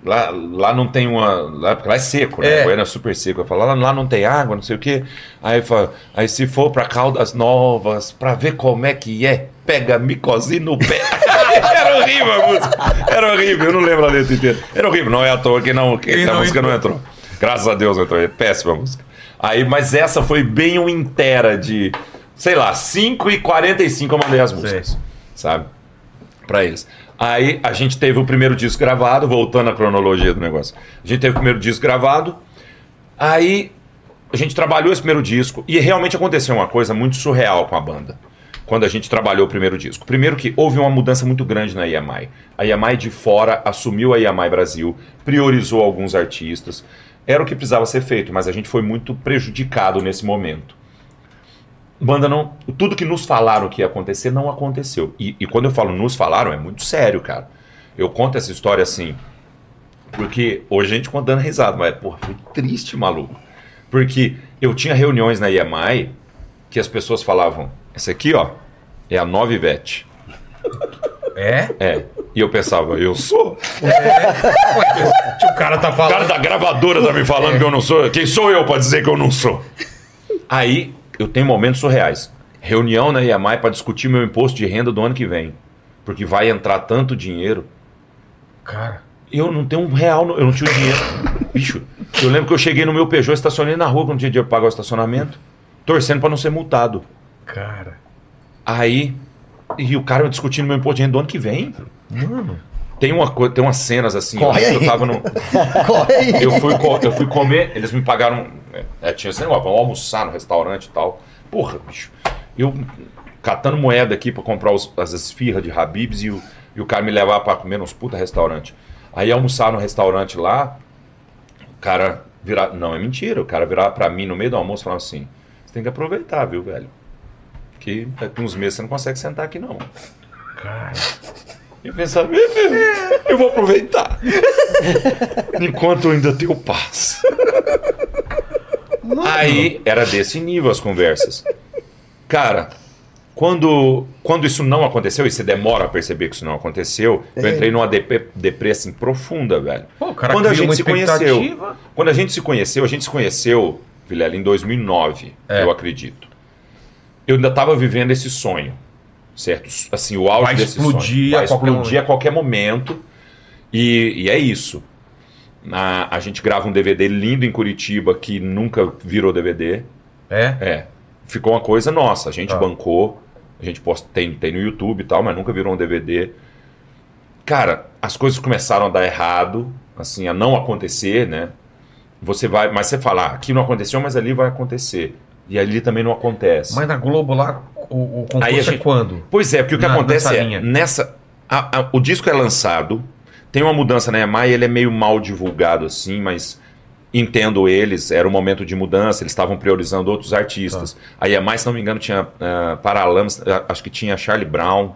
Lá, lá não tem uma. Lá, porque lá é seco, né? É. Goiânia é super seco. Eu falo, lá, lá não tem água, não sei o quê. Aí, fala, aí se for pra Caldas Novas, pra ver como é que é, pega micose no pé. Era horrível a música. Era horrível, eu não lembro a letra inteira. Era horrível, não é à toa que, não, que E essa não música não entrou. Graças a Deus não entrou. É péssima a música. Aí, mas essa foi bem um intera de, sei lá, 5 e 45 eu mandei as músicas. Sei. Sabe? Pra eles. Aí a gente teve o primeiro disco gravado, voltando à cronologia do negócio. A gente teve o primeiro disco gravado. Aí a gente trabalhou esse primeiro disco e realmente aconteceu uma coisa muito surreal com a banda. Quando a gente trabalhou o primeiro disco. Primeiro que houve uma mudança muito grande na EMI. A EMI de fora assumiu a EMI Brasil, priorizou alguns artistas. Era o que precisava ser feito, mas a gente foi muito prejudicado nesse momento. Banda não. Tudo que nos falaram que ia acontecer não aconteceu. E, e quando eu falo nos falaram, é muito sério, cara. Eu conto essa história assim. Porque hoje a gente conta dando risada, mas, porra, foi triste, maluco. Porque eu tinha reuniões na IMAI que as pessoas falavam: essa aqui, ó, é a 9 VET. É? É. E eu pensava, eu sou. Se o cara tá O falando... cara da gravadora tá me falando que eu não sou. Quem sou eu pra dizer que eu não sou? Aí eu tenho momentos surreais. Reunião na IAMAI pra discutir meu imposto de renda do ano que vem. Porque vai entrar tanto dinheiro. Cara, Eu não tenho um real, no- eu não tinha dinheiro. Bicho, eu lembro que eu cheguei no meu Peugeot, estacionei na rua, que eu não tinha dinheiro pra pagar o estacionamento, torcendo pra não ser multado. cara. Aí. E o cara discutindo meu imposto de renda do ano que vem. Mano. Tem, uma, co- tem umas cenas assim. eu Corre acho que aí. eu tava no, Corre aí. eu fui, co- eu fui comer, eles me pagaram. É, é, tinha esse negócio, vamos almoçar no restaurante e tal. Porra, bicho. Eu catando moeda aqui pra comprar os- as esfirras de Habibs e o, e o cara me levar pra comer nos puta restaurante. Aí almoçar no restaurante lá, o cara virar. Não, é mentira. O cara virava pra mim no meio do almoço e falava assim: você tem que aproveitar, viu, velho? Que daqui uns meses você não consegue sentar aqui, não. Cara. Eu pensava, eu vou aproveitar. Enquanto eu ainda tenho paz. Aí era desse nível as conversas. Cara, quando, quando isso não aconteceu, e você demora a perceber que isso não aconteceu, eu entrei numa dep- deprê assim profunda, velho. Pô, o cara quando a cria uma gente se conheceu. expectativa. Quando a gente se conheceu, a gente se conheceu, Vilela, em 2009, É. eu acredito. Eu ainda estava vivendo esse sonho, certo? Assim, o auge Vai desse explodir sonho. Vai a qualquer explodir a qualquer momento. E, e é isso. A, a gente grava um DVD lindo em Curitiba que nunca virou DVD. É? É. Ficou uma coisa nossa. A gente Tá. bancou, a gente posta, tem, tem no YouTube e tal, mas nunca virou um DVD. Cara, as coisas começaram a dar errado, assim, a não acontecer, né? Você vai, mas você fala, ah, aqui não aconteceu, mas ali vai acontecer. E ali também não acontece. Mas na Globo lá, o, o concurso Aí a gente- é quando? Pois é, porque o que Na- acontece nessa é, linha. nessa. a- a- o disco é lançado, tem uma mudança na EMAI, ele é meio mal divulgado assim, mas entendo eles, era um momento de mudança, eles estavam priorizando outros artistas. Tá. A EMAI, se não me engano, tinha ah, Paralamas, ah, acho que tinha Charlie Brown,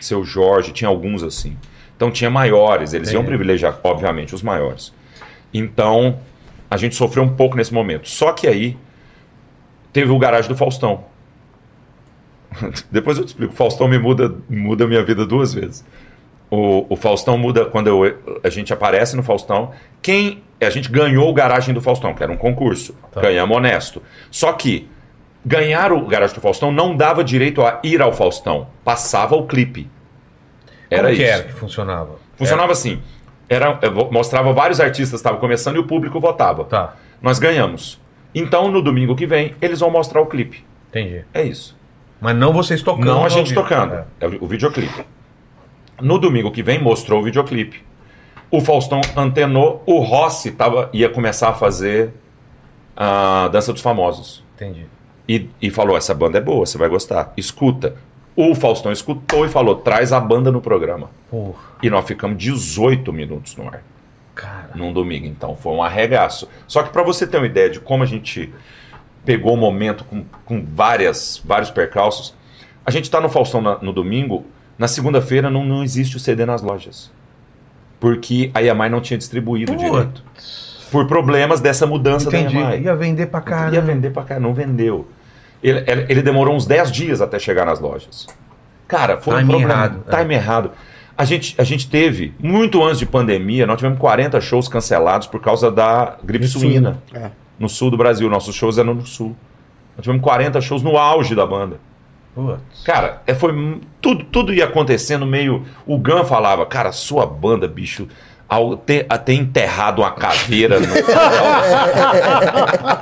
Seu Jorge, tinha alguns assim. Então tinha maiores, eles iam privilegiar, obviamente, os maiores. Então, a gente sofreu um pouco nesse momento. Só que aí, teve o Garagem do Faustão. Depois eu te explico. O Faustão me muda, muda minha vida duas vezes. O, o Faustão muda quando eu- a gente aparece no Faustão. Quem a gente ganhou o Garagem do Faustão, que era um concurso. Tá. Ganhamos honesto. Só que ganhar o Garagem do Faustão não dava direito a ir ao Faustão. Passava o clipe. Era Como isso. que era que funcionava? Funcionava assim. Era, eu vo- mostrava vários artistas que estavam começando e o público votava. É, tá, Nós ganhamos. Então, no domingo que vem, eles vão mostrar o clipe. entendi. É isso. Mas não vocês tocando. Não a ao gente vivo. tocando. É. É o o videoclipe. No domingo que vem, mostrou o videoclipe. O Faustão antenou, o Rossi tava, ia começar a fazer a Dança dos Famosos. Entendi. E, e falou: essa banda é boa, você vai gostar. Escuta. O Faustão escutou e falou: traz a banda no programa. Porra, E nós ficamos 18 minutos no ar cara. num domingo. Então foi um arregaço. Só que para você ter uma ideia de como a gente pegou o momento com, com várias, vários percalços, a gente está no Faustão na- no domingo, na segunda-feira não, não existe o CD nas lojas. Porque a Yamai não tinha distribuído Putz. direito. Por problemas dessa mudança Entendi. da Yamai. Ia vender pra caramba. Ia vender pra cá, não vendeu. Ele, ele- ele demorou uns 10 dias até chegar nas lojas. Cara, foi um Time problema. errado, é. Time errado. A gente, a gente teve, muito antes de pandemia, nós tivemos 40 shows cancelados por causa da gripe suína. É. No sul do Brasil, nossos shows eram no sul. Nós tivemos 40 shows no auge da banda. Putz. Cara, é, foi m- tudo, tudo ia acontecendo meio. O Gun falava, cara, sua banda, bicho, ao ter, a ter enterrado uma caveira. no-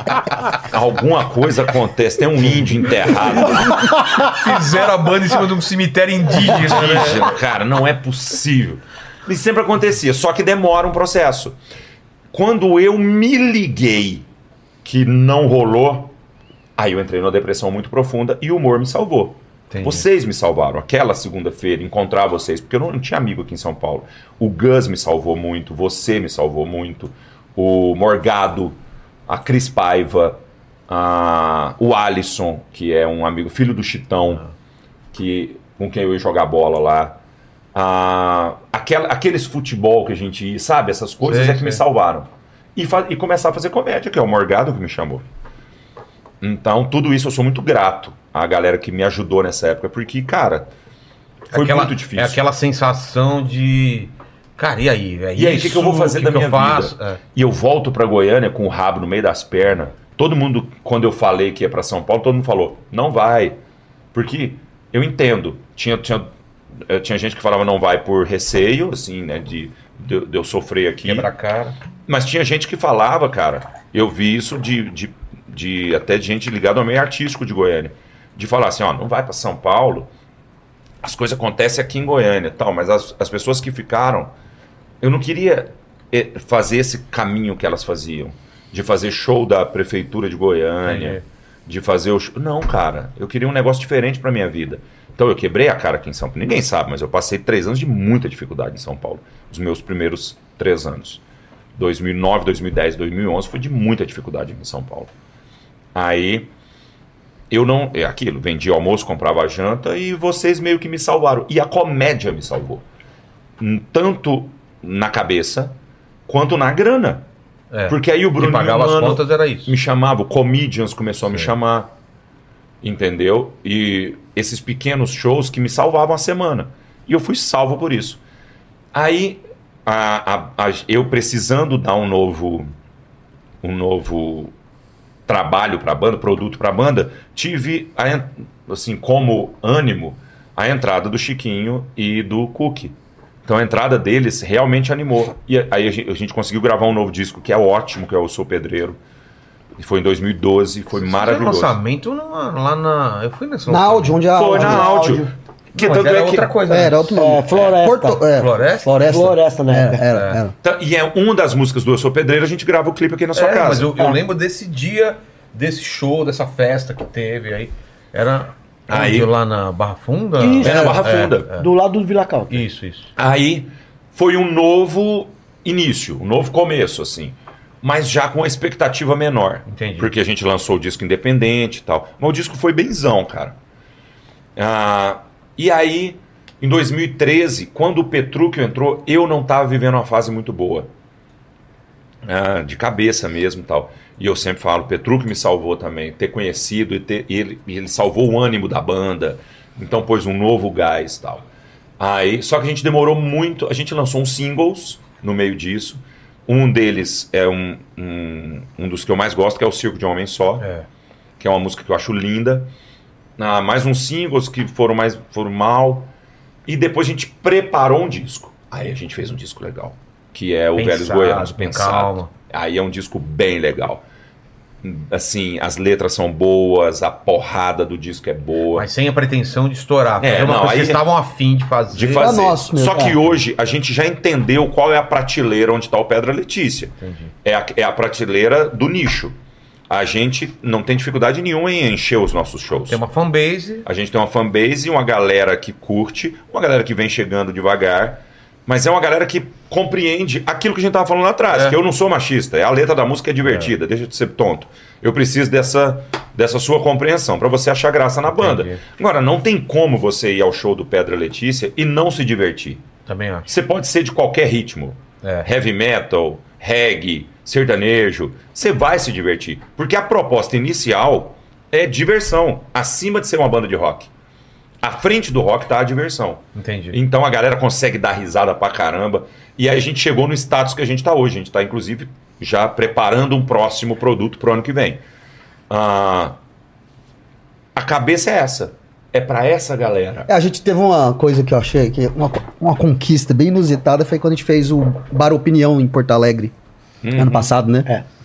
Alguma coisa acontece. Tem um índio enterrado. Fizeram a banda em cima de um cemitério indígena. né? Indígena, cara, não é possível. E sempre acontecia, só que demora um processo. Quando eu me liguei que não rolou, aí eu entrei numa depressão muito profunda e o humor me salvou. Entendi. Vocês me salvaram. Aquela segunda-feira, encontrar vocês, porque eu não, não tinha amigo aqui em São Paulo. O Gus me salvou muito, você me salvou muito, o Morgado, a Cris Paiva, a- o Alisson, que é um amigo, filho do Chitão, que, com quem eu ia jogar bola lá. A- aquela- aqueles futebol que a gente ia, sabe? Essas coisas Sei, é que me sei. salvaram. E, fa- e começar a fazer comédia, que é o Morgado que me chamou. Então, tudo isso eu sou muito grato à galera que me ajudou nessa época, porque, cara, foi Aquela- muito difícil. É aquela sensação de. Cara, e aí? É E aí, o isso? que, que eu vou fazer O que da que minha eu faço? vida? É. E eu volto pra Goiânia com o rabo no meio das pernas. Todo mundo, quando eu falei que ia pra São Paulo, todo mundo falou, não vai. Porque eu entendo. Tinha, tinha, eh, tinha gente que falava não vai por receio, assim, né? De, de, de eu sofrer aqui. Quebra a cara. Mas tinha gente que falava, cara. Eu vi isso de, de, de até de gente ligada ao meio artístico de Goiânia. De falar assim, ó, não vai pra São Paulo. As coisas acontecem aqui em Goiânia, e tal, mas as, as pessoas que ficaram, eu não queria eh, fazer esse caminho que elas faziam, de fazer show da prefeitura de Goiânia, Entendi. de fazer o show. Não, cara, eu queria um negócio diferente pra minha vida. Então eu quebrei a cara aqui em São Paulo. Ninguém sabe, mas eu passei três anos de muita dificuldade em São Paulo. Os meus primeiros três anos. 2009, 2010, 2011 foi de muita dificuldade aqui em São Paulo. Aí eu não, é aquilo, vendia almoço, comprava janta e vocês meio que me salvaram. E a comédia me salvou. Hum, Tanto na cabeça quanto na grana. É. Porque aí o Bruno Quem pagava as Milano contas era isso. me chamava, o Comedians começou a me chamar, entendeu? E esses pequenos shows que me salvavam a semana. E eu fui salvo por isso. Aí, a- a- a- eu precisando dar um novo, um novo trabalho para a banda, produto para a banda, tive, a en- assim, como ânimo, a entrada do Chiquinho e do Cook. Então a entrada deles realmente animou. E aí a gente, a gente conseguiu gravar um novo disco, que é ótimo, que é o Sou Pedreiro. E foi em 2012, foi maravilhoso. lançamento numa- lá na. Eu fui nesse Na lançamento. áudio, onde é a Foi na áudio. Que Mas tanto era é que- outra coisa. né? Era outro nome. É, Floresta. é, Floresta? Floresta. Floresta, né? Era, era, era. Tá, E é uma das músicas do Eu Sou Pedreiro, a gente grava o clipe aqui na sua É, casa. Mas eu, eu lembro desse dia, desse show, dessa festa que teve aí. Era Aí- onde, lá na Barra Funda? Isso. É, na Barra Funda. é. Do lado do Vila Cal. Isso, isso. Aí foi um novo início, um novo começo, assim. Mas já com uma expectativa menor. Entendi. Porque a gente lançou o disco independente e tal. Mas o disco foi benzão, cara. Ah, e aí, em 2013, quando o Petrúquio entrou, eu não tava vivendo uma fase muito boa. Ah, de cabeça mesmo e tal. E eu sempre falo, o Petrúquio me salvou também. Ter conhecido e, ter, e ele, e ele salvou o ânimo da banda. Então pôs um novo gás e tal. Aí, só que a gente demorou muito. A gente lançou uns singles no meio disso. Um deles é um, um, um dos que eu mais gosto, que é o Circo de um Homem Só, É. que é uma música que eu acho linda. Ah, mais uns singles que foram mais foram mal. E depois a gente preparou um disco. Aí a gente fez um disco legal, que é o Velhos Pensado, Goianos com Pensado. calma. Aí é um disco bem legal. Assim, as letras são boas, a porrada do disco é boa. Mas sem a pretensão de estourar. É, Era uma não, coisa que aí- vocês estavam afim de fazer. de fazer. é nosso mesmo, Só que é. hoje a gente já entendeu qual é a prateleira onde está o Pedra Letícia. É a, é a prateleira do nicho. A gente não tem dificuldade nenhuma em encher os nossos shows. Tem uma fanbase. A gente tem uma fanbase, uma galera que curte, uma galera que vem chegando devagar, mas é uma galera que compreende aquilo que a gente tava falando lá atrás, É. que eu não sou machista, é a letra da música é divertida, deixa de ser tonto. Eu preciso dessa, dessa sua compreensão para você achar graça na banda. Entendi. Agora, não tem como você ir ao show do Pedra Letícia e não se divertir. Também acho. Você pode ser de qualquer ritmo. É. Heavy metal, reggae, sertanejo. Você vai se divertir. Porque a proposta inicial é diversão. Acima de ser uma banda de rock. À frente do rock tá a diversão. Entendi. Então a galera consegue dar risada pra caramba. E aí a gente chegou no status que a gente tá hoje. A gente tá, inclusive, já preparando um próximo produto pro ano que vem. Ah, a cabeça é essa. É pra essa galera. É, a gente teve uma coisa que eu achei, que uma, uma conquista bem inusitada foi quando a gente fez o Bar Opinião em Porto Alegre, Uhum. ano passado, né? É.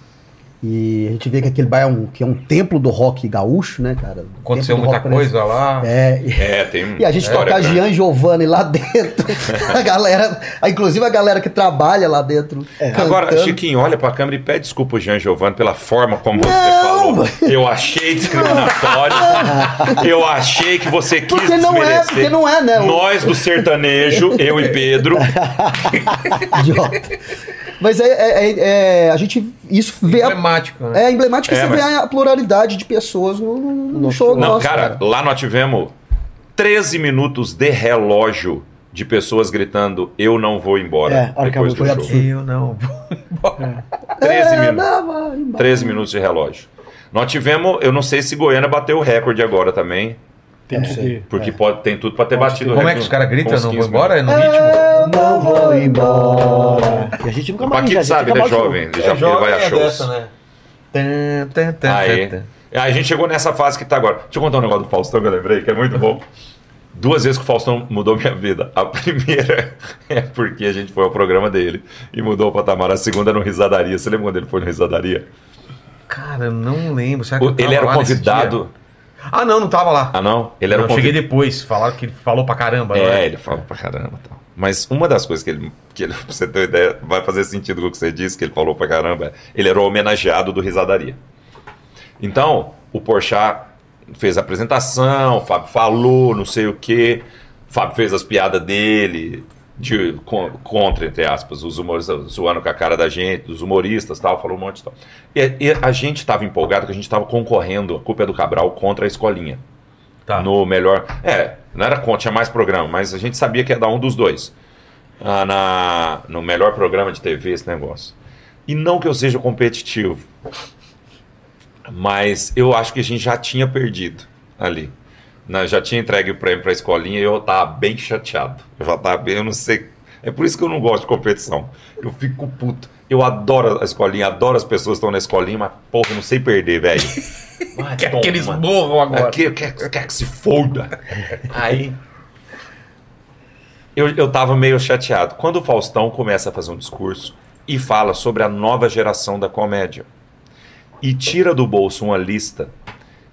E a gente vê que aquele bar é um, que é um templo do rock gaúcho, né, cara? Aconteceu Templo do muita rock, parece- coisa lá. É, e- É, tem. e a gente história tocar grande. Gian Giovanni lá dentro. a galera, a- inclusive a galera que trabalha lá dentro. Agora, cantando. Chiquinho, olha pra câmera e pede desculpa ao Jean Giovanni pela forma como Não! você falou. Eu achei discriminatório. eu achei que você quis Porque não é, desmerecer. porque não é, né? O- Nós do sertanejo, eu e Pedro. Idiota. Mas é, é- é- é- a gente. Isso vê a, Emblemático, né? é emblemático que É, você mas- vê a pluralidade de pessoas no, no- no show Não, nosso. cara, lá nós tivemos 13 minutos de relógio de pessoas gritando eu não vou embora É, a hora que depois do acabou, foi show. Eu não. 13 É, minutos. não, vai embora. 13 minutos de relógio. Nós tivemos, eu não sei se Goiânia bateu o recorde agora também, Tem É. que ter. porque É. pode, tem tudo pra ter batido o Como é recorde. que os caras gritam? uns Não vou 15 embora? É no ritmo? Eu não vou embora. E a gente nunca mais Paquito a gente sabe, ele acabou é o jogo. jovem, ele já ele vai a shows. né? Tan, tan, tan, Aí, tan, tan. aí a gente chegou nessa fase que tá agora. Deixa eu contar um negócio do Faustão que eu lembrei, que é muito bom. Duas vezes que o Faustão mudou minha vida. A primeira é porque a gente foi ao programa dele e mudou o patamar. A segunda era no Risadaria. Você lembra quando ele foi no Risadaria? Cara, eu não lembro. Será que O- eu tava ele era o lá nesse convidado. dia? Ah, não, não tava lá. Ah, não? Ele era eu o convidado. cheguei depois. Falaram que ele falou pra caramba. É, né? ele fala pra caramba e tal. Mas uma das coisas que ele, que ele, pra você ter uma ideia, vai fazer sentido com o que você disse, que ele falou pra caramba, é, ele era o homenageado do Risadaria. Então, o Porchat fez a apresentação, o Fábio falou, não sei o quê, o Fábio fez as piadas dele, de, con- contra, entre aspas, os humoristas, zoando com a cara da gente, dos humoristas e tal, falou um monte de tal. E, e a gente tava empolgado que a gente tava concorrendo, a culpa é do Cabral, contra a escolinha Tá. no melhor. É, não era conta, tinha mais programa, mas a gente sabia que ia dar um dos dois. Ah, na, no melhor programa de TV, esse negócio. E não que eu seja competitivo, mas eu acho que a gente já tinha perdido ali. Né, já tinha entregue o prêmio para a escolinha e eu tava bem chateado. Eu já tava bem, eu não sei. É por isso que eu não gosto de competição. Eu fico puto. Eu adoro a escolinha, adoro as pessoas que estão na escolinha, mas porra, eu não sei perder, velho. Vai Quer Ah, que eles tomar. morram agora. Aqui, eu quero, eu quero que se foda. Aí. eu, eu tava meio chateado. Quando o Faustão começa a fazer um discurso e fala sobre a nova geração da comédia e tira do bolso uma lista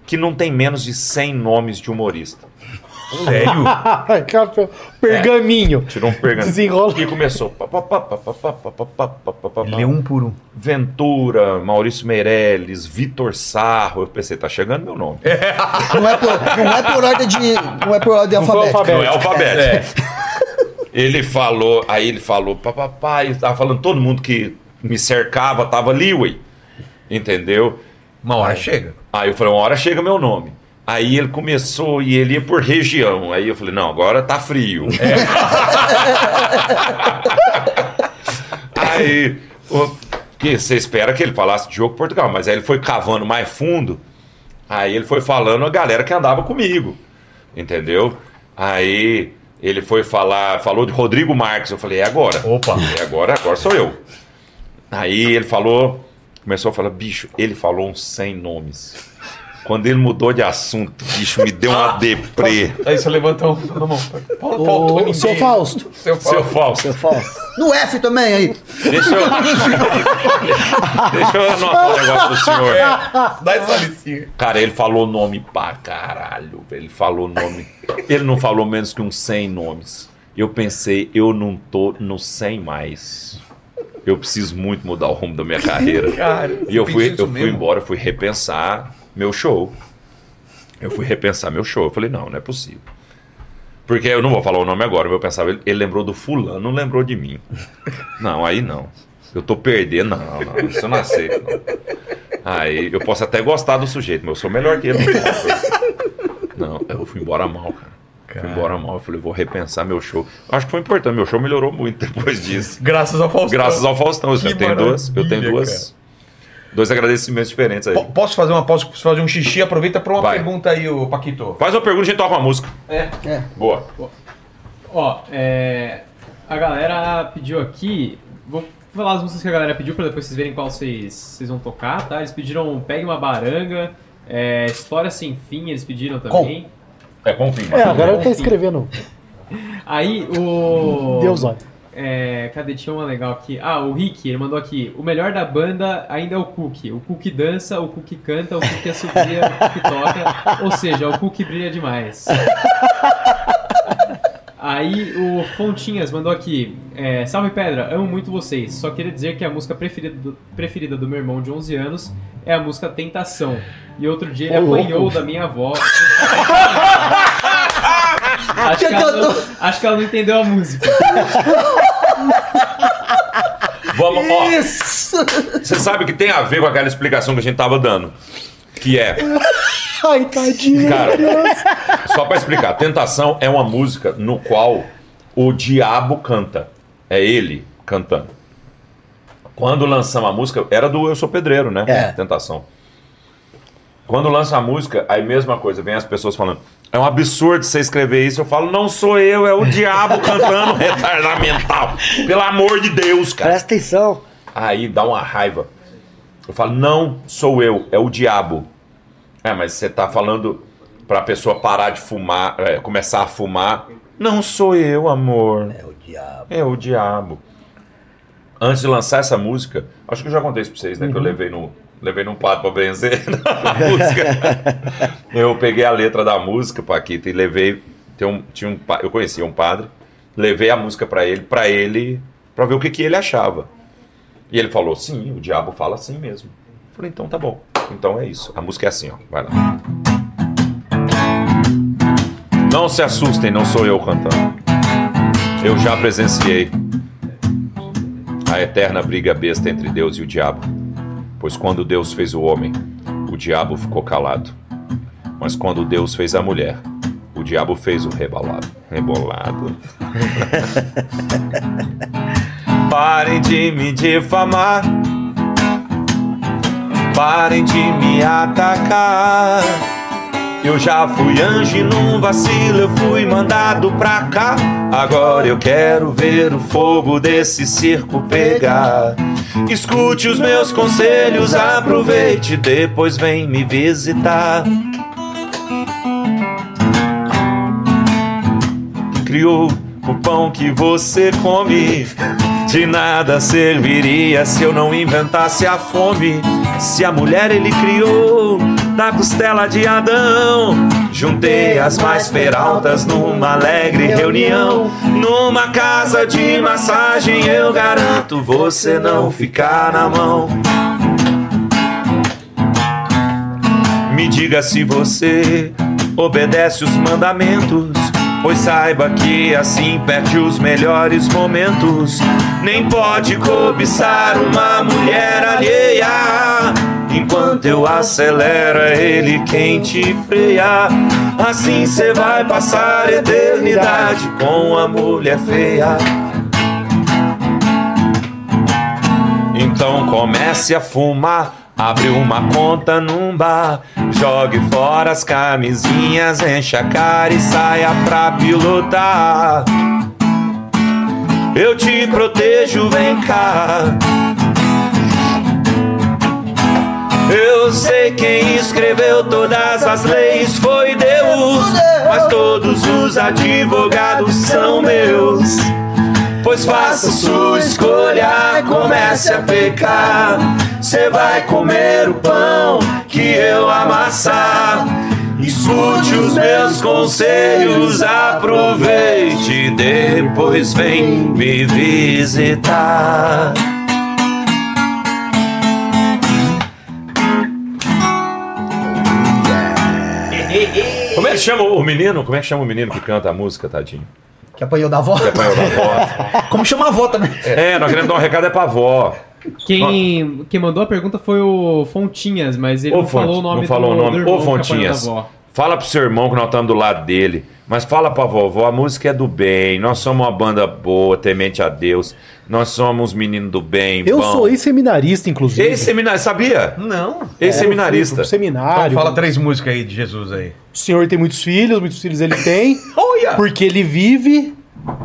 que não tem menos de 100 nomes de humorista. Sério? Pergaminho. Tirou um pergaminho. Desenrola. E começou. pá, pá, pá, pá, pá, pá, pá, pá, pá, pá, pá, pá. Ele é um por um. Ventura, Maurício Meirelles, Vitor Sarro. Eu pensei, tá chegando meu nome. Não é por, não é por ordem de. Não é por ordem foi alfabética. alfabético. Não é alfabeto. Ele falou, aí ele falou, papapá, e tava falando todo mundo que me cercava, tava ali, ué. Entendeu? Uma É. hora chega. Aí eu falei, uma hora chega meu nome. Aí ele começou e ele ia por região. Aí eu falei, não, agora tá frio. aí, o- que você espera que ele falasse de jogo Portugal, mas aí ele foi cavando mais fundo. Aí ele foi falando a galera que andava comigo. Entendeu? Aí ele foi falar, falou de Rodrigo Marques. Eu falei, é agora. Opa. É agora, agora sou eu. Aí ele falou, começou a falar, bicho, ele falou uns 100 nomes. Quando ele mudou de assunto, bicho, me deu uma deprê. Aí você levantou a mão. tá. Faltou Ô, seu Fausto. Seu Seu falso. No F também aí. Deixa eu. Deixa eu anotar o negócio do senhor. Dá essa licinha. Cara, ele falou nome pra caralho. velho. Ele falou nome. Ele não falou menos que uns 100 nomes. Eu pensei, eu não tô no 100 mais. Eu preciso muito mudar o rumo da minha carreira. Cara, E eu fui, preciso eu fui mesmo. embora, eu fui repensar meu show. Eu fui repensar meu show. Eu falei, não, não é possível. Porque eu não vou falar o nome agora, mas eu pensava, ele, ele lembrou do fulano, não lembrou de mim. Não, aí não. Eu tô perdendo, não, não, isso eu não aceito. não. Aí eu posso até gostar do sujeito, mas eu sou melhor que ele. Não, eu fui embora mal, cara. Fui embora mal, eu falei, vou repensar meu show. Acho que foi importante, meu show melhorou muito depois disso. Graças ao Faustão. Graças ao Faustão, eu tenho maravilha, duas, eu tenho duas, dois agradecimentos diferentes aí. Po- Posso fazer uma pausa? Posso fazer um xixi? Aproveita pra uma Vai. pergunta aí, o Paquito. Faz uma pergunta e a gente toca uma música. É. Boa. Ó, é, a galera pediu aqui. Vou falar as músicas que a galera pediu pra depois vocês verem qual vocês, vocês vão tocar, tá? Eles pediram Pegue uma Baranga, é, História Sem Fim, eles pediram também. É, confirma. É, agora ele tá escrevendo. Aí o. Deus olha. É, cadê? Tinha uma legal aqui. Ah, o Rick, ele mandou aqui. O melhor da banda ainda é o Cook. O Cook dança, o Cook canta, o Cook assobia, o Cook toca. Ou seja, o Cook brilha demais. Aí o Fontinhas mandou aqui. é, Salve Pedra, amo muito vocês. Só queria dizer que a música preferida do, preferida do meu irmão de 11 anos é a música Tentação. E outro dia ele Ô, louco. apanhou da minha avó. acho, que ela não, acho que ela não entendeu a música. Vamos, ó. Isso! Você sabe que tem a ver com aquela explicação que a gente tava dando. Que é, Ai, tadinho. cara, só pra explicar, Tentação é uma música no qual o diabo canta. É ele cantando. Quando lançamos a música, era do Eu Sou Pedreiro, né? É. Tentação. Quando lança a música, aí mesma coisa, vem as pessoas falando. É um absurdo você escrever isso. Eu falo, não sou eu, é o diabo cantando retardado mental. Pelo amor de Deus, cara. Presta atenção. Aí dá uma raiva. Eu falo, não sou eu, é o diabo. É, mas você tá falando pra pessoa parar de fumar, é, começar a fumar. Não sou eu, amor. É o diabo. É o diabo. Antes de lançar essa música, acho que eu já contei isso pra vocês, né? Uhum. Que eu levei no, levei num pato pra benzer a música. eu peguei a letra da música, Paquita, e levei. Tem um, tinha um, pa- eu conhecia um padre, levei a música pra ele, pra ele, pra ver o que, que ele achava. E ele falou: sim, o diabo fala assim mesmo. Eu falei: então tá bom. Então é isso. A música é assim, ó. Vai lá. Não se assustem, não sou eu cantando. Eu já presenciei a eterna briga besta entre Deus e o diabo. Pois quando Deus fez o homem, o diabo ficou calado. Mas quando Deus fez a mulher, o diabo fez o rebolado. Rebolado. Parem de me difamar. Parem de me atacar. Eu já fui anjo e num vacilo eu fui mandado pra cá. Agora eu quero ver o fogo desse circo pegar. Escute os meus conselhos, aproveite, depois vem me visitar. Criou O pão que você come de nada serviria se eu não inventasse a fome. Se a mulher ele criou da costela de Adão, juntei as mais peraltas numa alegre reunião. Numa casa de massagem eu garanto você não ficar na mão. Me diga se você obedece os mandamentos, pois saiba que assim perde os melhores momentos. Nem pode cobiçar uma mulher alheia. Enquanto eu acelera, ele quem te freia. Assim cê vai passar eternidade com a mulher feia. Então comece a fumar, abre uma conta num bar, jogue fora as camisinhas, encha a cara e saia pra pilotar. Eu te protejo, vem cá. Eu sei quem escreveu todas as leis foi Deus, mas todos os advogados são meus. Pois faça sua escolha, comece a pecar. Cê vai comer o pão que eu amassar. Escute os meus conselhos, aproveite, depois vem me visitar. Como é que chama o menino? Como é que chama o menino que canta a música, tadinho? Que apanhou da avó? Que apanhou da avó. Como chama a avó também? É, nós queremos dar um recado é pra avó. Quem, quem mandou a pergunta foi o Fontinhas, mas ele Ô, não falou o Fonte- nome não falou do, o do nome. irmão Ô, que é apanhou Fontinhas, da avó. fala pro seu irmão que nós estamos do lado dele. Mas fala pra vovó, a música é do bem, nós somos uma banda boa, temente a Deus, nós somos meninos do bem. Eu bom. sou ex-seminarista, inclusive. Ex-seminarista, sabia? Não. É, eu fui Ex-seminarista. pro Seminário. Então fala três músicas aí de Jesus aí. O senhor tem muitos filhos, muitos filhos ele tem. Olha! Porque ele vive.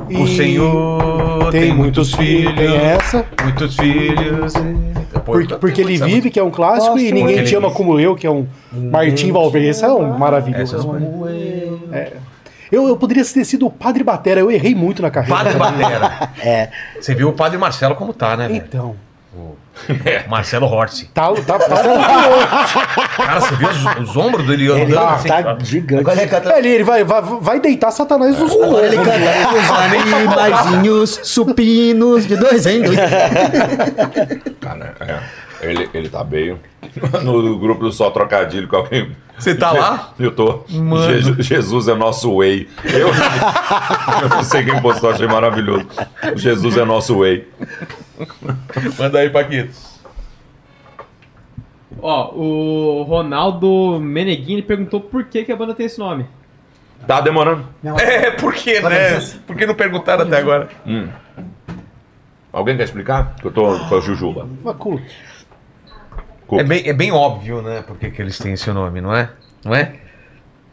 E O Senhor tem, muitos filhos. Tem essa. Muitos filhos. Pô, Porque, tá, tem porque ele muita vive, que é um clássico, e ninguém Ele te ama Vive. como eu, que é um Martim Valverde. Esse é um Essa é maravilhoso. uma- Eu, eu poderia ter sido o Padre Batera, eu errei muito na carreira. Padre Batera. É. Você viu o Padre Marcelo como tá, né, velho? Então. Marcelo Hortz. Tá, tá, tá, Cara, você viu os, os ombros dele andando Tá, assim? tá gigante. é Agora ele canta. ele, ele vai, vai, vai deitar Satanás nos Agora ele olhos. canta. Os animaizinhos supinos de dois em dois. Cara, é. Ele, ele tá bem. No grupo do Só Trocadilho com alguém. Você tá lá? Eu tô. Mano. Je- Jesus é nosso whey. Eu, eu não sei quem postou, achei maravilhoso. Jesus é nosso whey. Manda aí, Paquito. Ó, o Ronaldo Meneghini perguntou por que, que a banda tem esse nome. Tá demorando. É, por quê, né? Por que não perguntaram até agora? Alguém quer explicar? Que eu tô com a Jujuba. Maculo. É bem, é bem óbvio, né? Por que que eles têm esse nome, não é? Não é?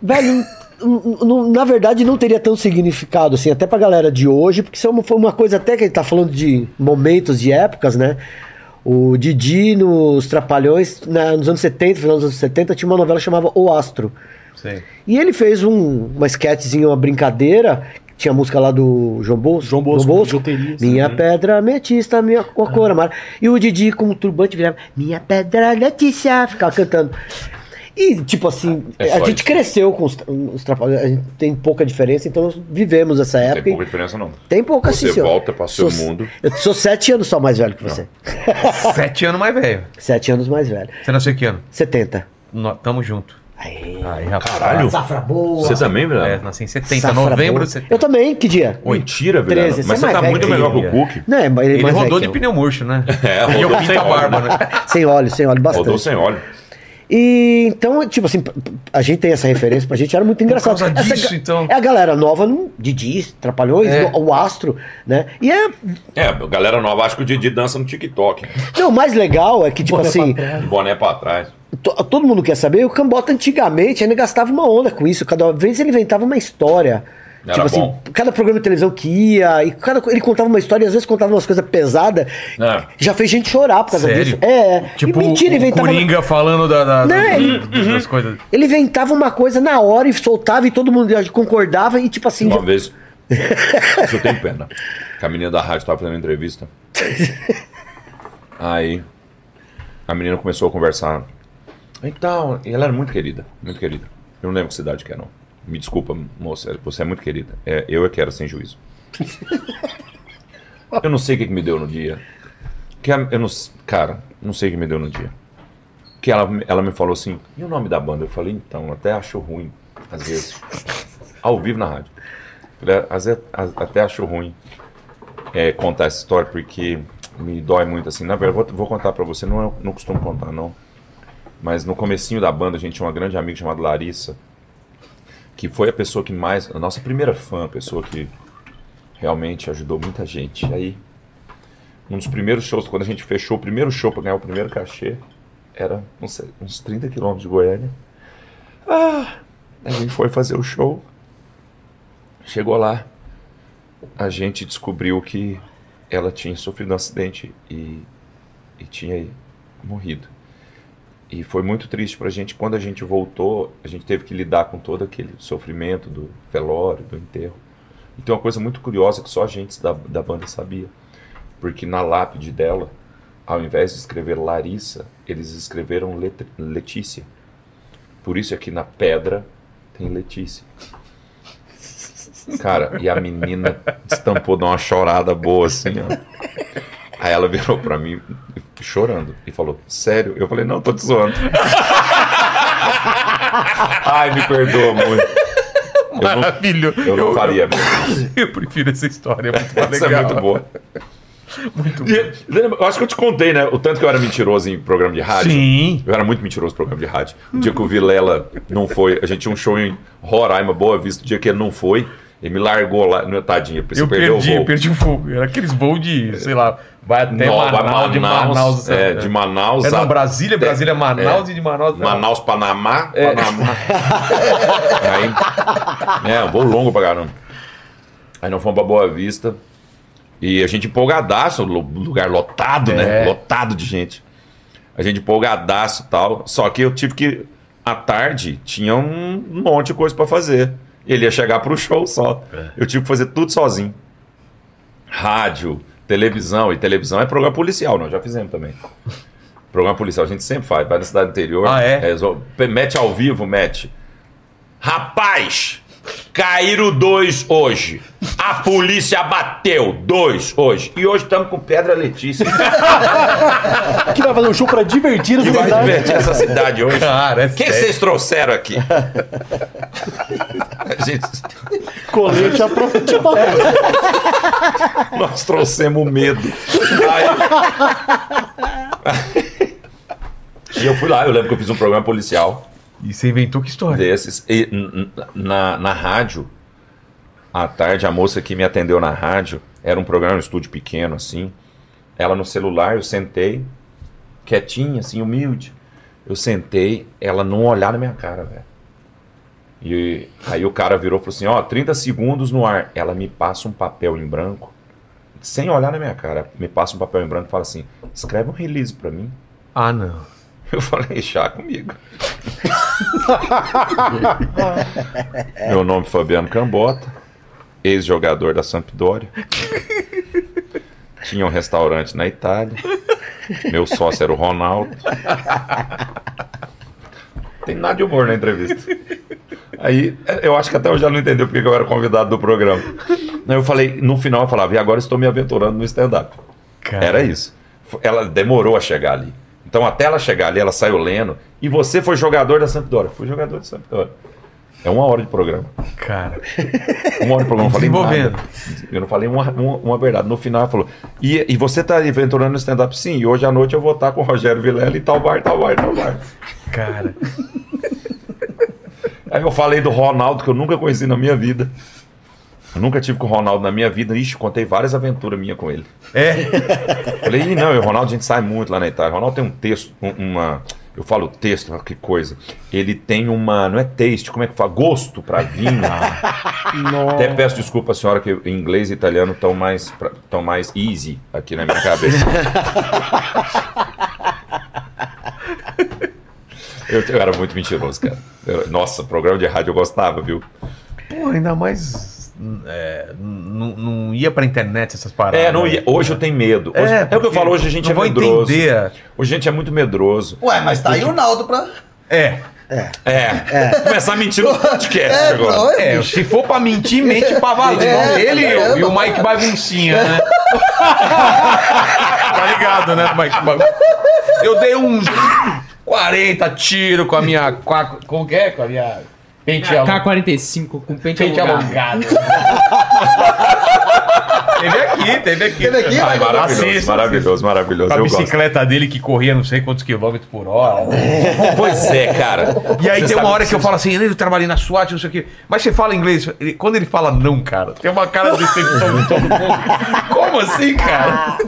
Velho, n- n- n- na verdade não teria tão significado, assim, até pra galera de hoje, porque isso é uma- foi uma coisa até que ele tá falando de momentos, de épocas, né? O Didi nos Trapalhões, na- nos anos 70, final dos anos 70, tinha uma novela que chamava O Astro. Sei. E ele fez um, uma sketchzinha, uma brincadeira. que Tinha a música lá do João Bosco. João Bosco, bijuteria, assim, Minha pedra ametista, minha com a cor amara. E o Didi com o turbante virava Minha pedra Letícia. Ficava cantando. E, tipo assim, É só a gente isso. cresceu com os, tra- os trapalhões. A gente tem pouca diferença, então nós vivemos essa Tem época. e- pouca diferença, não. Tem pouca, Você sim, senhor. volta pra seu Sou- mundo. Eu sou sete anos só mais velho que você. Sete anos mais velho. Sete anos mais velho. Você nasceu que ano? 70. Nó- tamo junto. Aí. Aí, rapaz. Caralho. Safra boa. Você também, É, Virada? nasci em 70, safra novembro boa. de 70. Eu também, que dia? Mentira, Virada. 13, Mas você você é tá mais muito velho melhor que que eu. o Cook. Não, ele, é Ele mais rodou velho que de eu. pneu murcho, né? É, E eu rodou pinto sem a barba, né? Sem óleo, sem óleo, bastante. Rodou sem óleo. E então, tipo assim, p- p- a gente tem essa referência, pra gente era muito engraçado. causa Essa disso, ga- então. É a galera nova, não, Didi, Trapalhões, É. o- o Astro, né? E é. É, galera nova, acho que o Didi dança no TikTok. Não, o mais legal é que, tipo assim, De boné pra trás. to- todo mundo quer saber, o Cambota antigamente ainda gastava uma onda com isso. Cada vez ele inventava uma história. Era tipo assim, bom. cada programa de televisão que ia, e cada, co- ele contava uma história, e às vezes contava umas coisas pesadas. É. Já fez gente chorar por causa Sério? disso. É, Tipo, e mentira, o inventava. Coringa falando da, da- Não, da- ele- das coisas. Ele inventava uma coisa na hora e soltava e todo mundo concordava e tipo assim. Uma vez Isso eu tenho pena. Que a menina da rádio tava fazendo entrevista. Aí a menina começou a conversar. Então, e ela era muito querida, muito querida. Eu não lembro que cidade que é, não. Me desculpa, moça, você é muito querida. É, eu é que era sem juízo. Eu não sei o que, que me deu no dia. Que a- eu não, s- cara, não sei o que me deu no dia. Que ela, ela me falou assim, e o nome da banda? Eu falei, então, até acho ruim, às vezes. Ao vivo na rádio. Falei, Né? às vezes, a- até acho ruim é, contar essa história, porque me dói muito assim. Na verdade, eu vou, vou contar pra você, não, é- não costumo contar, não. Mas no comecinho da banda, a gente tinha uma grande amiga chamada Larissa, que foi a pessoa que mais. A nossa primeira fã, a pessoa que realmente ajudou muita gente. Aí, um dos primeiros shows, quando a gente fechou o primeiro show pra ganhar o primeiro cachê, era não sei, uns 30 quilômetros de Goiânia. Ah, a gente foi fazer o show. Chegou lá, a gente descobriu que ela tinha sofrido um acidente e, e tinha morrido. E foi muito triste pra gente. Quando a gente voltou, a gente teve que lidar com todo aquele sofrimento do velório, do enterro. E tem uma coisa muito curiosa que só a gente da, da banda sabia. Porque na lápide dela, ao invés de escrever Larissa, eles escreveram Let- Letícia. Por isso aqui na pedra tem Letícia. Cara, e a menina estampou de uma chorada boa assim, ó. Aí ela virou pra mim chorando e falou: Sério? Eu falei: Não, tô te zoando. Ai, me perdoa muito. Maravilhoso. Eu não faria. eu prefiro essa história, é muito mais Essa legal. é muito boa. Muito E, lembra- eu acho que eu te contei, né? O tanto que eu era mentiroso em programa de rádio. Sim. Eu era muito mentiroso no programa de rádio. O dia que o Vilela não foi, a gente tinha um show em Roraima, Boa Vista, o dia que ele não foi, ele me largou lá, não, tadinho, você Eu perdeu o perdi, voo. perdi o fogo. Era aqueles voos de, sei lá, vai até Não, vai Manaus, de Manaus. é, sabe? de Manaus. É, não, a- Brasília, Brasília, Manaus e de Manaus. né? Manaus, Panamá, Panamá. Aí, é, um voo longo pra caramba. Aí nós fomos pra Boa Vista. E a gente empolgadaço, lu- lugar lotado, né? É. Lotado de gente. A gente empolgadaço e tal. Só que eu tive que. À tarde tinha um monte de coisa pra fazer. Ele ia chegar pro show só. É. Eu tive que fazer tudo sozinho. Rádio, televisão. E televisão é programa policial, nós já fizemos também. Programa policial a gente sempre faz, vai na cidade interior. Ah, é? zo- pe- mete ao vivo, mete. Rapaz, caíram dois hoje. A polícia bateu dois hoje. E hoje estamos com Pedra Letícia. Que vai fazer um show pra divertir os E vai cidadãos. divertir essa cidade hoje. Cara, é O que que sério. vocês trouxeram aqui? Gente, Colete tipo, aproveitou. É, nós trouxemos o medo. Aí- E eu fui lá, eu lembro que eu fiz um programa policial. E você inventou que história? desses. E, n- n- na, na rádio, à tarde, a moça que me atendeu na rádio, era um programa, um estúdio pequeno, assim. Ela no celular, eu sentei, quietinha, assim, humilde. Eu sentei, ela não olhar na minha cara, velho. E aí o cara virou e falou assim: ó, 30 segundos no ar. Ela me passa um papel em branco, sem olhar na minha cara, me passa um papel em branco e fala assim: escreve um release pra mim. Ah, não. Eu falei, chá comigo. Meu nome é Fabiano Cambota, ex-jogador da Sampdoria. Tinha um restaurante na Itália. Meu sócio era o Ronaldo. Tem nada de humor na entrevista. Aí, eu acho que até eu já não entendeu porque que eu era convidado do programa. Aí eu falei, no final eu falava, e agora estou me aventurando no stand-up. Cara. Era isso. F- Ela demorou a chegar ali. Então, até ela chegar ali, ela saiu lendo. E você foi jogador da Sampdoria. Fui jogador da Sampdoria. É uma hora de programa. Cara. Uma hora de programa. Um Eu falei Desenvolvendo. nada. Eu não falei uma, uma, uma verdade. No final, ela falou... E, e você tá aventurando no stand-up? Sim. E hoje à noite eu vou estar com o Rogério Vilela e tal bar, tal bar, tal bar. Cara. Aí eu falei do Ronaldo, que eu nunca conheci na minha vida. Eu nunca tive com o Ronaldo na minha vida. Ixi, contei várias aventuras minhas com ele. É. Falei, "Ih, não, e o Ronaldo, a gente sai muito lá na Itália. O Ronaldo tem um texto, um- uma. Eu falo texto, que coisa. Ele tem uma. Não é taste, como é que fala? Gosto pra vinho. Ah. Até peço desculpa à senhora que em inglês e italiano estão mais, pra- tão mais easy aqui na minha cabeça. eu, eu era muito mentiroso, cara. Eu- nossa, programa de rádio eu gostava, viu? Pô, ainda mais é, não não ia pra internet essas paradas. É, não ia- hoje eu tenho medo. Hoje- é, o que eu porque falo, hoje a gente não é vai medroso. entender. Hoje a gente é muito medroso. Ué, mas tá aí o Naldo pra. É, É, começar a mentir no podcast agora. é, é, se for pra mentir, mente pra valer. É, Ele e eu, e o Mike Baguncinha, né? tá ligado, né, Mike Baguncinha? Eu dei uns 40 tiros com a minha... Com a, com o quê? Com a minha... Pente alongada. K45 com pente Pente alongado. alongado. teve aqui, teve aqui. Teve aqui, vai, Ai, maravilhoso, Assista. maravilhoso, maravilhoso. Com a Eu gosto. bicicleta dele que corria não sei quantos quilômetros por hora. Pois é, cara. E aí Você tem sabe uma hora que eu falo assim, eu trabalhei na SWAT, não sei o quê. Mas você fala inglês, ele- quando ele fala não, cara, tem uma cara de decepção de todo mundo. Como assim, cara?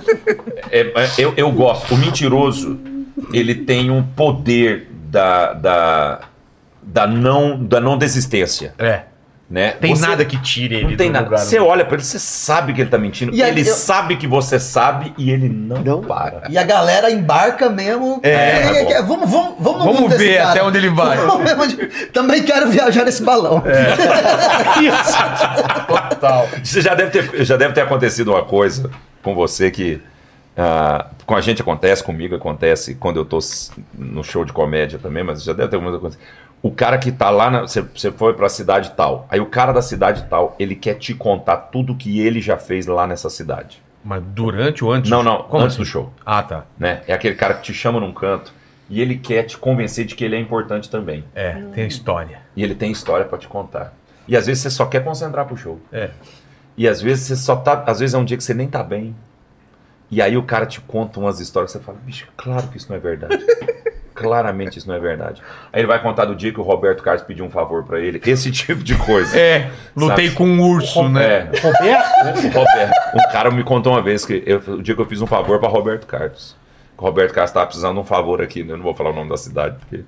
É, é, eu, eu gosto. O mentiroso, ele tem um poder da, da, da, não, da não desistência, É, né? tem Você- nada que tire ele Não tem do nada. lugar. Você olha pra ele, você sabe que ele tá mentindo. E aí, ele eu- sabe que você sabe e ele não, para. tá E a galera embarca mesmo. é É, Ninguém bom. quer. vamos, vamos, vamos, no Vamos mundo desse ver cara. até onde ele vai. Vamos ver onde- Também quero viajar nesse balão. É. Total. Você já deve ter, já deve ter acontecido uma coisa com você que. ah, com a gente acontece, comigo acontece, quando eu tô s- no show de comédia também, mas já deve ter alguma coisa. O cara que tá lá, na- você você foi pra cidade tal, aí o cara da cidade tal, ele quer te contar tudo que ele já fez lá nessa cidade. Mas durante ou antes? Não, não, Como antes assim? do show, Ah, tá. né? É aquele cara que te chama num canto e ele quer te convencer de que ele é importante também. É, tem a história. E ele tem história pra te contar. E às vezes você só quer concentrar pro show. É. E às vezes você só tá. Às vezes é um dia que você nem tá bem. E aí o cara te conta umas histórias que você fala, bicho, claro que isso não é verdade. Claramente isso não é verdade. Aí ele vai contar do dia que o Roberto Carlos pediu um favor pra ele. Esse tipo de coisa. É, lutei Sabe? com um urso, né? É, o Roberto. Um cara me contou uma vez que eu- o dia que eu fiz um favor pra Roberto Carlos. que O Roberto Carlos tava precisando de um favor aqui, né? eu não vou falar o nome da cidade, porque.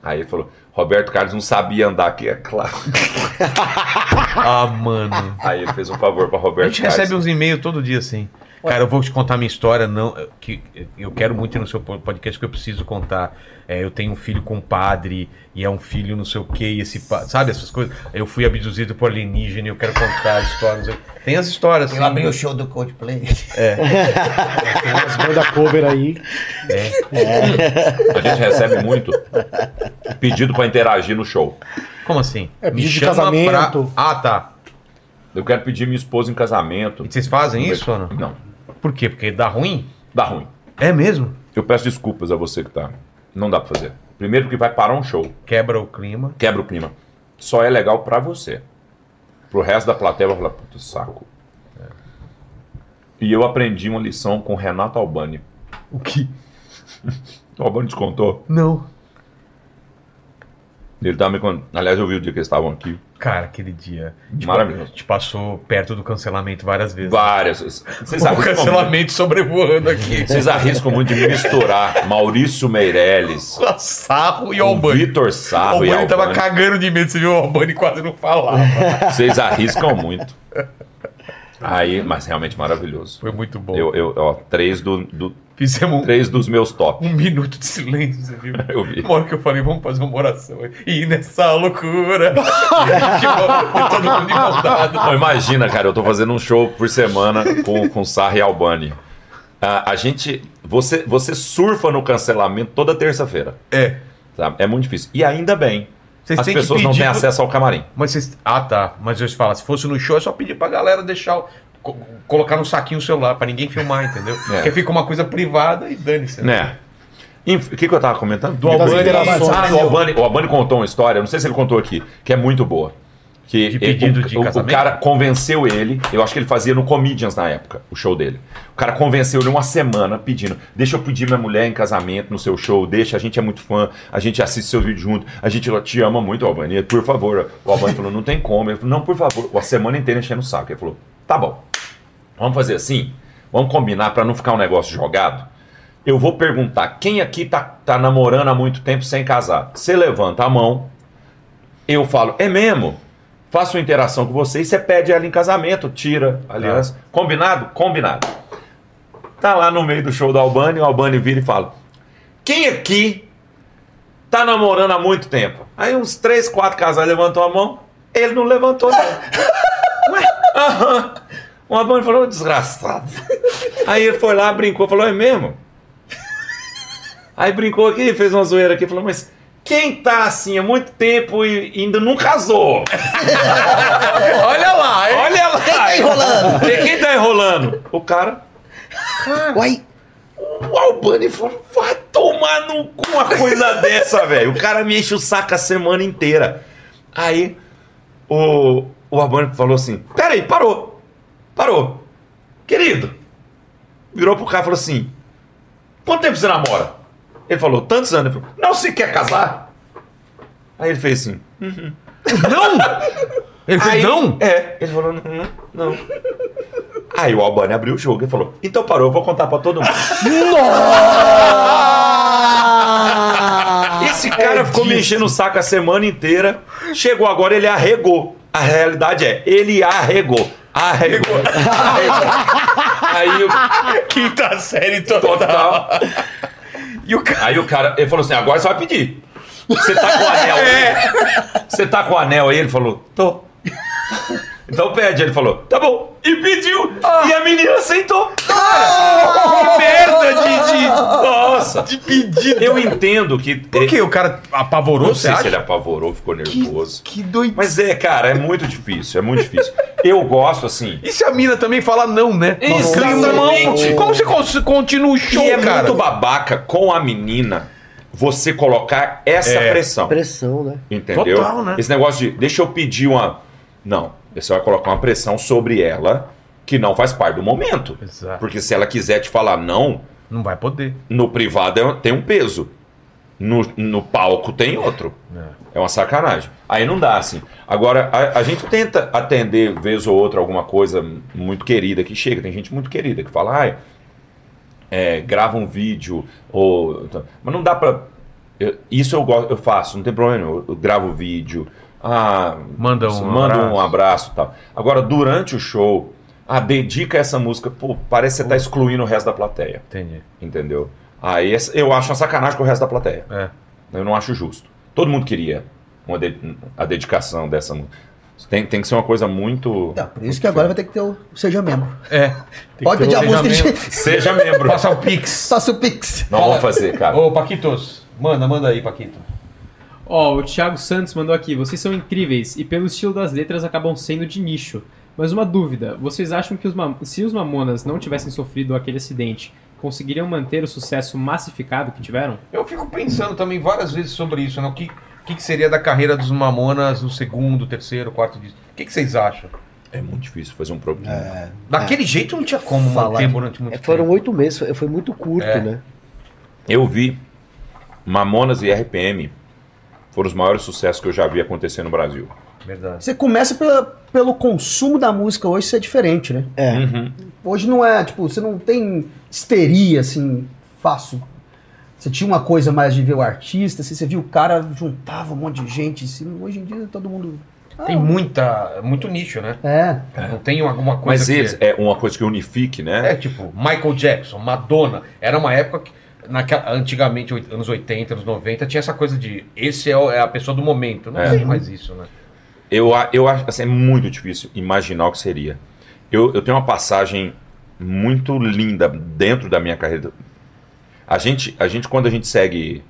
Aí ele falou: Roberto Carlos não sabia andar aqui, é claro. Ah, mano. Aí ele fez um favor pra A Roberto gente Carlos. recebe um- uns e-mails todo dia assim. Cara, eu vou te contar minha história, não, que eu quero muito ir no seu podcast que eu preciso contar. É, eu tenho um filho com um padre e é um filho não sei o quê, e esse pa- sabe essas coisas? Eu fui abduzido por alienígena e eu quero contar histórias. Eu- Tem as histórias Eu abri o assim. show do Coldplay. Tem umas bandas cover aí. A gente recebe muito pedido pra interagir no show. Como assim? É, Me pedido de chama casamento. pra- Ah, tá. Eu quero pedir minha esposa em casamento. E vocês fazem isso ou não? Não, Por quê? Porque dá ruim? dá ruim. É mesmo? Eu peço desculpas a você que tá. Não dá pra fazer. Primeiro porque vai parar um show, Quebra o clima. quebra o clima. Só é legal pra você. Pro resto da plateia vai falar, puta saco. É. E eu aprendi uma lição com o Renato Albani. O que? O Albani te contou? Não. Ele tava me contando. Aliás, eu vi o dia que eles estavam aqui. Cara, aquele dia. Tipo, Maravilhoso. A gente passou perto do cancelamento várias vezes. Várias. Vocês o arriscam muito. cancelamento sobrevoando aqui. Vocês arriscam muito de misturar Maurício Meirelles, Sarro e o Albani. Vitor O Sarro e Albani tava Albani. cagando de medo, você viu o Albani quase não falava. Vocês arriscam muito. Aí, mas realmente maravilhoso. Foi muito bom. Eu, eu- ó, três, do, do- Fizemos um, três dos meus top. um minuto de silêncio, você viu? Eu vi. Uma hora que eu falei, vamos fazer uma oração. E nessa loucura. tipo, todo mundo empolgado. Não, Então, imagina, cara, eu tô fazendo um show por semana com, com Sarro e Albani. Ah, A, a gente. Você, você surfa no cancelamento toda terça-feira. É. tá? É muito difícil. E ainda bem. Vocês As têm que pessoas não pedir têm pro- acesso ao camarim. Mas vocês. Ah, tá. Mas eu te falo, se fosse no show, é só pedir pra galera deixar. o- co- Colocar no saquinho o celular pra ninguém filmar, entendeu? É. Porque fica uma coisa privada e dane-se. né? Né? Inf- O que, que eu tava comentando? Do Albani. interações. Ah, o Albani, o Albani contou uma história, não sei se ele contou aqui, que é muito boa. Que De ele- pedido o, de o- o casamento? cara convenceu ele, eu acho que ele fazia no Comedians na época, o show dele. O cara convenceu ele uma semana pedindo: deixa eu pedir minha mulher em casamento no seu show, deixa, a gente é muito fã, a gente assiste seus vídeos junto, a gente te ama muito, Albani, por favor. O Albani falou: não tem como. Ele falou: não, por favor. A semana inteira enchendo o saco. Ele falou: tá bom, vamos fazer assim, vamos combinar pra não ficar um negócio jogado. Eu vou perguntar, quem aqui tá, tá namorando há muito tempo sem casar? Você levanta a mão, eu falo, é mesmo? Faço uma interação com você e você pede ela em casamento, tira a aliança. Combinado? Combinado. Tá lá no meio do show do Albani, o Albani vira e fala, quem aqui tá namorando há muito tempo? Aí uns três, quatro casais levantam a mão, ele não levantou não. Aham. O Rabone falou, desgraçado. Aí ele foi lá, brincou, falou, é mesmo? Aí brincou aqui, fez uma zoeira aqui, falou, mas quem tá assim há muito tempo e ainda não casou? Olha lá, hein? É. Olha lá! Quem tá enrolando? Quem tá enrolando? O cara. Uai, O Albani falou: vai tomar no cu uma coisa dessa, velho. O cara me enche o saco a semana inteira. Aí o, o Albani falou assim: peraí, parou. Parou. Querido. Virou pro cara e falou assim: quanto tempo você namora? Ele falou: tantos anos. Ele falou: não se quer casar? Aí ele fez assim: Ele fez, Aí- não? É. Ele falou, não, não. Aí o Albani abriu o jogo e falou, então parou, eu vou contar pra todo mundo. Esse cara ficou me enchendo o saco a semana inteira. Chegou agora, ele arregou. A realidade é, ele arregou. Arregou. arregou. Aí o Quinta série total... Aí o cara, ele falou assim, agora você vai pedir. Você tá com o anel aí? Você tá com o anel aí? Ele falou, tô. Então pede, ele falou, tá bom. E pediu, e a menina aceitou. Cara, que merda de, de... Nossa. De pedido. Eu entendo que... Por que o cara apavorou, Não você sei se acha? ele é- apavorou, ficou nervoso. Que doido. Mas é, cara, é muito difícil, é muito difícil. Eu gosto, assim... E se a mina também falar não, né? Exatamente. Como você cons- continua o show, e é cara? muito babaca com a menina você colocar essa É. pressão. Pressão, né? Entendeu? Total, né? Esse negócio de deixa eu pedir uma. Não, você vai colocar uma pressão sobre ela que não faz parte do momento. Exato. Porque se ela quiser te falar não, Não vai poder. no privado é- tem um peso. No, no palco tem outro. É uma sacanagem. Aí não dá, assim. Agora, a, a gente tenta atender, vez ou outra, alguma coisa muito querida que chega. Tem gente muito querida que fala, ai, é, grava um vídeo, ou... então." Mas não dá pra... eu- isso eu, gosto, eu faço, não tem problema nenhum. Eu gravo vídeo, ah, Manda um manda um abraço. abraço e tal. Agora, durante o show, ah, dedica essa música. Pô, parece que você tá excluindo o resto da plateia. Entendi. Entendeu? Aí essa- eu acho uma sacanagem com o resto da plateia. É. Eu não acho justo. Todo mundo queria uma de- a dedicação dessa música. Tem, tem que ser uma coisa muito. tá, por isso que agora vai ter que ter o Seja Membro. É. Pode pedir a Seja música Membro. de Seja membro. Passa o Pix. Passa o Pix. Não vamos fazer, cara. Ô, Paquitos. Manda, manda aí, Paquito. Ó, o Thiago Santos mandou aqui: vocês são incríveis e, pelo estilo das letras, acabam sendo de nicho. Mas uma dúvida: vocês acham que os Mam- se os Mamonas não tivessem sofrido aquele acidente, conseguiriam manter o sucesso massificado que tiveram? Eu fico pensando também várias vezes sobre isso, né? O que, o que, que seria da carreira dos Mamonas no segundo, terceiro, quarto disco? O que, que vocês acham? É muito difícil fazer um programa. Daquele jeito não tinha Ah, como Falar manter de- durante muito É, tempo. foram oito meses, foi, foi muito curto, É. né? Eu vi Mamonas e RPM foram os maiores sucessos que eu já vi acontecer no Brasil. Verdade. Você começa pela- pelo consumo da música hoje ser diferente, né? É. Uhum. Hoje não é, tipo, você não tem histeria, assim, fácil. Você tinha uma coisa mais de ver o artista, assim, você viu o cara, juntava um monte de gente, assim, hoje em dia todo mundo... Ah, um Tem muita, muito nicho, né? É, Não tem alguma coisa Mas que... eles, é uma coisa que unifique, né? É, tipo, Michael Jackson, Madonna. Era uma época que, naquela, antigamente, oit- anos 80, anos 90, tinha essa coisa de esse é, o- é a pessoa do momento. Não É. tem mais isso, né? Eu, a- eu acho assim, é muito difícil imaginar o que seria. Eu, eu tenho uma passagem muito linda dentro da minha carreira. A gente, a gente quando a gente segue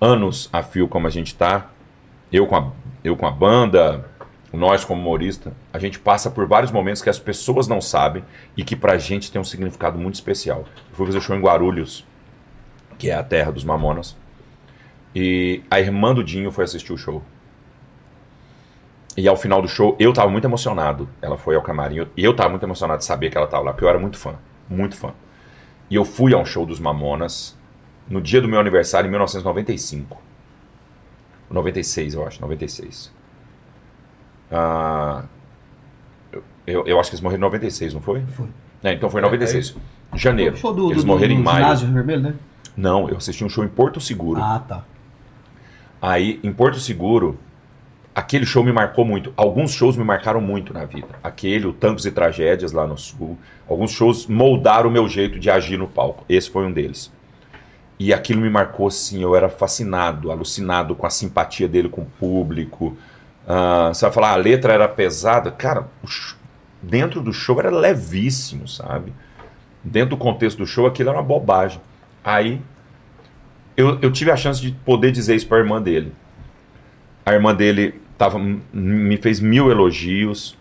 anos a fio como a gente tá, eu com a, eu com a banda, nós como humorista, a gente passa por vários momentos que as pessoas não sabem e que pra gente tem um significado muito especial. Eu fui fazer show em Guarulhos, que é a terra dos mamonas, e a irmã do Dinho foi assistir o show. E ao final do show, eu tava muito emocionado. Ela foi ao camarim eu- e eu tava muito emocionado de saber que ela tava lá, porque eu era muito fã, muito fã. E eu fui a um show dos Mamonas no dia do meu aniversário, em 1995. 96, eu acho, 96. Ah, eu, eu, eu acho que eles morreram em 96, não foi? Foi. então foi em É, 96, em janeiro. show do, eles do, do, morreram em do maio. ginásio vermelho, né? Não, eu assisti um show em Porto Seguro. Ah, tá. Aí, em Porto Seguro, aquele show me marcou muito. Alguns shows me marcaram muito na vida. Aquele, o Tantos e Tragédias lá no Sul. Alguns shows moldaram o meu jeito de agir no palco. Esse foi um deles. E aquilo me marcou assim, eu era fascinado, alucinado com a simpatia dele com o público. Ah, você vai falar, a letra era pesada. Cara, o sh- dentro do show era levíssimo, sabe? Dentro do contexto do show, aquilo era uma bobagem. Aí eu, eu tive a chance de poder dizer isso para a irmã dele. A irmã dele tava, m- me fez mil elogios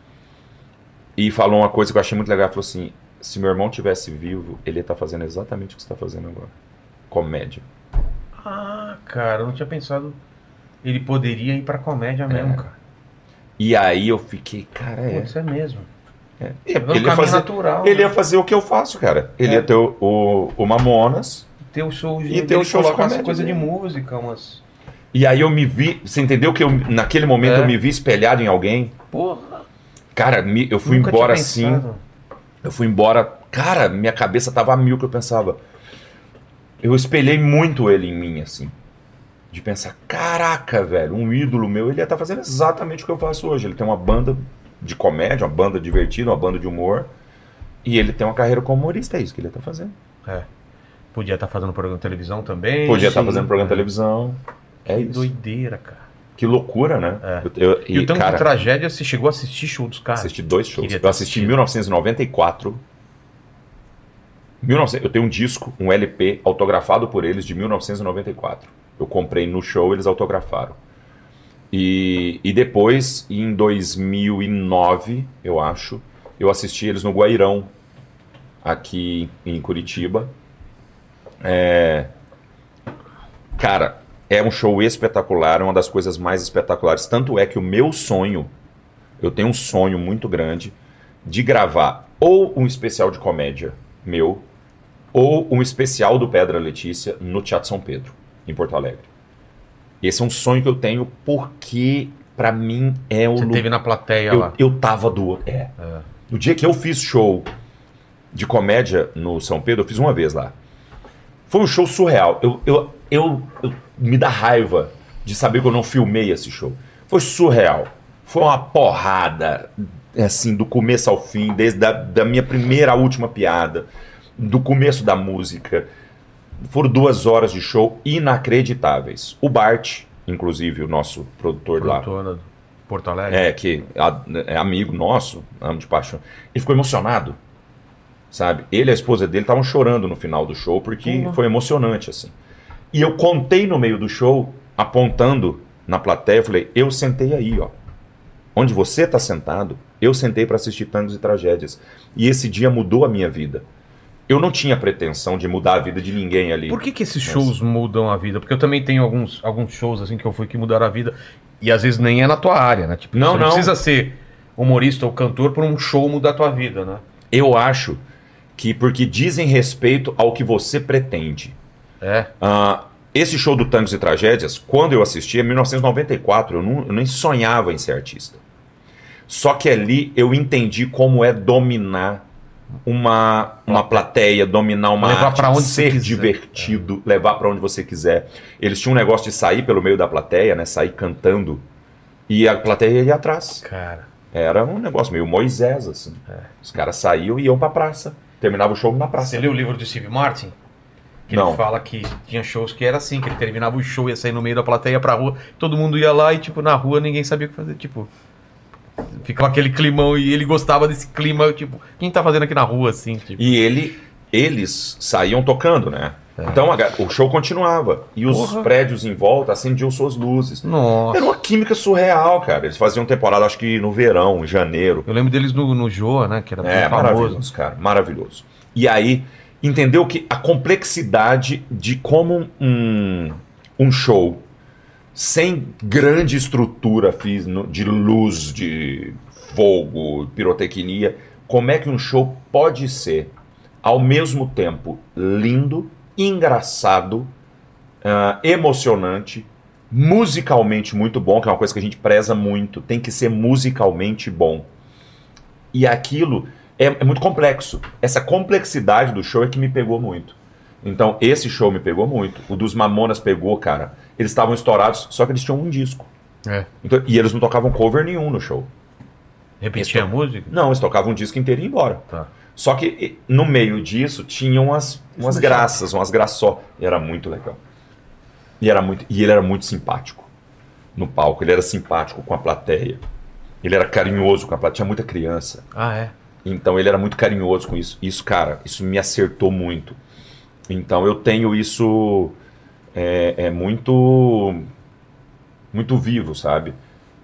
e falou uma coisa que eu achei muito legal. Ela Falou assim: se meu irmão tivesse vivo, ele ia estar fazendo exatamente o que você está fazendo agora. Comédia. Ah, cara, eu não tinha pensado. Ele poderia ir pra comédia mesmo, cara. E aí eu fiquei, cara, é. Putz, é mesmo. É, É um ele, ia caminho fazer, natural. ele né? ia fazer o que eu faço, cara. Ele É. ia ter o, o, o Mamonas. ter o show de, E ter o ele show de coloca umas comédia coisa de dele. música, umas. E aí eu me vi. Você entendeu que eu, naquele momento É. eu me vi espelhado em alguém? Porra, Cara, me- eu fui nunca tinha embora assim. pensado. Eu fui embora. Cara, minha cabeça tava a mil que eu pensava. Eu espelhei muito ele em mim, assim. De pensar, caraca, velho, um ídolo meu, ele ia estar fazendo exatamente o que eu faço hoje. Ele tem uma banda de comédia, uma banda divertida, uma banda de humor. E ele tem uma carreira como humorista, é isso que ele ia estar fazendo. Podia estar fazendo programa de televisão também. Podia estar Sim. fazendo programa de televisão. É Que isso. doideira, cara. Que loucura, né? É. Eu, eu- E, o tanto de cara, tragédia, você chegou a assistir show dos caras? assisti dois shows. Queria ter Eu assisti em assistido. 1994. 1900, eu tenho um disco, um LP, autografado por eles de 1994. Eu comprei no show, eles autografaram. E, e depois, em 2009, eu acho, eu assisti eles no Guairão, aqui em Curitiba. É... Cara, é um show espetacular, é uma das coisas mais espetaculares. Tanto é que o meu sonho, eu tenho um sonho muito grande de gravar ou um especial de comédia meu, ou um especial do Pedra Letícia no Teatro São Pedro, em Porto Alegre. Esse é um sonho que eu tenho porque, pra mim, é o Você lugar. teve na plateia Eu, lá. eu tava do. É. No dia que eu fiz show de comédia no São Pedro, eu fiz uma vez lá. Foi um show surreal. Eu, eu, eu, eu- me dá raiva de saber que eu não filmei esse show. Foi surreal. Foi uma porrada, assim, do começo ao fim, desde a, da minha primeira à última piada, do começo da música. Foram duas horas de show inacreditáveis. O Bart, inclusive, o nosso produtor lá, Produtora do Porto Alegre. é, que a- é amigo nosso, amo de paixão. Ele ficou emocionado, sabe? Ele e a esposa dele estavam chorando no final do show, porque foi emocionante, assim. E eu contei no meio do show, apontando na plateia, eu falei, eu sentei aí, ó. Onde você tá sentado, eu sentei para assistir tangos e tragédias. E esse dia mudou a minha vida. Eu não tinha pretensão de mudar a vida de ninguém ali. Por que, que esses Mas- shows mudam a vida? Porque eu também tenho alguns, alguns shows assim que eu fui que mudaram a vida. E às vezes nem é na tua área, né? Tipo, Não, você não. precisa ser humorista ou cantor pra um show mudar a tua vida, né? Eu acho que porque dizem respeito ao que você pretende. É. Ah, esse show do Tangos e Tragédias, quando eu assisti, é em 1994, eu, não, eu nem sonhava em ser artista. Só que ali eu entendi como é dominar uma, uma plateia, dominar uma Levar arte, pra onde você ser quiser. divertido, levar pra onde você quiser. Eles tinham um negócio de sair pelo meio da plateia, né? Sair cantando. E a plateia ia atrás. Cara. Era um negócio meio Moisés, assim. É. Os caras saíam e iam pra praça. Terminava o show na praça. Você leu o livro do Steve Martin? Que Não. ele fala que tinha shows que era assim, que ele terminava o show, ia sair no meio da plateia pra rua, todo mundo ia lá e, tipo, na rua ninguém sabia o que fazer. Tipo, ficava aquele climão e ele gostava desse clima, tipo, quem tá fazendo aqui na rua, assim? Tipo, E ele, eles saíam tocando, né? Então a ga- o show continuava. E os É. Porra. prédios em volta acendiam suas luzes. Nossa. Era uma química surreal, cara. Eles faziam temporada, acho que no verão, em janeiro. Eu lembro deles no, no Joa, né? Que era É, bem famoso. maravilhoso, cara. Maravilhoso. E aí, entendeu que a complexidade de como um, um show sem grande estrutura fiz- no- de luz, de fogo, pirotecnia, como é que um show pode ser ao mesmo tempo lindo, engraçado, ah, emocionante, musicalmente muito bom, que é uma coisa que a gente preza muito, tem que ser musicalmente bom. E aquilo é, é muito complexo. Essa complexidade do show é que me pegou muito. Então, esse show me pegou muito. O dos Mamonas pegou, cara. Eles estavam estourados, só que eles tinham um disco. É. Então, e eles não tocavam cover nenhum no show. Repetir é a música? Não, eles tocavam um disco inteiro e ia embora. Tá. Só que e, no meio disso tinham umas, umas graças, umas graçó. E era muito legal. E, era muito, e ele era muito simpático no palco, ele era simpático com a plateia. Ele era carinhoso com a plateia, tinha muita criança. Ah, é. Então ele era muito carinhoso com isso. Isso, cara, isso me acertou muito. Então eu tenho isso é, é muito muito vivo, sabe?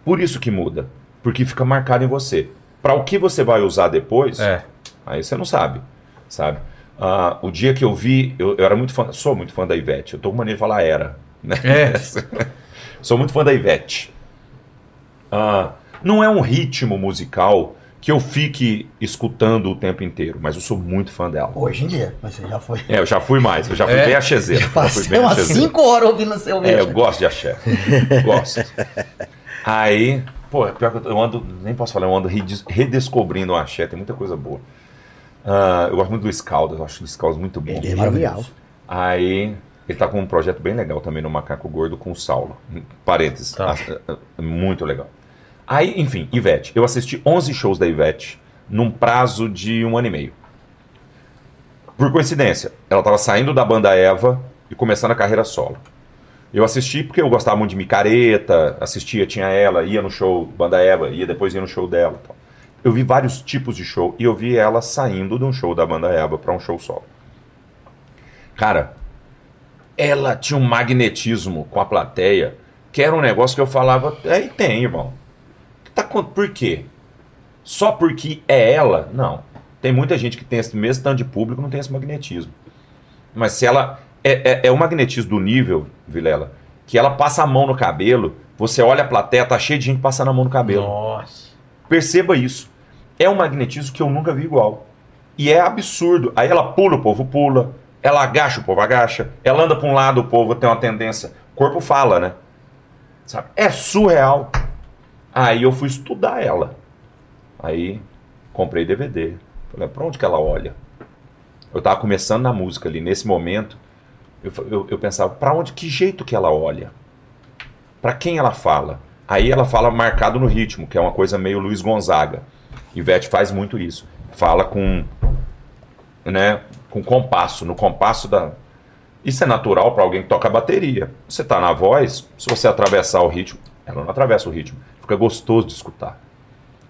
Por isso que muda, porque fica marcado em você. Para o que você vai usar depois, É. aí você não sabe, sabe? Ah, o dia que eu vi, eu, eu era muito fã, sou muito fã da Ivete. Eu tô com mania de falar era, né? É. sou muito fã da Ivete. Ah, não é um ritmo musical que eu fique escutando o tempo inteiro, mas eu sou muito fã dela. Hoje em dia, mas você já foi. É, eu já fui mais, eu já fui É? bem achezeiro. Já fui Passei bem umas achezeiro. 5 horas ouvindo seu É, vídeo. eu gosto de axé. gosto. Aí, pô, é pior que eu- eu ando, nem posso falar, eu ando redes- redescobrindo o axé, tem muita coisa boa. Ah, eu gosto muito do Luiz Caldas, eu acho o Luiz Caldas muito bom. Ele é maravilhoso. Aí, ele tá com um projeto bem legal também no Macaco Gordo com o Saulo. Parênteses, Tá. ah, ah, muito legal. Aí, enfim, Ivete. Eu assisti 11 shows da Ivete num prazo de um ano e meio. Por coincidência, ela estava saindo da banda Eva e começando a carreira solo. Eu assisti porque eu gostava muito de Micareta, assistia, tinha ela, ia no show banda Eva, ia depois ia no show dela. e tal. Eu vi vários tipos de show e eu vi ela saindo de um show da banda Eva para um show solo. Cara, ela tinha um magnetismo com a plateia que era um negócio que eu falava, aí tem, irmão. Que Tá, acon- por quê? Só porque é ela? Não. Tem muita gente que tem esse mesmo tanto de público não tem esse magnetismo. Mas se ela. É, é, é um magnetismo do nível, Vilela, que ela passa a mão no cabelo, você olha a plateia, tá cheio de gente passando a mão no cabelo. Nossa. Perceba isso. É um magnetismo que eu nunca vi igual. E é absurdo. Aí ela pula, o povo pula. Ela agacha, o povo agacha. Ela anda para um lado, o povo tem uma tendência. O corpo fala, né? Sabe? É surreal. Aí eu fui estudar ela. Aí comprei DVD. Falei, pra onde que ela olha? Eu tava começando na música ali. Nesse momento, eu, fa- eu, eu pensava, pra onde, que jeito que ela olha? Pra quem ela fala? Aí ela fala marcado no ritmo, que é uma coisa meio Luiz Gonzaga. Ivete faz muito isso. Fala com, né, com compasso, no compasso da. Isso é natural para alguém que toca bateria. Você tá na voz, se você atravessar o ritmo, ela não atravessa o ritmo. Fica gostoso de escutar.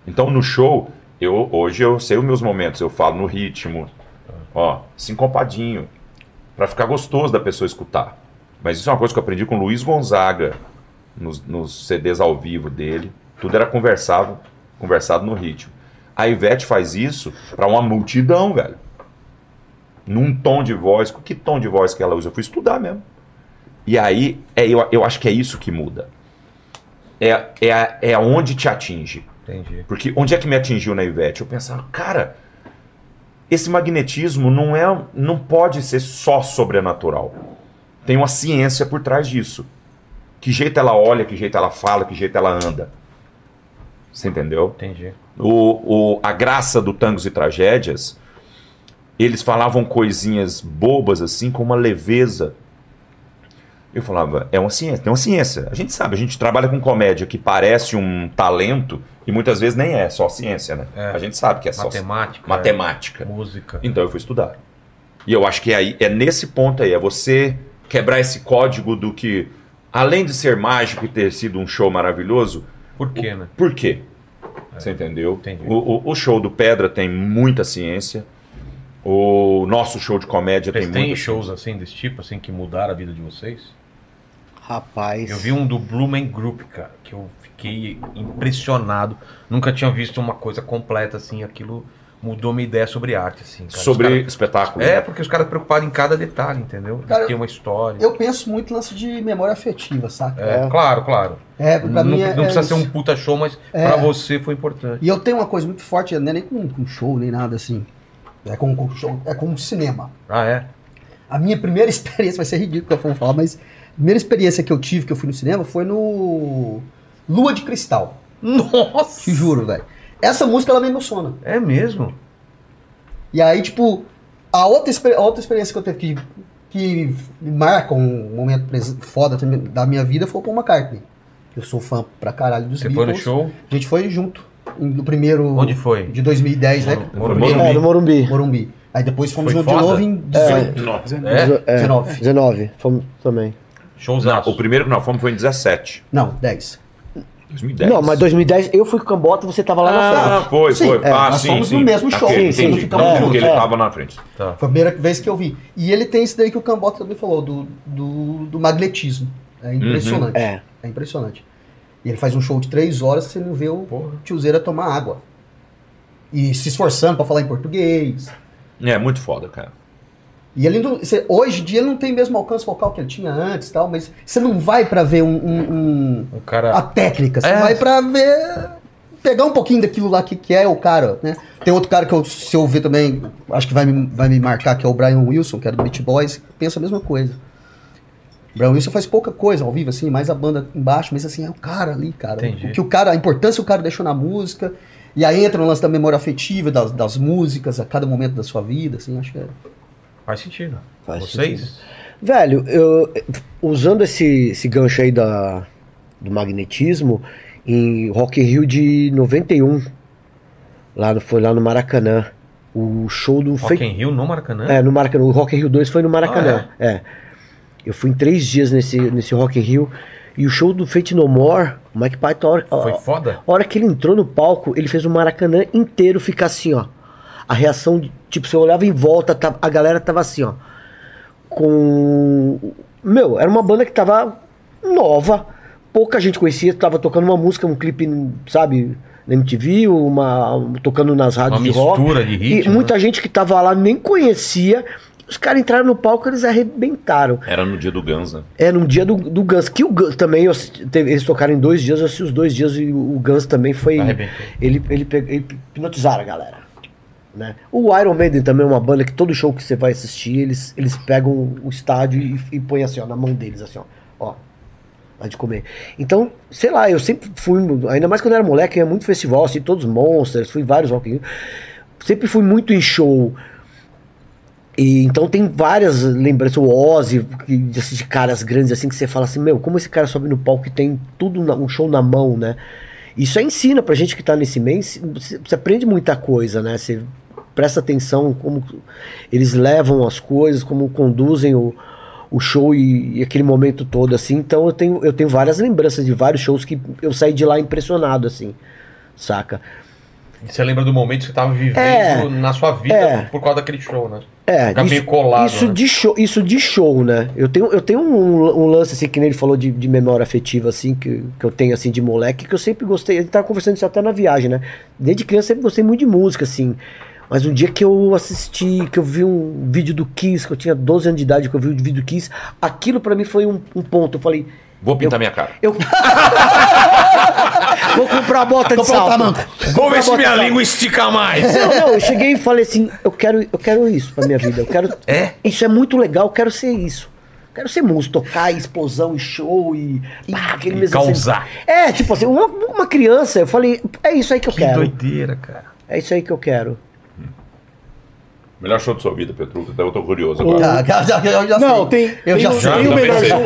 Então no show, eu hoje eu sei os meus momentos, eu falo no ritmo, ó, sincopadinho, para ficar gostoso da pessoa escutar. Mas isso é uma coisa que eu aprendi com o Luiz Gonzaga nos, nos CDs ao vivo dele. Tudo era conversado, conversado no ritmo. A Ivete faz isso pra uma multidão, velho. Num tom de voz. Que tom de voz que ela usa? Eu fui estudar mesmo. E aí, é, eu, eu acho que é isso que muda. É, é, a- é onde te atinge. Entendi. Porque onde é que me atingiu na Ivete? Eu pensava, cara, esse magnetismo não é, não pode ser só sobrenatural. Tem uma ciência por trás disso. Que jeito ela olha, que jeito ela fala, que jeito ela anda. Você entendeu? Entendi. O, o- a graça do Tangos e Tragédias, eles falavam coisinhas bobas assim, com uma leveza. Eu falava, é uma ciência, tem uma ciência. A gente sabe, a gente trabalha com comédia que parece um talento e muitas vezes nem é só ciência, né? É. A gente sabe que é só Matemática. é. matemática. Música. Então eu fui estudar. E eu acho que é, aí, é nesse ponto aí, é você quebrar esse código do que, além de ser mágico e ter sido um show maravilhoso, Por quê, né? por quê? Você entendeu? É. Entendi. O, o- o show do Pedra tem muita ciência. O nosso show de comédia Vocês tem, têm muita shows assim desse tipo, assim, que mudaram a vida de vocês? Rapaz. Eu vi um do Blue Man Group, cara, que eu fiquei impressionado. Nunca tinha visto uma coisa completa assim, aquilo mudou minha ideia sobre arte, assim. cara. Os Sobre cara- espetáculo. É, né? porque os caras preocuparam em cada detalhe, entendeu? Cara, Tem uma história. Eu penso muito lance de memória afetiva, saca? É, Claro, claro. É, Não, pra mim é, não precisa é ser um isso. puta show, mas É. pra você foi importante. E eu tenho uma coisa muito forte, não é nem com, com show, nem nada assim. É com, com show, é com cinema. Ah, é? A minha primeira experiência, vai ser ridículo que eu for falar, mas a primeira experiência que eu tive, que eu fui no cinema, foi no Lua de Cristal. Nossa! Te juro, velho. Essa música, ela me emociona. É mesmo? E aí, tipo, a outra, exper- a outra experiência que eu teve que, que marca um momento pres- foda também da minha vida foi o Paul McCartney. Eu sou fã pra caralho dos Você foi no Beatles. show? A gente foi junto. em- No primeiro Onde foi? de 2010, né? Morumbi. É, no Morumbi. Morumbi. Aí depois fomos Foi junto de foda? novo em 18. É? Dezo- é, 19. 19. Fomos também. Shows O primeiro que nós fomos foi em 17. Não, 10. 2010. Não, mas 2010 eu fui com o Cambota você tava lá na frente. Ah, foi, Sim, foi. é, ah, nós sim, fomos sim. no mesmo show, Aquele, sim, entendi. sim, Não, ficamos porque ele juntos, é. tava na frente. Tá. Foi a primeira vez que eu vi. E ele tem isso daí que o Cambota também falou, do, do, do magnetismo. É impressionante. Uhum. É. É impressionante. E ele faz um show de três horas que você não vê o tiozeira é tomar água. E se esforçando pra falar em português. É, muito foda, cara. E ele não- você- hoje em dia ele não tem mesmo alcance vocal que ele tinha antes e tal, mas você não vai pra ver um- um- um, O cara. a técnica. Você É. vai pra ver. Pegar um pouquinho daquilo lá que, que é o cara, né? Tem outro cara que eu, se eu ver também, acho que vai me, vai me marcar, que é o Brian Wilson, que era do Beat Boys, que pensa a mesma coisa. O Brian Wilson faz pouca coisa ao vivo, assim, mais a banda embaixo, mas assim, é o cara ali, cara. Entendi. O que o cara, a importância que o cara deixou na música. E aí entra no lance da memória afetiva, das, das músicas, a cada momento da sua vida, assim, acho que é. Faz sentido. Faz Vocês? Velho, eu, usando esse, esse gancho aí da, do magnetismo, em Rock in Rio de 91, lá, no- foi lá no Maracanã, o show do Rock Fake... in Rio no Maracanã? É, no Maracanã. O Rock in Rio 2 foi no Maracanã. Ah, é? Eu fui em três dias nesse, nesse Rock in Rio. E o show do Fate No More, o Mike Python, a hora, a- Foi foda? a hora que ele entrou no palco, ele fez o Maracanã inteiro ficar assim, ó. A reação, de- tipo, você olhava em volta, tá- a galera tava assim, ó. Com. Meu, era uma banda que tava nova, pouca gente conhecia, tava tocando uma música, um clipe, sabe, na MTV, uma, tocando nas rádios de rock. mistura de E ritmo, né? muita gente que tava lá nem conhecia. Os caras entraram no palco, eles arrebentaram. Era no dia do Guns, né? É, no dia do, do Guns, que o Guns também, eu assisti- teve- eles tocaram em dois dias, eu assisti os dois dias e o, o Guns também foi. Arrebentou. Ele, ele, pe- ele hipnotizaram a galera. Né? O Iron Maiden também é uma banda que todo show que você vai assistir, eles, eles pegam o estádio e, e põem assim, ó, na mão deles, assim, ó. ó lá de comer. Então, sei lá, eu sempre fui, ainda mais quando eu era moleque, eu ia muito festival, assim, todos monsters, fui em vários rock. in Rio. Sempre fui muito em show. E, então tem várias lembranças, o Ozzy, que- de, de caras grandes assim, que você fala assim, meu, como esse cara sobe no palco e tem tudo, na- um show na mão, né? Isso aí ensina pra gente que tá nesse meio, se- você você aprende muita coisa, né? Você presta atenção como eles levam as coisas, como conduzem o, o show e, e aquele momento todo, assim. Então eu tenho, eu tenho várias lembranças de vários shows que eu saí de lá impressionado, assim, saca? Você lembra do momento que você tava vivendo É. na sua vida É. por causa daquele show, né? É, Fica meio colado, isso, né? de show, isso de show, né? Eu tenho, eu tenho um, um lance, assim, que nem ele falou de, de memória afetiva, assim, que, que eu tenho, assim, de moleque, que eu sempre gostei. A gente tava conversando isso até na viagem, né? Desde criança eu sempre gostei muito de música, assim. Mas um dia que eu assisti, que eu vi um vídeo do Kiss, que eu tinha 12 anos de idade, que eu vi o vídeo do Kiss, aquilo pra mim foi um, um ponto. Eu falei, Vou pintar minha cara. eu. Vou comprar a bota de tá, Comprar um salto. tamanco. Vou ver se minha língua estica mais. Não, não, eu cheguei e falei assim, eu quero, eu quero isso pra minha vida. Eu quero. É? Isso é muito legal, eu quero ser isso. Eu Quero ser músico, tocar, e explosão e show e. Pá, aquele E mesmo causar. É, tipo assim, uma, uma criança, eu falei, é isso aí que eu Que quero. doideira, cara. É isso aí que eu quero. Melhor show de sua vida, Petruca. Eu tô curioso agora. Ah, já- já- eu Tá já Não, sei. tem. Eu tem, já um- sei. tem Já o melhor pensei. show.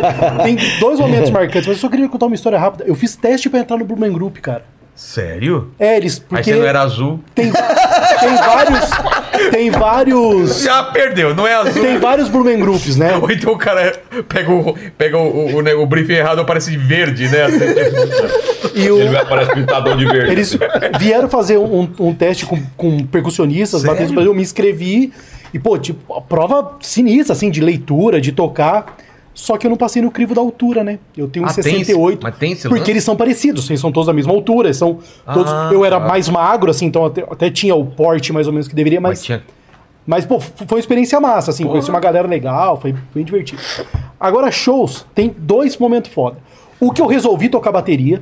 Tem dois momentos marcantes, mas eu só queria contar uma história rápida. Eu fiz teste pra entrar no Blue Man Group, cara. Sério? É, eles. Mas Porque você não era azul. tem, tem vários. Tem vários. Já perdeu, não é azul. Tem vários Blue Man Groups, né? Ou então o cara pega o, pega o, o, o, né, o briefing errado, aparece verde, né? E o- Ele vai aparecer pintador de verde. eles vieram fazer um, um teste com, com percussionistas, Sério? batendo, eu me inscrevi. E, pô, tipo, a prova sinistra, assim, de leitura, de tocar. Só que eu não passei no crivo da altura, né? Eu tenho Ah, tem esse- 1,68. mas tem esse lance? Porque eles são parecidos, eles são todos da mesma altura, eles são todos. Ah, eu era tá. mais magro, assim, então até, até tinha o porte mais ou menos que deveria, mas. Mas tinha... Mas, pô, f- foi uma experiência massa, assim. Conheci uma galera legal, foi bem divertido. Agora, shows, tem dois momentos foda. O que eu resolvi tocar bateria,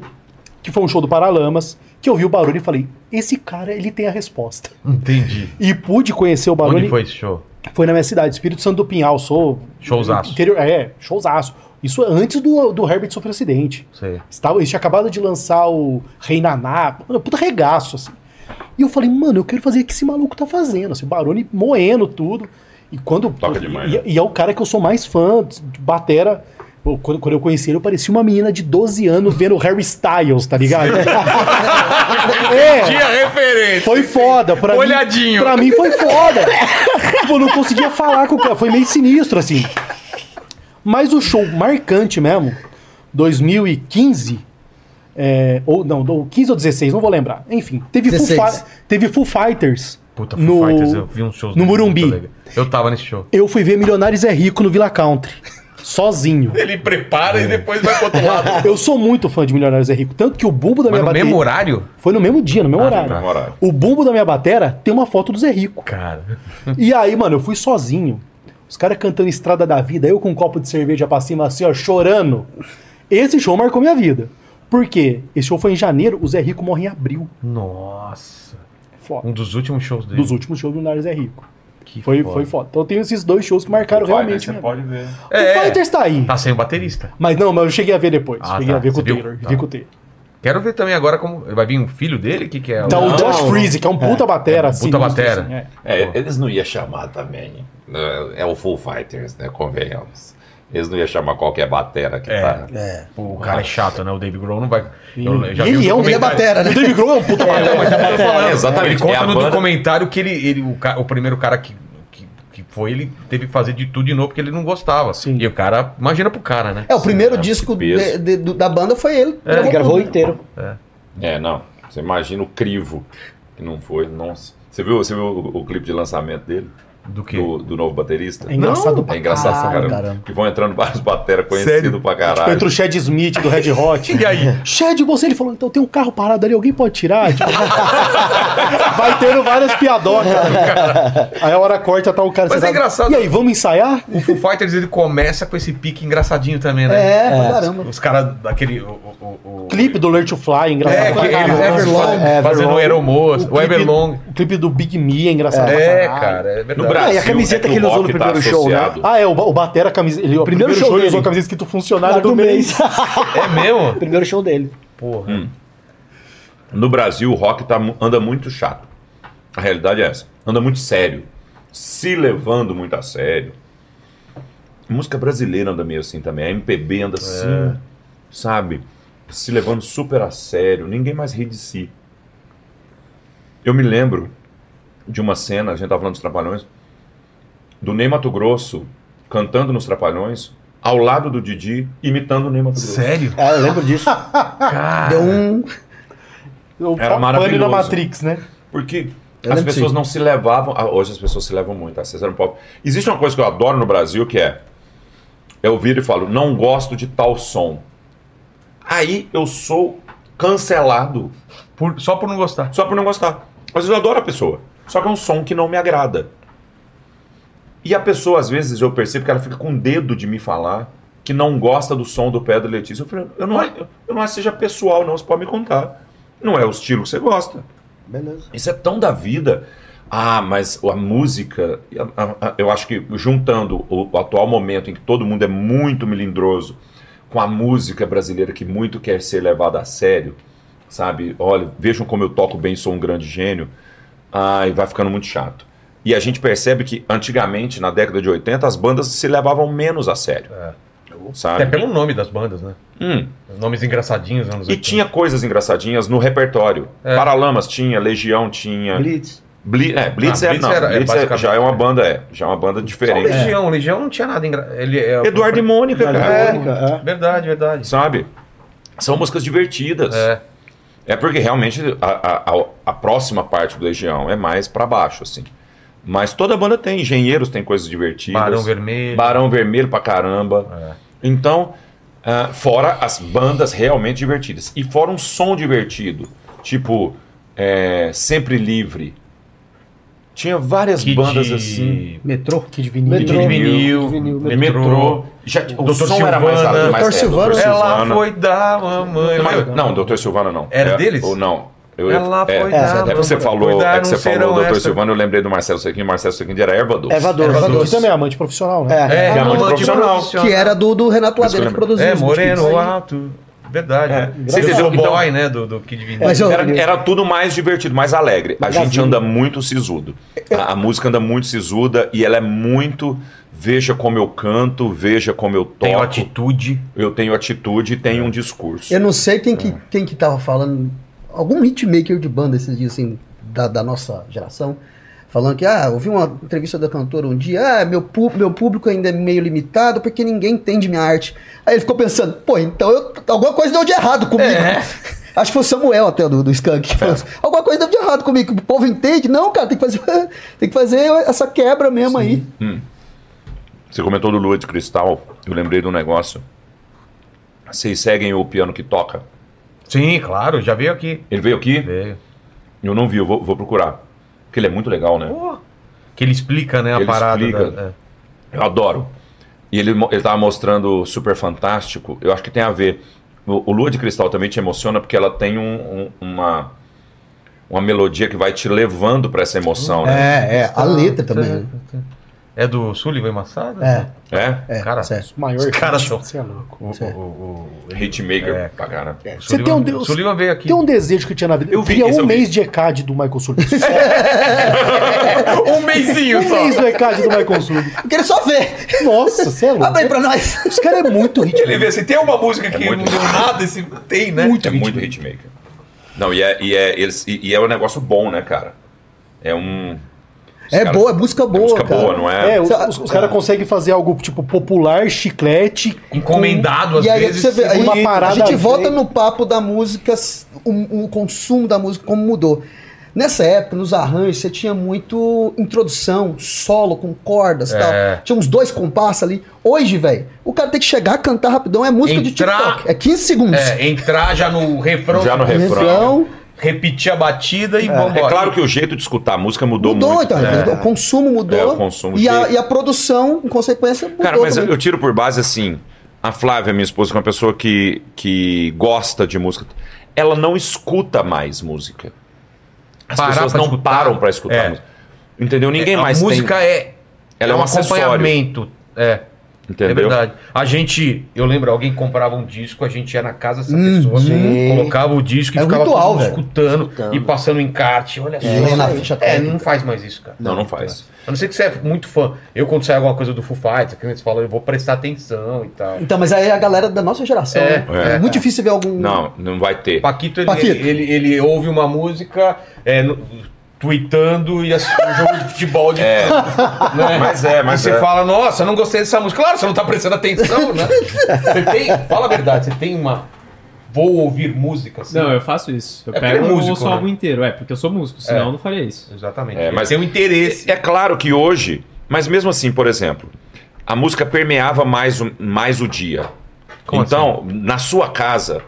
que foi um show do Paralamas, que eu vi o Barulho e falei, esse cara, ele tem a resposta. Entendi. E pude conhecer o Barulho. Onde foi esse show? Foi na minha cidade, Espírito Santo do Pinhal, sou... Showzaço. Interior, é, showzaço. Isso antes do, do Herbert sofrer acidente. Sei. Estava, eles tinham acabado de lançar o Rei Naná, mano, puta regaço, assim. E eu falei, mano, eu quero fazer o que esse maluco tá fazendo, assim, o Barone moendo tudo. E quando. Toca demais, e, né? e é o cara que eu sou mais fã, de batera. Eu- Quando, quando eu conheci ele, eu parecia uma menina de 12 anos vendo Harry Styles, tá ligado? é, Tinha referência. foi foda. Pra Olhadinho. Mim, pra mim foi foda. Pô, não conseguia falar com o cara. Foi meio sinistro, assim. Mas o show marcante mesmo, 2015, É, ou não, ou 15 ou 16, não vou lembrar. Enfim, teve, Full, 16. Fi- teve Full Fighters. Puta, Foo no, Fighters, eu vi uns shows no deles Morumbi. muito legal. Eu tava nesse show. Eu fui ver Milionários é Rico no Villa Country. Sozinho. Ele prepara e depois vai pro outro lado. Eu sou muito fã de Milionários é Rico. Tanto que o bumbo Mas da minha no bateria. mesmo horário? Foi no mesmo dia, no Ah, mesmo horário. Tá. Moral. O bumbo da minha batera tem uma foto do Zé Rico. Cara. E aí, mano, eu fui sozinho. Os caras cantando Estrada da Vida, eu com um copo de cerveja pra cima, assim, ó, chorando. Esse show marcou minha vida. Por quê? Esse show foi em janeiro, o Zé Rico morre em abril. Nossa. Foda. Um dos últimos shows dele. Dos últimos shows do Nares Zé Rico. Que Foi foda. foda. foi foda. Então eu tenho esses dois shows que marcaram Vai, né? realmente. Você minha pode ver. vida. O Fighters tá aí. Tá sem o baterista. Mas não, mas eu cheguei a ver depois. Ah, cheguei tá. a ver com Você o viu? Taylor. Tá. Vi com o Taylor. Quero ver também agora como. Vai vir um filho dele? O que, que é? Então Não. o Josh Freeze, que é um puta batera, assim. puta monstro, batera. assim, é. É, eles não iam chamar também. né? É o Full Fighters, né? Convenhamos. Eles não iam chamar qualquer batera que tá. O cara é chato, né? O Dave Grohl não vai. Eu já vi Ele é um ele é documentário- batera, né? O Dave Grohl é um puta batera. É, Ele exatamente. conta É a no banda- documentário que ele, ele o, ca- o primeiro cara que, que, que foi, ele teve que fazer de tudo de novo porque ele não gostava. Sim. E o cara, imagina pro cara, né? É, o primeiro disco peso. de- de- do- da banda foi ele. Ele gravou inteiro. É, não. Você imagina o crivo que não foi. Nossa. Você viu, você viu o, o clipe de lançamento dele? Do que? Do, do novo baterista? É engraçado É engraçado pra caramba. Que vão entrando vários bateras conhecidos Sério? pra Tipo, caralho. entra o Chad Smith do Red Hot. E aí? Chad, você? Ele falou, então tem um carro parado ali, alguém pode tirar? Tipo, vai tendo várias piadocas. Aí a hora corta, tá o cara... Mas é sentado, engraçado. E aí, vamos ensaiar? O Foo Fighters ele começa com esse pique engraçadinho também, É, né? pra caramba. Os caras daquele. O, o, o- o- Clipe do Learn to Fly, engraçado. É, pra que eles caralho. Everlong, fazendo o Aeromos, o, clipe- Everlong. O clipe do Big Me é engraçado pra É, caralho. cara, é verdade. No Brasil, Ah, e a camiseta que ele usou no rock tá primeiro show, né? associado. Ah, é, o, ba- o Batera, a camisa, ele, o primeiro, show, ele dele. usou a camisa escrito funcionário do, do mês. mês. É mesmo? Primeiro show dele. Porra. No Brasil, o rock tá mu- anda muito chato. A realidade é essa. Anda muito sério. Se levando muito a sério. Música brasileira anda meio assim também. A MPB anda assim, sabe? Se levando super a sério. Ninguém mais ri de si. Eu me lembro de uma cena, a gente tava falando dos Trapalhões, do Ney Mato Grosso cantando nos Trapalhões, ao lado do Didi, imitando o Ney Mato Grosso. Sério? Ah, eu lembro disso. Ah, Deu um. É O Era pânico da maravilhoso. Matrix, né? Porque Eu as lembro pessoas disso. não se levavam. ah, Hoje as pessoas se levam muito. tá? Vocês eram pobre. Existe uma coisa que eu adoro no Brasil que é. Eu viro e falo, não gosto de tal som. Aí eu sou cancelado Por- só por não gostar. só por não gostar. Às vezes eu adoro a pessoa, só que é um som que não me agrada. E a pessoa, às vezes, eu percebo que ela fica com o dedo de me falar que não gosta do som do Pedro Letícia. Eu falei, eu não, é, eu não acho que seja pessoal, não, você pode me contar. Não é o estilo que você gosta. Beleza. Isso é tão da vida. Ah, mas a música, a- a- a- eu acho que juntando o, o atual momento em que todo mundo é muito melindroso com a música brasileira que muito quer ser levada a sério, sabe? Olha, vejam como eu toco bem, sou um grande gênio. Ah, e vai ficando muito chato. E a gente percebe que antigamente, na década de 80, as bandas se levavam menos a sério. É. Até Sabe? pelo nome das bandas, né? Hum. Nomes engraçadinhos, anos E 80. tinha coisas engraçadinhas no repertório. É. Paralamas tinha, Legião tinha. Blitz. Bli é, Blitz, Ah, é, Blitz não, era- é, Blitz é- basicamente, já é uma é. banda, é, já é uma banda Só diferente. Legião, Legião não tinha nada engra... ele é- Eduardo e Mônica, cara. É. Verdade, verdade. Sabe? São músicas divertidas. É, É. porque realmente a, a- a- a próxima parte do Legião é mais pra baixo, assim. Mas toda banda tem, engenheiros tem coisas divertidas. Barão Vermelho. É. Barão Vermelho pra caramba. Então, ah, fora as bandas realmente divertidas. E fora um som divertido. Tipo, é, Sempre Livre. Tinha várias Kid- bandas assim. Metrô? Que de vinil. Metrô. Kid Vinil. Vinil, Metrô. Metrô. Já, o Doutor som era mais Silvana. além, mas Doutor é, Silvana. Doutor Ela Silvana. foi da mamãe. Mas- não, Doutor Silvana não. Era É, deles? Ou não. Eu, Ela é, foi é, da é porque você mamãe. falou, é Cuidar que você não serão falou Doutor essa. Silvana, eu lembrei do Marcelo Sequinho. Marcelo Sequinho era erva doce. É Vador. Erva Aqui doce. também é amante profissional, né? É. É, É, amante amante profissional. profissional. Que era do, do Renato Isso eu Ladeira que lembro. produziu. É, os Beatles. Moreno Alto. Verdade. É. Você Você entendeu o entendeu? boy, né? Do, do Kid Vinil. Mas eu- Era, era tudo mais divertido, mais alegre. A gente anda muito sisudo. A, a música anda muito sisuda e ela é muito. Veja como eu canto, veja como eu Tem toco. atitude. eu tenho atitude e tenho um discurso. Eu não sei quem que, quem que tava falando. Algum hitmaker de banda esses dias, assim, da, da nossa geração. Falando que, ah, ouvi uma entrevista da cantora um dia, ah, meu, pú- meu público ainda é meio limitado porque ninguém entende minha arte. Aí ele ficou pensando, pô, então eu- alguma coisa deu de errado comigo. É. Acho que foi o Samuel até do, do Skank que falou assim, alguma coisa deu de errado comigo, o povo entende? Não, cara, tem que fazer, tem que fazer essa quebra mesmo aí. Você comentou do Lua de Cristal, eu lembrei de um negócio. Vocês seguem o piano que toca? Sim, claro, já veio aqui. Ele veio aqui? Veio. Eu não vi, eu vou, vou procurar. Porque ele é muito legal, né? Que ele explica, né, a Ele parada. explica. da- é. Eu adoro. E ele, mo- ele tava mostrando Super Fantástico. Eu acho que tem a ver. O, o Lua de Cristal também te emociona porque ela tem um- um- uma, uma melodia que vai te levando para essa emoção, né? É, é, Tá, a letra também. né? É do Sullivan Massada? É, É? é, Tá Cara, certo. Maior Os caras são- Você é louco. O, o, o, o, ele- Hitmaker É. pra caramba. o Você tem um Sullivan- Deus- Sullivan veio aqui. Tem um desejo que eu tinha na vida. Eu Eu vi, queria esse um eu vi. mês de ECAD do Michael Sullivan. Só Um meizinho um só. mês do ECAD do Michael Sullivan. Eu queria só ver. Nossa, você é Ah, louco. Abre aí pra nós. Esse cara é muito ritmo. Ele vê assim, tem uma É música que muito não deu nada, esse tem, né? é muito hitmaker. Não, e é, e, é, eles, e, e é um negócio bom, né, cara? É um. os É caras- boa, é música boa, música cara. boa, não é? É, os, os, os caras conseguem fazer algo tipo popular, chiclete. é? Encomendado, às E aí vezes. você vê, aí uma a parada gente bem- volta no papo da música, s- o, o consumo da música, como mudou. Nessa época, nos arranjos, você tinha muito introdução, solo com cordas e É. tal. Tinha uns dois compassos ali. Hoje, velho, o cara tem que chegar, cantar rapidão, é música Entrar- de TikTok. É 15 segundos. Então, É, entrar já no refrão, Já no refrão. Refrão, repetir a batida e vamos É claro que o jeito de escutar a música mudou, mudou, muito. então. né? O consumo mudou. É, o consumo e, a, de- e a produção, em consequência, mudou. Cara, mas eu, também. eu tiro por base assim. A Flávia, minha esposa, que é uma pessoa que, que gosta de música, ela não escuta mais música. As Parar pessoas pra não escutar. param pra escutar É. música. Entendeu? Ninguém a mais música é, tem. Ela é um acompanhamento. acompanhamento. É, é Entendeu? verdade. A gente, eu lembro, alguém comprava um disco, a gente ia na casa dessa pessoa, sim. colocava o disco e Uhum. É um ficava ritual, todo mundo velho. escutando, Escutando. e passando encarte. Olha só. lendo na ficha é, técnica. não faz mais isso, cara. Não, não faz. A não ser que você é muito fã. Eu, quando sai alguma coisa do Foo Fighters, que eles falam, eu vou prestar atenção e tal. Então, mas aí é a galera da nossa geração, É, né? é. É muito difícil ver algum... Não, não vai ter. Paquito, ele, Paquito. Ele, ele, ele ouve uma música é, no- tweetando e assiste um jogo de futebol de É. Mas é, Mas mas você é. fala, nossa, não gostei dessa música. Claro, você não tá prestando atenção, né? Você tem, fala a verdade, você tem uma. Vou ouvir música, assim. Não, eu faço isso. Eu É porque ele pego é e músico, ouço o né? álbum inteiro. É, porque eu sou músico, senão É. eu não faria isso. Exatamente. É, mas- tem um interesse. É claro que hoje, mas mesmo assim, por exemplo, a música permeava mais o, mais o dia. Como assim? então, na sua casa,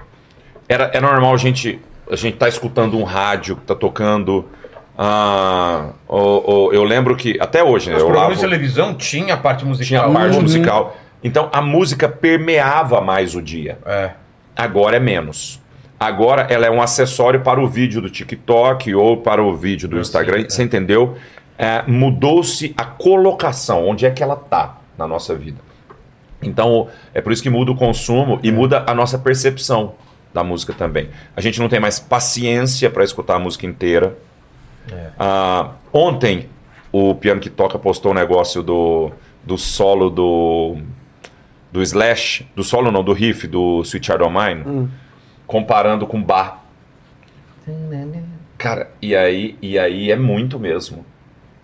era, é normal a gente, a gente tá escutando um rádio que tá tocando. ah, ou- ou- eu lembro que, até hoje, né? Os Eu programas de lavo, televisão tinha a parte musical. tinha a parte é Uhum. musical. Então, a música permeava mais o dia. É. Agora é menos. Agora ela é um acessório para o vídeo do TikTok ou para o vídeo do Instagram. Você entendeu? É, Mudou-se a colocação, onde é que ela tá na nossa vida. Então, é por isso que muda o consumo e muda a nossa percepção da música também. A gente não tem mais paciência para escutar a música inteira. Ah, ontem, o piano que toca postou um negócio do, do solo do do Slash, do solo não, do riff do Sweet Child O' Mine, comparando com Bar. Cara, e aí, e aí é muito mesmo.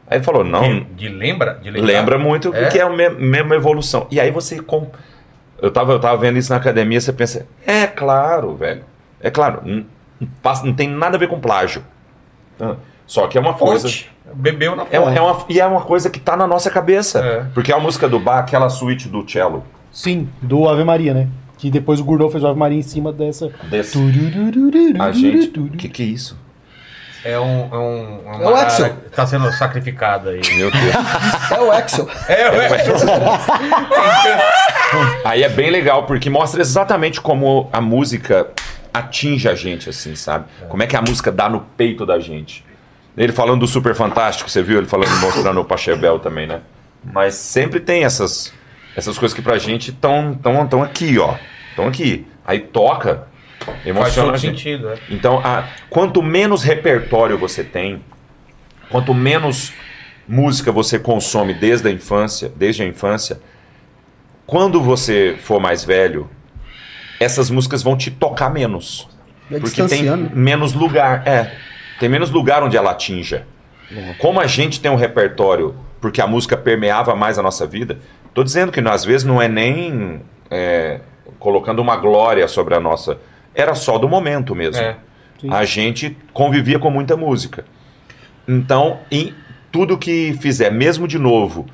Aí ele falou, não, De, de lembra? De lembrar. lembra muito É. porque é a me- mesma evolução. E aí você com- eu tava eu tava vendo isso na academia, você pensa, é claro, velho. É claro, não, não passa- não tem nada a ver com plágio. Ah, Só que é uma coisa Fonte. Bebeu na um é, é uma, e é uma coisa que tá na nossa cabeça. É. Porque a música do Bar, aquela suíte do cello, Sim, do Ave Maria, né? Que depois o Gourdon fez o Ave Maria em cima dessa. desse, a gente, que que é isso? É um. É, um, uma É o Axel. arara que Tá sendo sacrificada aí. Meu Deus. É o Axel. É, o Axel. Aí é bem legal, porque mostra exatamente como a música atinge a gente, assim, sabe? Como é que a música dá no peito da gente. Ele falando do Super Fantástico, você viu? Ele falando, mostrando o Pachebel também, né? Mas sempre tem essas, essas coisas que pra gente estão tão, tão aqui, ó. Estão aqui. Aí toca, Faz emociona a todo gente. sentido, é. Então, a- quanto menos repertório você tem, quanto menos música você consome desde a infância, desde a infância, quando você for mais velho, essas músicas vão te tocar menos, É né, porque tem distanciando. menos lugar, é, tem menos lugar onde ela atinja. Como a gente tem um repertório porque a música permeava mais a nossa vida, tô dizendo que às vezes não é nem é, colocando uma glória sobre a nossa. Era só do momento mesmo. É, a gente convivia com muita música. Então, em tudo que fizer, mesmo de novo,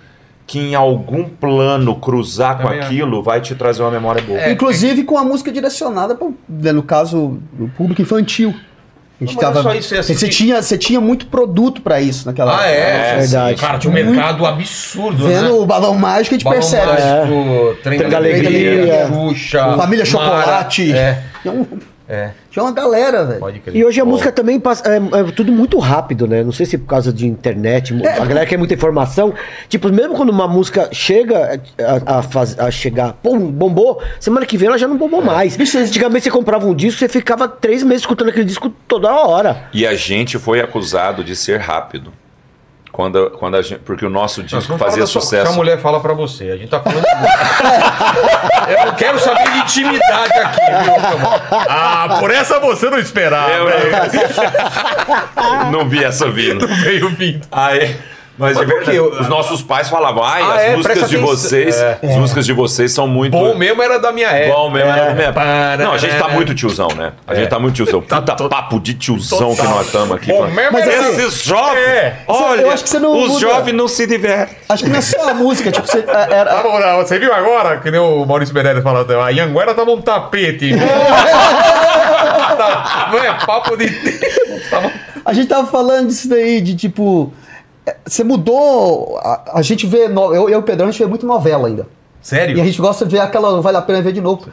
que em algum plano cruzar com é. Também acho. aquilo, vai te trazer uma memória boa. Inclusive com a música direcionada para, no caso, o público infantil. A gente Mas não é tava, só isso, é assim você, que- tinha, você tinha muito produto para isso naquela Ah, é? época. verdade. Cara, tinha um Uhum. Muito. mercado absurdo, né? Vendo o balão mágico, a gente Balão percebe. Mágico, Trem da Trem da Alegria, Alegria, Xuxa, Família Mara, Chocolate. É, Tinha, um- É. tinha uma galera, velho. pode crer. E hoje a música também passa, é, é tudo muito rápido, né? Não sei se por causa de internet, mu- a galera quer muita informação. Tipo, mesmo quando uma música chega a, a faz- a chegar, pum, bombou, semana que vem ela já não bombou mais. Antigamente você comprava um disco, você ficava três meses escutando aquele disco toda hora. E a gente foi acusado de ser rápido. Quando, quando a gente, porque o nosso Nós disco não fala fazia da sua- Se a sucesso. mulher fala pra você, a gente tá falando. Eu não quero saber de intimidade aqui, viu? Ah, por essa você não esperava. Eu- eu- não vi essa vindo. veio vindo. Aí, mas Mas é por verdade, quê? os nossos pais falavam, ai, Ah, as é, músicas presta de atenção." vocês, É. as músicas de vocês são muito Bom mesmo era da minha época. Bom mesmo, era mesmo. Para, Não, a gente tá né? muito tiozão, né? A gente tá muito tiozão. Puta papo de tiozão que nós estamos aqui. Bom mano. mesmo Mas assim, era- esses jovens, É. olha, Eu acho que você não os muda. jovens não se divertem. Acho que não é só a música, tipo, você, era, Tá bom, não, Você viu agora que nem o Maurício Meirelles falando, a Ianguera tava um tapete. Tá- não é papo de. Tá Tava A gente tava falando disso daí, de tipo. é, Você mudou. A, a gente vê. no- eu, eu e o Pedrão, a gente vê muito novela ainda. Sério? E a gente gosta de ver aquela. não Vale a pena ver de novo.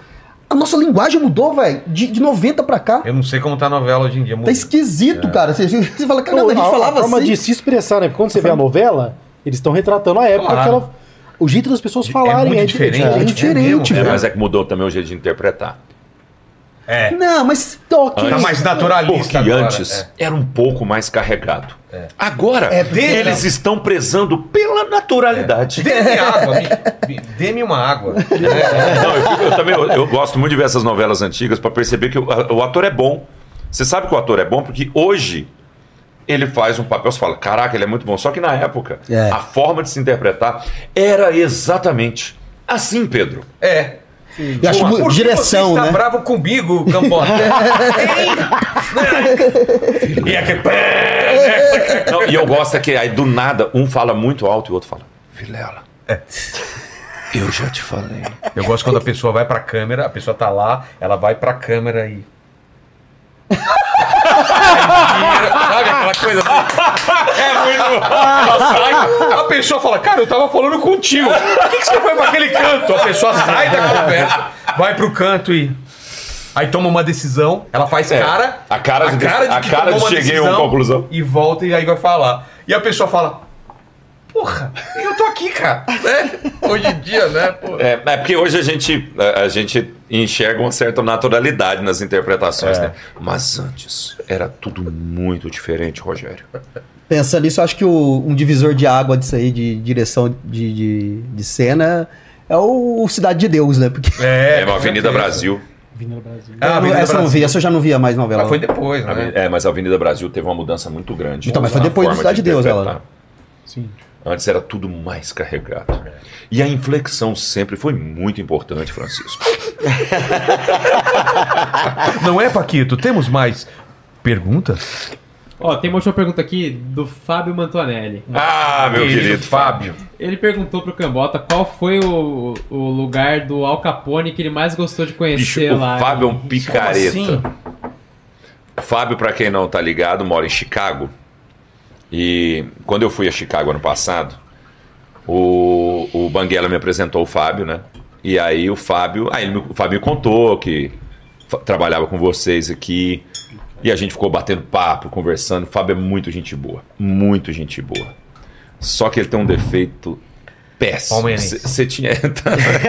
A nossa linguagem mudou, velho. De, de 90 pra cá. Eu não sei como tá a novela hoje em dia. Tá esquisito, cara. Você, você fala, caramba, a gente falava forma assim. de se expressar, né? Porque quando você vê a novela, eles estão retratando a época Claro. que ela. O jeito das pessoas falarem muito é diferente, diferente. é né? diferente, mesmo, É, né? mas é que mudou também o jeito de interpretar. É. Não, mas. Tá mais um Porque naturalista agora. é. antes era um pouco mais carregado. Agora, dele, É. eles estão prezando pela naturalidade. Dê-me água, me- me- dê-me uma água. É, Não, eu, fico- eu também eu, eu gosto muito de ver essas novelas antigas pra perceber que o, a- o ator é bom. Você sabe que o ator é bom porque hoje ele faz um papel, você fala, caraca, ele é muito bom. Só que na época, É. a forma de se interpretar era exatamente assim, Pedro. É. Eu acho Porra, mu- por que direção, você está né? bravo comigo, Cambota? Hein? e aqui, Não, e eu gosto é que aí do nada um fala muito alto e o outro fala, Vilela. Eu já te falei. Eu gosto quando a pessoa vai pra câmera, a pessoa tá lá, ela vai pra câmera e. Sabe aquela coisa assim? É muito. Ela sai, a pessoa fala, cara, eu tava falando contigo. Por que, que você foi pra aquele canto? A pessoa sai da conversa, vai pro canto e. Aí toma uma decisão, ela faz É, cara. a cara de- a que cara tomou de uma cheguei a uma decisão conclusão. E volta e aí vai falar. E a pessoa fala. Porra, eu tô aqui, cara. Né? Hoje em dia, né? Pô. É, é porque hoje a gente, a, a gente enxerga uma certa naturalidade nas interpretações, né? Mas antes era tudo muito diferente, Rogério. Pensando nisso, eu acho que o- um divisor de água disso aí, de direção de, de, de cena, é o, o Cidade de Deus, né? Porque. É, É, uma Avenida Brasil. Ah, Eu não- Avenida um essa eu não Brasil. via, essa eu já não via mais novela. Ela foi depois, né? É, mas a Avenida Brasil teve uma mudança muito grande. Então, mas foi na depois do forma Cidade de Deus, ela, interpretar. Sim. Antes era tudo mais carregado. E a inflexão sempre foi muito importante, Francisco. Não é, Paquito? Temos mais perguntas? Ó, tem uma última pergunta aqui do Fábio Mantuanelli. Ah, meu querido, Fábio. Ele perguntou pro Cambota qual foi o, o lugar do Al Capone que ele mais gostou de Bicho, conhecer o lá. Fábio é um picareta. assim? Fábio, pra quem não tá ligado, mora em Chicago. E quando eu fui a Chicago ano passado, o, o Banguela me apresentou o Fábio, né? E aí o Fábio. Aí ele me- o Fábio me contou que fa- trabalhava com vocês aqui. E a gente ficou batendo papo, conversando. O Fábio é muito gente boa. Muito gente boa. Só que ele tem um defeito péssimo. Palmeirense. Você tinha.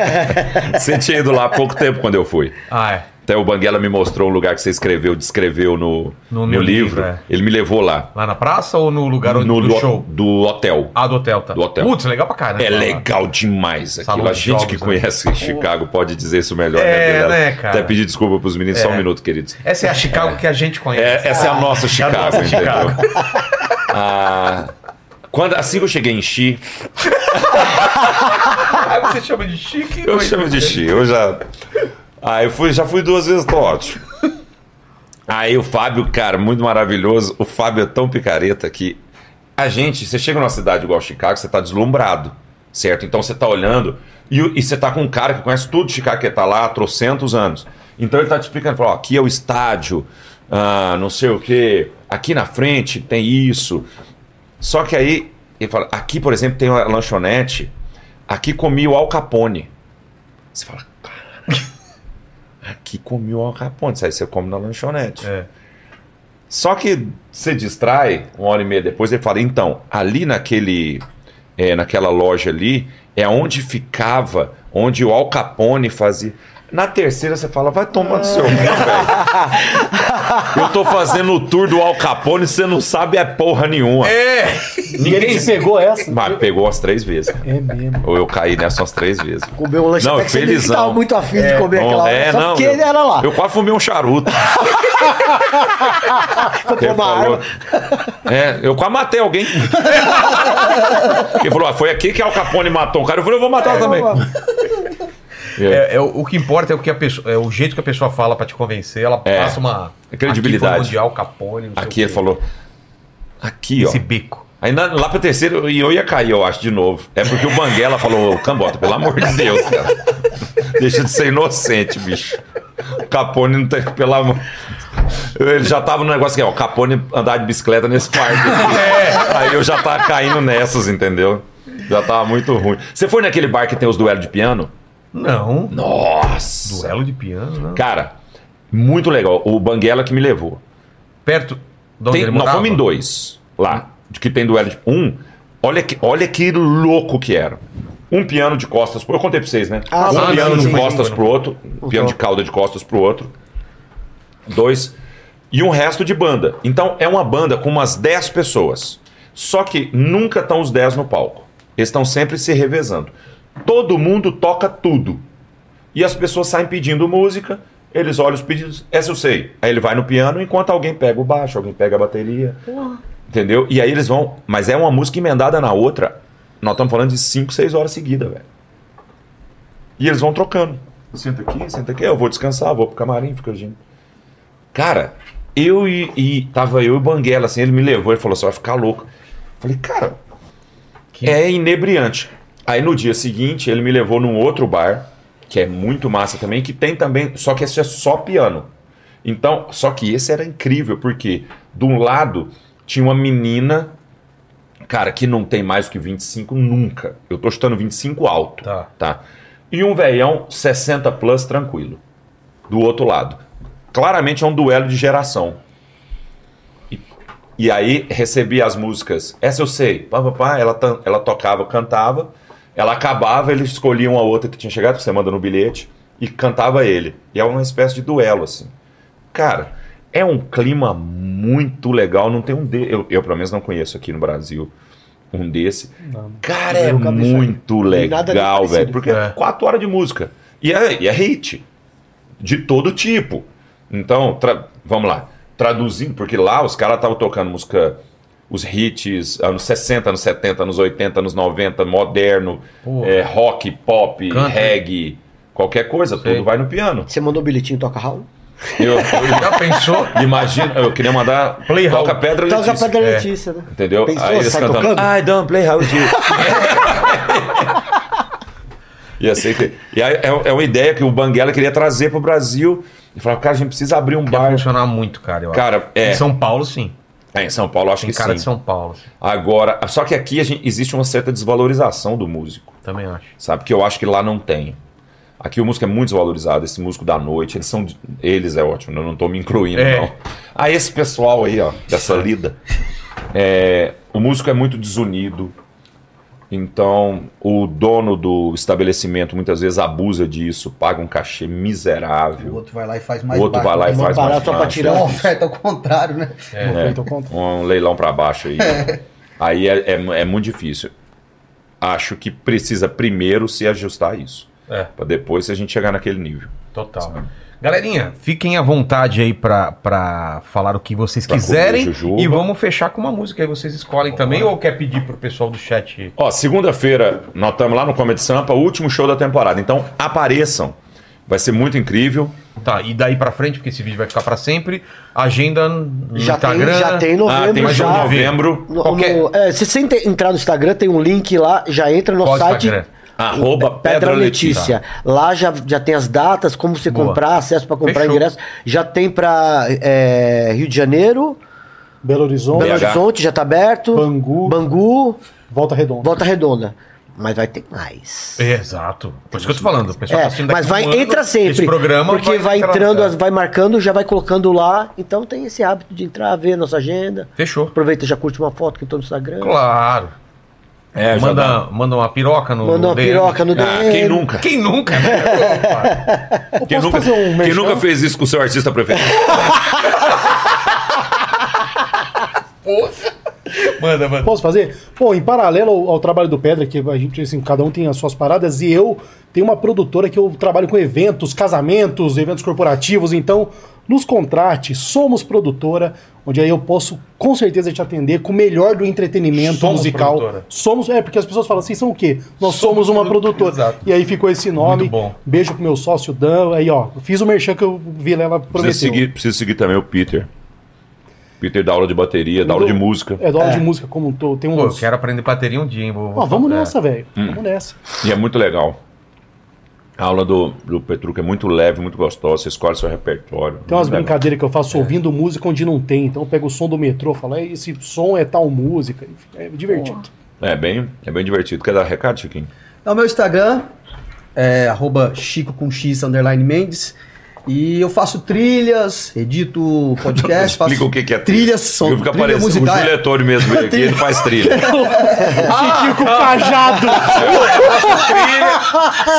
Você tinha ido lá há pouco tempo quando eu fui. Ah, é. Até o Banguela me mostrou um lugar que você escreveu, descreveu no, No no, meu livro. livro, é. Ele me levou lá. Lá na praça ou no lugar onde no do do, show? do hotel. Ah, do hotel, tá. Do hotel. Putz, legal pra caramba. É legal demais aquilo. Salão A de gente jogos, que né? conhece Chicago pode dizer isso melhor, É, Banguela? né, cara? Até pedir desculpa pros meninos, só um minuto, queridos. Essa é a Chicago que a gente conhece. É, essa é a nossa Chicago, entendeu? Ah, quando, assim que eu cheguei em Xi, Ah, Aí você chama de chique? eu mas- né? chamo de Xi, eu já. Ah, eu fui, já fui duas vezes, tô ótimo. Aí o Fábio, cara, muito maravilhoso. O Fábio é tão picareta que a gente, você chega numa cidade igual Chicago, você tá deslumbrado, certo? Então você tá olhando e, o- e você tá com um cara que conhece tudo de Chicago, que tá lá há trocentos anos. Então ele tá te explicando, fala, ó, aqui é o estádio, ah, não sei o quê, aqui na frente tem isso. Só que aí, ele fala, aqui, por exemplo, tem uma lanchonete, aqui comi o Al Capone. Você fala, caralho, aqui comi o Al Capone. Isso aí você come na lanchonete. É. Só que você distrai, uma hora e meia depois, ele fala, então, ali naquele, é, naquela loja ali, é onde ficava, onde o Al Capone fazia... Na terceira você fala, vai tomando seu cu, É, velho. Eu tô fazendo o tour do Al Capone, você não sabe é porra nenhuma. E ele te pegou essa? Mas pegou as três vezes. cara. É mesmo. Ou eu caí nessa umas três vezes. Comer um lanche Não, até que você viu que felizão. tava muito afim de comer Bom, aquela é, só não, porque eu- ele era lá. Eu quase fumei um charuto. Comprou Ele uma falou, arma. é, eu quase matei alguém. Ele falou: ah, foi aqui que Al Capone matou o cara. Eu falei, eu vou matar também. É, É, é o, o que importa é o que a pessoa, é o jeito que a pessoa fala pra te convencer, ela É. passa uma É credibilidade. Aqui foi o mundial Capone, não sei Aqui é o ele quê. falou. Aqui, ó. esse bico. Aí na- lá pra terceira, eu- eu ia cair, eu acho, de novo. É porque o Banguela falou, ô, Cambota, pelo amor de Deus, cara. Deixa de ser inocente, bicho. O Capone não tem, pelo amor... Ele já tava no negócio que é, o Capone andar de bicicleta nesse parque. Aí eu já tava caindo nessas, entendeu? Já tava muito ruim. Você foi naquele bar que tem os duelos de piano? Não, Nossa! duelo de piano, não. Cara, muito legal. O Banguela que me levou. Perto de onde Tem, ele nós morava? fomos em dois lá, de que tem duelo de um. Olha que, olha que louco que era. Um piano de costas pro Eu contei pra vocês, né? um Ah, sim, piano sim, de sim. Uhum. costas pro outro, um piano de cauda de costas pro outro. Dois. E um resto de banda. Então é uma banda com umas 10 pessoas. Só que nunca estão os 10 no palco. Eles estão sempre se revezando. Todo mundo toca tudo. E as pessoas saem pedindo música, eles olham os pedidos, essa eu sei. Aí ele vai no piano enquanto alguém pega o baixo, alguém pega a bateria. Entendeu? E aí eles vão. Mas é uma música emendada na outra. Nós estamos falando de 5, 6 horas seguidas, velho. E eles vão trocando. Senta aqui, senta aqui, eu vou descansar, vou pro camarim, fica agindo. Cara, eu e, e- Tava eu e o Banguela, assim, ele me levou, ele falou, você vai ficar louco. Falei, cara, é inebriante. Aí no dia seguinte, ele me levou num outro bar, que é muito massa também, que tem também, só que esse é só piano. Então, só que esse era incrível, porque de um lado tinha uma menina, cara, que não tem mais do que 25 nunca. Eu tô chutando 25 alto, Tá. tá? E um veião 60 plus tranquilo, do outro lado. Claramente é um duelo de geração. E aí recebi as músicas. Essa eu sei. Pá, pá, pá. Ela, tan- ela tocava, cantava. Ela acabava, eles escolhiam a outra que tinha chegado, que você manda no bilhete, e cantava ele. E é uma espécie de duelo, assim. Cara, é um clima muito legal. Não tem um de... eu, eu, pelo menos, não conheço aqui no Brasil um desse. Cara, é Eu nunca vi isso aí. muito Nada nem legal, parecido. velho. Porque é quatro horas de música. E é, e é hit. De todo tipo. Então, tra- vamos lá. Traduzindo, porque lá os caras estavam tocando música, os hits, ah, anos 60, anos 70, anos 80, anos 90, moderno, Pô. é, rock, pop, Country. reggae, qualquer coisa, Sei. tudo vai no piano. Você mandou o bilhetinho toca Raul? Eu, eu Já pensou? imagino, eu queria mandar Play Toca Hall. Pedra Toca Letícia. pra É. Letícia, né? Entendeu? Pensou? Aí eles Sai cantando. tocando? I don't play how you. e assim que- E aí é, é uma ideia que o Banguela queria trazer pro Brasil. E falava, cara, a gente precisa abrir um Vai bar. funcionar muito, cara, eu acho. Cara, é. Em São Paulo, sim. É, em São Paulo, acho Tem que cara sim. de São Paulo, sim. Agora, só que aqui a gente- existe uma certa desvalorização do músico, também acho. sabe? Que eu acho que lá não tem. Aqui o músico é muito desvalorizado, esse músico da noite, eles são. Eles é ótimo, eu não tô me incluindo, É. não. Ah, esse pessoal aí, ó, dessa lida. É, o músico é muito desunido. Então, o dono do estabelecimento muitas vezes abusa disso, paga um cachê O miserável. outro vai lá e faz O mais outro baixo. vai lá e Uma faz parada mais só pra baixo. É tirar uma oferta ao contrário, né? Vou feito ao contrário. um leilão pra baixo aí. aí é, é- é muito difícil. Acho que precisa primeiro se ajustar a isso. É. Pra depois a gente chegar naquele nível. Total. Galerinha, fiquem à vontade aí pra, pra falar o que vocês Pra comer quiserem. jujuba. E vamos fechar com uma música aí, vocês escolhem também. Ou quer pedir pro pessoal do chat? Ó, segunda-feira nós estamos lá no Comedy Sampa, o último show da temporada. Então apareçam. Vai ser muito incrível. Tá, e daí pra frente, porque esse vídeo vai ficar pra sempre. Agenda no Já tem- Instagram. já tem novembro Ah, tem mais show em um já. novembro. novembro. No- Qualquer- no- é, se você ente- entrar no Instagram, tem um link lá, já entra no Qual site Instagram? Arroba Pedra Pedra Letícia. Lá já, já tem as datas, como você Boa. comprar, acesso para comprar Fechou. ingresso. Já tem para Rio de Janeiro, Belo Horizonte, Belo BH. Horizonte já tá aberto, Bangu, Bangu, Volta Redonda. Volta Redonda. Mas vai ter mais. É, exato. Por isso que eu tô falando. O pessoal É, tá assistindo daqui mas a vai um ano, entra sempre. Esse programa porque vai, entrar- entrando, é. as- vai marcando, já vai colocando lá. Então tem esse hábito de entrar, ver a nossa agenda. Fechou. Aproveita, já curte uma foto que eu tô no Instagram. Claro. É, já dá. manda, manda uma piroca no. Manda uma DM. piroca no Ah, quem DM. nunca? né? Quem nunca? né? É. Eu Quem posso nunca, fazer um quem merchan? nunca fez isso com o seu artista preferido? manda, manda. Posso fazer? Pô, em paralelo ao, ao trabalho do Pedra, que a gente, assim, cada um tem as suas paradas, e eu tenho uma produtora que eu trabalho com eventos, casamentos, eventos corporativos, então nos contrate, somos produtora, onde aí eu posso com certeza te atender com o melhor do entretenimento Somos musical. produtora. Somos, é, porque as pessoas falam assim, são o quê? Nós somos, Somos uma produ- produtora. Exato. E aí ficou esse nome. Muito bom. Beijo pro meu sócio Dan, aí ó, fiz o merchan que eu vi ela prometeu. Preciso seguir, preciso seguir também o Peter. Peter dá aula de bateria, dá aula de música. É dólar de música como um todo, tem um Pô, eu quero aprender bateria um dia, hein? Vou, Ó, vamos é. nessa, velho. Vamos nessa. E é muito legal. A aula do, do Petruca é muito leve, muito gostosa. Você escolhe seu repertório. Tem umas Muito legal. brincadeiras que eu faço ouvindo música onde não tem. Então eu pego o som do metrô, falo, "É, esse som é tal música. Enfim, É divertido. É bem, é bem divertido. Quer dar recado, Chiquinho? Então, meu Instagram é arroba chico com x underline mendes. E eu faço trilhas, edito podcast, faço... Explica o que, que é Trilhas, som, Porque fica trilha parecendo musical. o Júlio é- Ettore mesmo. Ele, aqui, ele faz trilha. Ah! Chiquinho com cajado!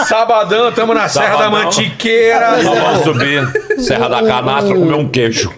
Sabadão, tamo na Serra da Sabadão. Mantiqueira. Nós vamos subir Serra da Canastra comer um queijo.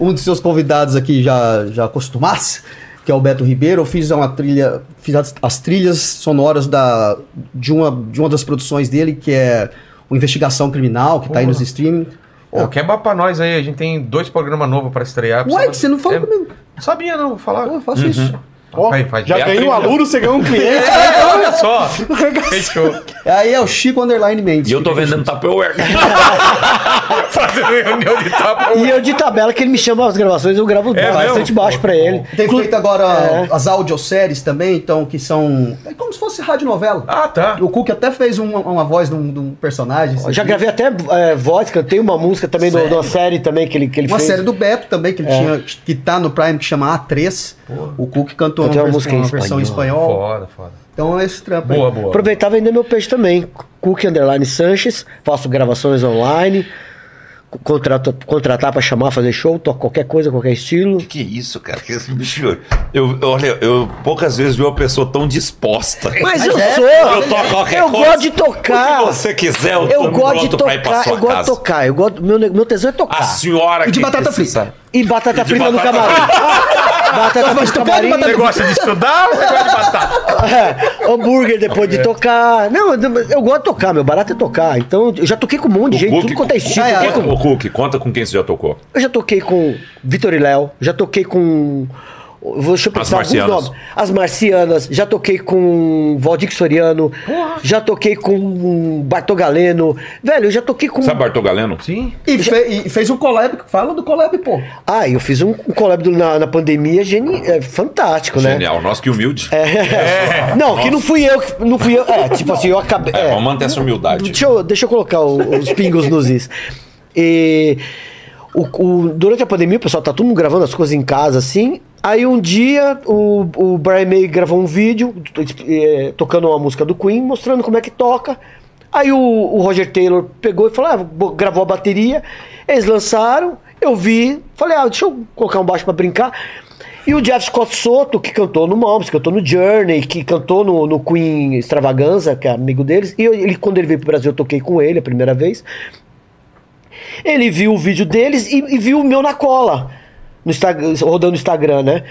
um dos seus convidados aqui já, já acostumasse, que é o Beto Ribeiro, eu fiz uma trilha, fiz as, as trilhas sonoras da, de, uma, de uma das produções dele, que é o Investigação Criminal, que tá aí nos streaming. Ô, quebra pra nós aí, a gente tem dois programas novos pra estrear. Ué, que você não falou É, comigo. Não sabia, não, vou falar. Uhum. Eu faço isso. Ó, Vai, vai. já É a ganhou um trilha. aluno, você ganhou um cliente. É, olha só. Fechou. Aí é o Chico Underline Mendes. E eu tô vendendo Tupperware. Fazer reunião de tapa. E eu de tabela que ele me chama as gravações, eu gravo É bastante mesmo? baixo pra ele. Tem feito agora É. as audioséries também, então, que são. É como se fosse radionovela. Ah, tá. O Cook até fez uma, uma voz de um, de um personagem. Eu assim, Já gravei até é, voz, cantei uma música também do- de uma série também que ele, que ele Uma fez. série do Beto também, que ele É. tinha, que tá no Prime, que chama A3. O Cook cantou uma, Cantou uma vers- música em uma versão em espanhol. Foda, foda. Então é esse trampo aí. Boa, boa. Aproveitava ainda meu peixe também. Cook Underline Sanches, faço gravações online, co- contrato, contratar pra chamar, fazer show, toco qualquer coisa, qualquer estilo. é Que isso, cara? Que esse bicho. Eu, olha, eu poucas vezes vi uma pessoa tão disposta. Mas é, eu é, sou! Eu toco qualquer eu coisa. gosto de Se tocar! você quiser, eu, Eu tô gosto de pronto pra ir pra tocar, sua eu gosto de casa. tocar, eu gosto, meu, ne- meu tesão é tocar. A senhora E de que batata precisa. frita. E batata de frita no batata camarim. batata frita no camarim. Você gosta de estudar ou você gosta de batata? É, hambúrguer depois de tocar. Não, eu, eu gosto de tocar, meu barato é tocar. Então, eu já toquei com um monte de gente, tudo quanto é estilo. Ah, é, toquei conta, com- o Cook, conta com quem você já tocou. eu já toquei com Vitor e Léo, já toquei com. vou- Deixa eu pensar Marcianas. alguns nomes. As Marcianas, já toquei com Valdir Soriano, já toquei com Bartol Galeno. Velho, eu já toquei com. Sabe Bartol Galeno? Sim. E, fe- e fez um collab. Fala do collab, pô. Ah, eu fiz um, um collab do- na, na pandemia geni... é, fantástico, né? Genial, nossa, que humilde. Não, que não fui eu que. Não fui eu. É, tipo assim, eu acabei. É, é. vamos manter essa humildade. Deixa eu, deixa eu colocar o- os pingos nos is. E, o, o- durante a pandemia, o pessoal tá todo mundo gravando as coisas em casa, assim. Aí um dia o, o Brian May gravou um vídeo eh, tocando uma música do Queen, mostrando como é que toca. Aí o, o Roger Taylor pegou e falou: ah, bo- gravou a bateria. Eles lançaram, eu vi, falei, ah, deixa eu colocar um baixo pra brincar. E o Jeff Scott Soto, que cantou no Moms, cantou no Journey, que cantou no, no Queen Extravaganza, que é amigo deles. E eu- ele, quando ele veio pro Brasil, eu toquei com ele a primeira vez. Ele viu o vídeo deles e, e viu o meu na cola, no Instagram, rodando o Instagram, né?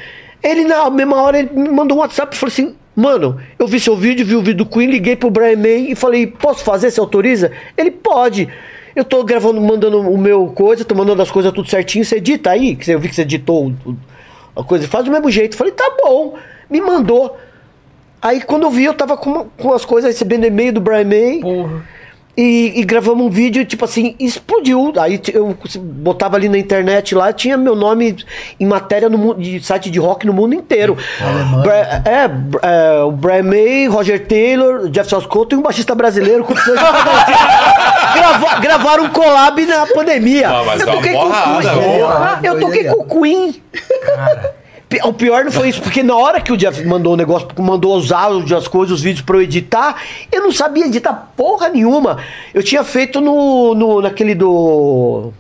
Ele, na mesma hora, ele me mandou um WhatsApp e falou assim: Mano, eu vi seu vídeo, vi o vídeo do Queen, liguei pro Brian May e falei, posso fazer? Você autoriza? Ele pode. Eu tô gravando, mandando o meu coisa, tô mandando as coisas tudo certinho, você edita aí, que você- eu vi que você editou o- o- a coisa, faz do mesmo jeito. Eu Falei, tá bom, me mandou. Aí quando eu vi, eu tava com, uma- com as coisas recebendo e-mail do Brian May. E, e gravamos um vídeo, tipo assim, explodiu. Aí t- eu botava ali na internet lá, tinha meu nome em matéria no mu- de site de rock no mundo inteiro. Bra- é, br- é, o Brian May, Roger Taylor, Jeff Scott e um baixista brasileiro com Grava, gravaram um collab na pandemia. Ah, mas eu dá uma toquei com o porrada, Queen. boa. Eu toquei com o Queen. Pi- O pior não foi isso, porque na hora que o Jeff mandou o negócio, mandou os áudios, as coisas, os vídeos pra eu editar, eu não sabia editar porra nenhuma. Eu tinha feito no, no naquele do.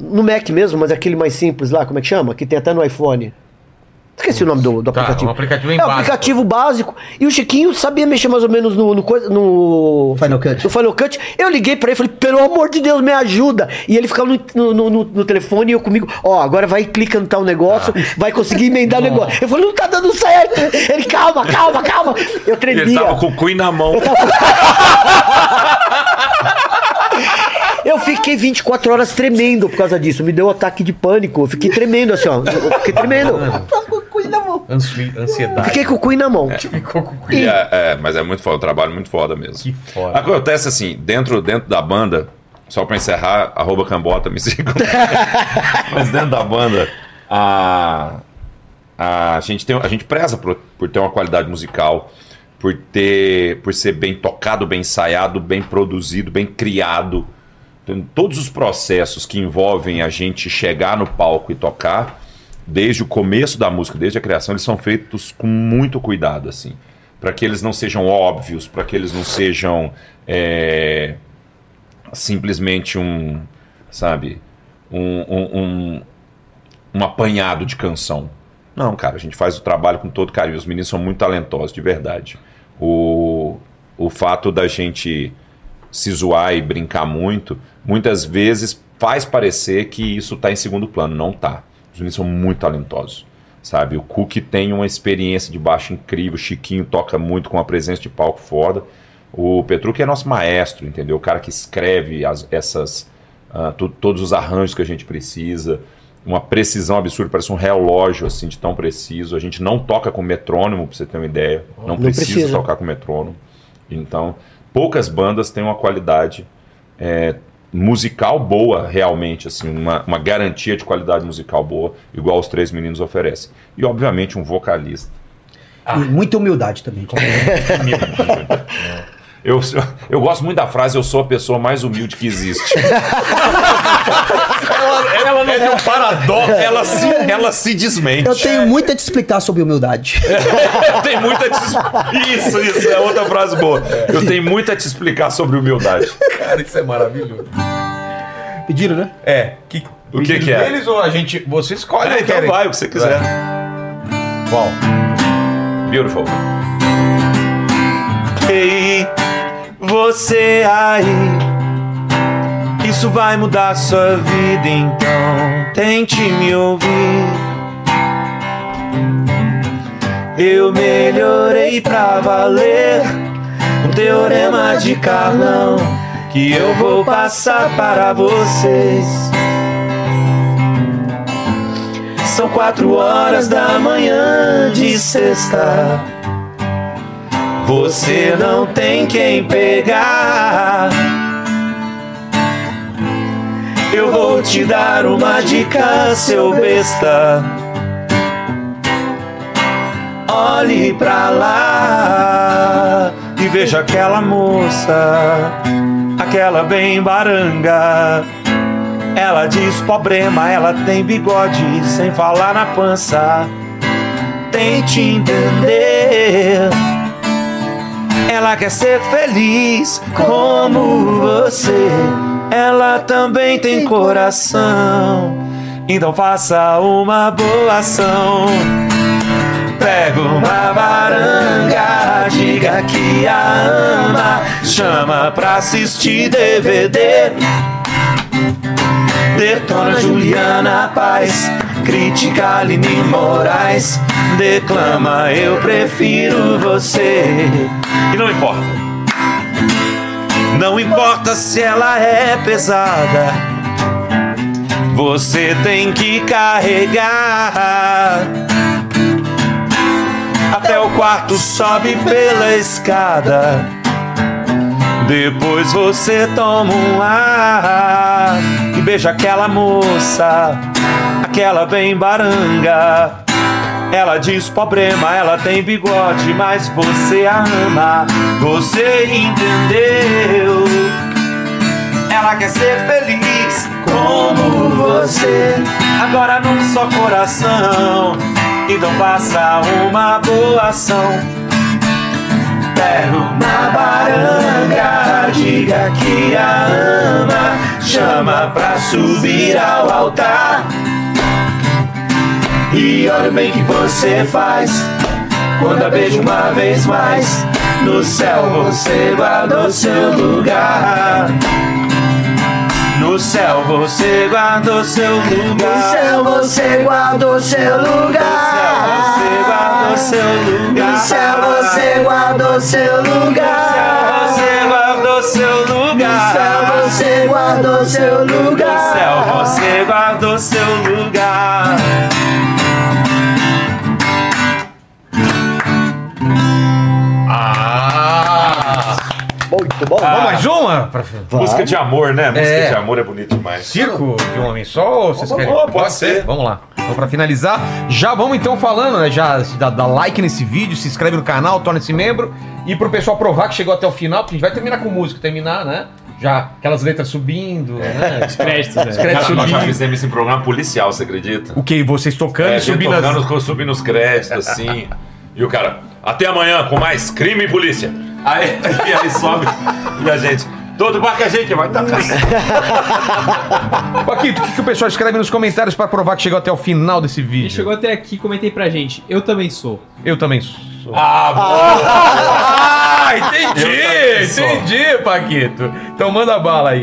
No Mac mesmo, mas aquele mais simples lá, como é que chama? Que tem até no iPhone. Esqueci o nome do, do Tá, aplicativo. um aplicativo bem é, um básico. aplicativo básico. E o Chiquinho sabia mexer mais ou menos no, no, coisa- no Final Cut. no Final Cut, eu liguei pra ele e falei, pelo amor de Deus, me ajuda. E ele ficava no, no, no- no- no telefone e eu comigo, ó, agora vai clica no tal negócio, Ah. vai conseguir emendar o negócio. Eu falei, não tá dando certo. Ele, calma, calma, calma. Eu tremia. Ele tava com o cu na mão. Eu fiquei 24 horas tremendo por causa disso. Me deu um ataque de pânico. Eu fiquei tremendo assim, ó. Eu fiquei tremendo. Tá Ansi- Ansiedade. Fiquei com o cu na mão. E é- é, mas é muito foda, um trabalho muito foda mesmo. Que foda. Acontece assim, dentro, dentro da banda, só pra encerrar, arroba cambota, me sigam. mas dentro da banda, a, a, gente, tem, a gente preza por, por ter uma qualidade musical, por, ter, por ser bem tocado, bem ensaiado, bem produzido, bem criado. Então, todos os processos que envolvem a gente chegar no palco e tocar, desde o começo da música, desde a criação, eles são feitos com muito cuidado, assim. Para que eles não sejam óbvios, para que eles não sejam é, simplesmente um, sabe, um, um, um- um apanhado de canção. Não, cara, a gente faz o trabalho com todo carinho. Os meninos são muito talentosos, de verdade. O, o fato da gente se zoar e brincar muito, muitas vezes faz parecer que isso está em segundo plano. Não tá. Os meninos são muito talentosos. Sabe, o Cook tem uma experiência de baixo incrível, o Chiquinho toca muito com uma presença de palco foda. O Petrucci é nosso maestro, entendeu? O cara que escreve as- essas ah, to- todos os arranjos que a gente precisa, uma precisão absurda, parece um relógio assim de tão preciso. A gente não toca com metrônomo, pra você ter uma ideia. Não, precisa, precisa. tocar com metrônomo. Então, poucas bandas têm uma qualidade é, musical boa, realmente, assim, uma, uma garantia de qualidade musical boa, igual os três meninos oferecem. E, obviamente, um vocalista. Ah. E muita humildade também. é? É. Eu, eu gosto muito da frase, eu sou a pessoa mais humilde que existe. ela, ela não é um paradoxo, ela se, ela se desmente. Eu tenho muito a te explicar sobre humildade. Eu tenho muito a te explicar. Isso, isso, é outra frase boa. Eu tenho muito a te explicar sobre humildade. Cara, isso é maravilhoso. Pediram, né? É. Que, O que que é? Eles ou a gente... Você escolhe. Olha, ou então querem? vai, o que você quiser. Qual? Beautiful. Ei, você aí. Isso vai mudar sua vida, então tente me ouvir. Eu melhorei pra valer um teorema de Carlão que eu vou passar para vocês. São quatro horas da manhã de sexta. Você não tem quem pegar. Eu vou te dar uma dica, seu besta. Olhe pra lá e veja aquela moça, aquela bem baranga. Ela diz problema, ela tem bigode, sem falar na pança. Tente entender. Ela quer ser feliz como você. Ela também tem coração. Então faça uma boa ação. Pega uma baranga, diga que a ama. Chama pra assistir DVD. Detona Juliana Paz, critica Aline Moraes. declama, eu prefiro você. E não importa. Não importa se ela é pesada, você tem que carregar. Até o quarto sobe pela escada. Depois você toma um ar e beija aquela moça, aquela bem baranga. Ela diz problema, ela tem bigode, mas você a ama, você entendeu. Ela quer ser feliz como você, agora num só coração. Então faça uma boa ação. Pega uma baranga, diga que a ama, chama pra subir ao altar. E olha bem que você faz Quando a beijo uma vez mais No céu você guardou seu lugar No céu você guardou seu lugar No céu você guardou seu lugar No céu você guardou seu lugar No céu você guardou seu lugar No céu você guardou seu lugar No céu você guardou seu lugar Muito bom. Ah! Tá. Vamos mais uma? Pra... Música de amor, né? Música É. de amor é bonita demais. Circo de um homem só ou vocês Opa, querem? opa, pode ser. Vamos lá. Então, pra finalizar, já vamos então falando, né? Já dá, dá like nesse vídeo, se inscreve no canal, torna-se membro. E pro pessoal provar que chegou até o final, porque a gente vai terminar com música, terminar, né? Já aquelas letras subindo, né? Os créditos, né? Os Cara, créditos nós já subindo. fizemos esse programa policial, você acredita? O que? Vocês tocando É, e subindo as- tocando, subindo os créditos, assim. E o cara, até amanhã com mais crime e polícia. Aí, e aí sobe. E a gente, todo bar que a gente vai tacar. Paquito, o que, que o pessoal escreve nos comentários pra provar que chegou até o final desse Quem vídeo? chegou até aqui, comentei pra gente. Eu também sou. Eu também sou. Ah, Ah, entendi, Eu também entendi, Paquito. Então manda bala aí.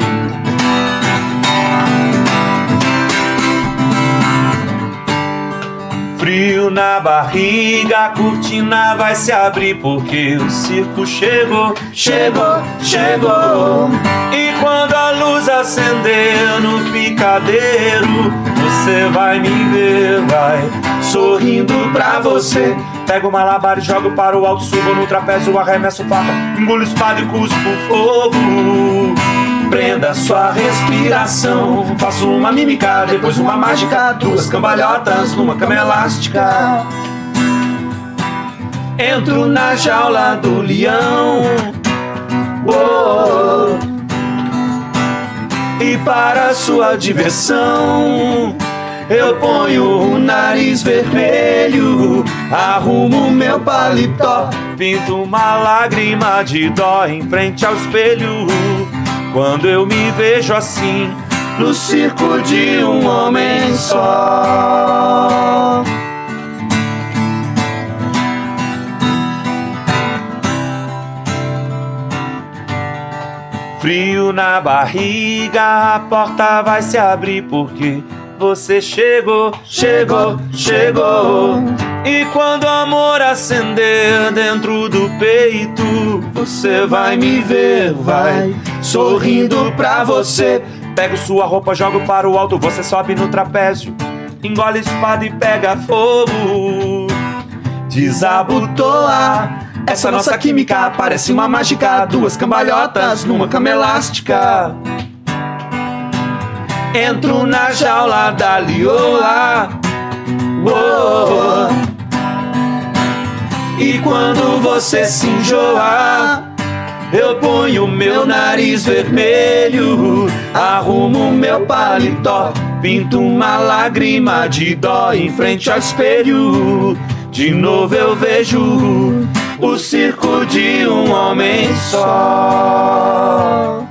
Frio na barriga, a cortina vai se abrir porque o circo chegou, chegou, chegou. E quando a luz acender no picadeiro, você vai me ver, vai sorrindo pra você. Pego o malabar e jogo para o alto, subo no trapézio, arremesso faca, engulo espada e cuspo fogo. Prenda sua respiração. Faço uma mímica, depois uma mágica. Duas cambalhotas numa cama elástica. Entro na jaula do leão. Oh, oh, oh. E para sua diversão, eu ponho o nariz vermelho. Arrumo meu paletó. Pinto uma lágrima de dó em frente ao espelho. Quando eu me vejo assim, no circo de um homem só. Frio na barriga, a porta vai se abrir porque você chegou, chegou, chegou. E quando o amor acender dentro do peito, você vai me ver, vai sorrindo pra você. Pego sua roupa, jogo para o alto, você sobe no trapézio, engole espada e pega fogo. Desabotoa essa nossa química, parece uma mágica, duas cambalhotas numa cama elástica. Entro na jaula da liola. Oh, oh. E quando você se enjoa, eu ponho meu nariz vermelho, arrumo meu paletó, pinto uma lágrima de dó em frente ao espelho. De novo eu vejo o circo de um homem só.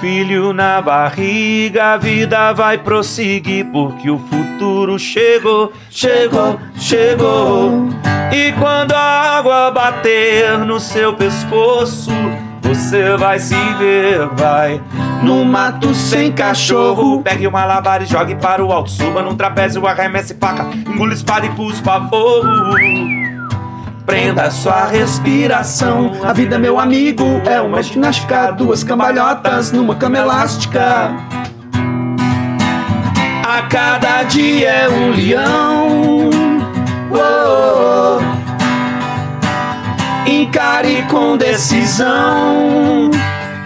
Filho na barriga, a vida vai prosseguir, porque o futuro chegou, chegou, chegou. E quando a água bater no seu pescoço, Você vai se ver, vai. No mato sem cachorro, pegue uma malabar e jogue para o alto. Suba num trapézio, arremesse faca, engula espada e pus pra fogo. Prenda sua respiração. A vida, meu amigo, é uma ginástica. Duas cambalhotas numa cama elástica. A cada dia é um leão. Oh, oh. Encare com decisão.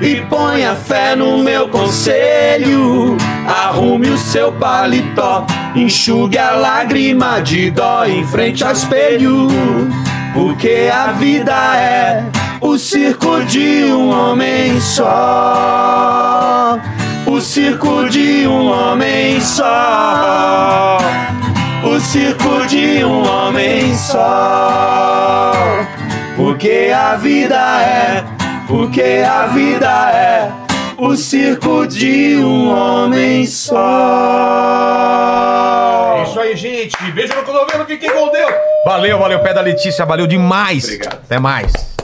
E ponha fé no meu conselho. Arrume o seu paletó. Enxugue a lágrima de dó em frente ao espelho. Porque a vida é o circo de um homem só. O circo de um homem só. O circo de um homem só. Porque a vida é, porque a vida é o circo de um homem só. É isso aí, gente. Beijo no cotovelo, fiquem com Deus. Valeu, valeu, pé da Letícia, valeu demais. Até mais.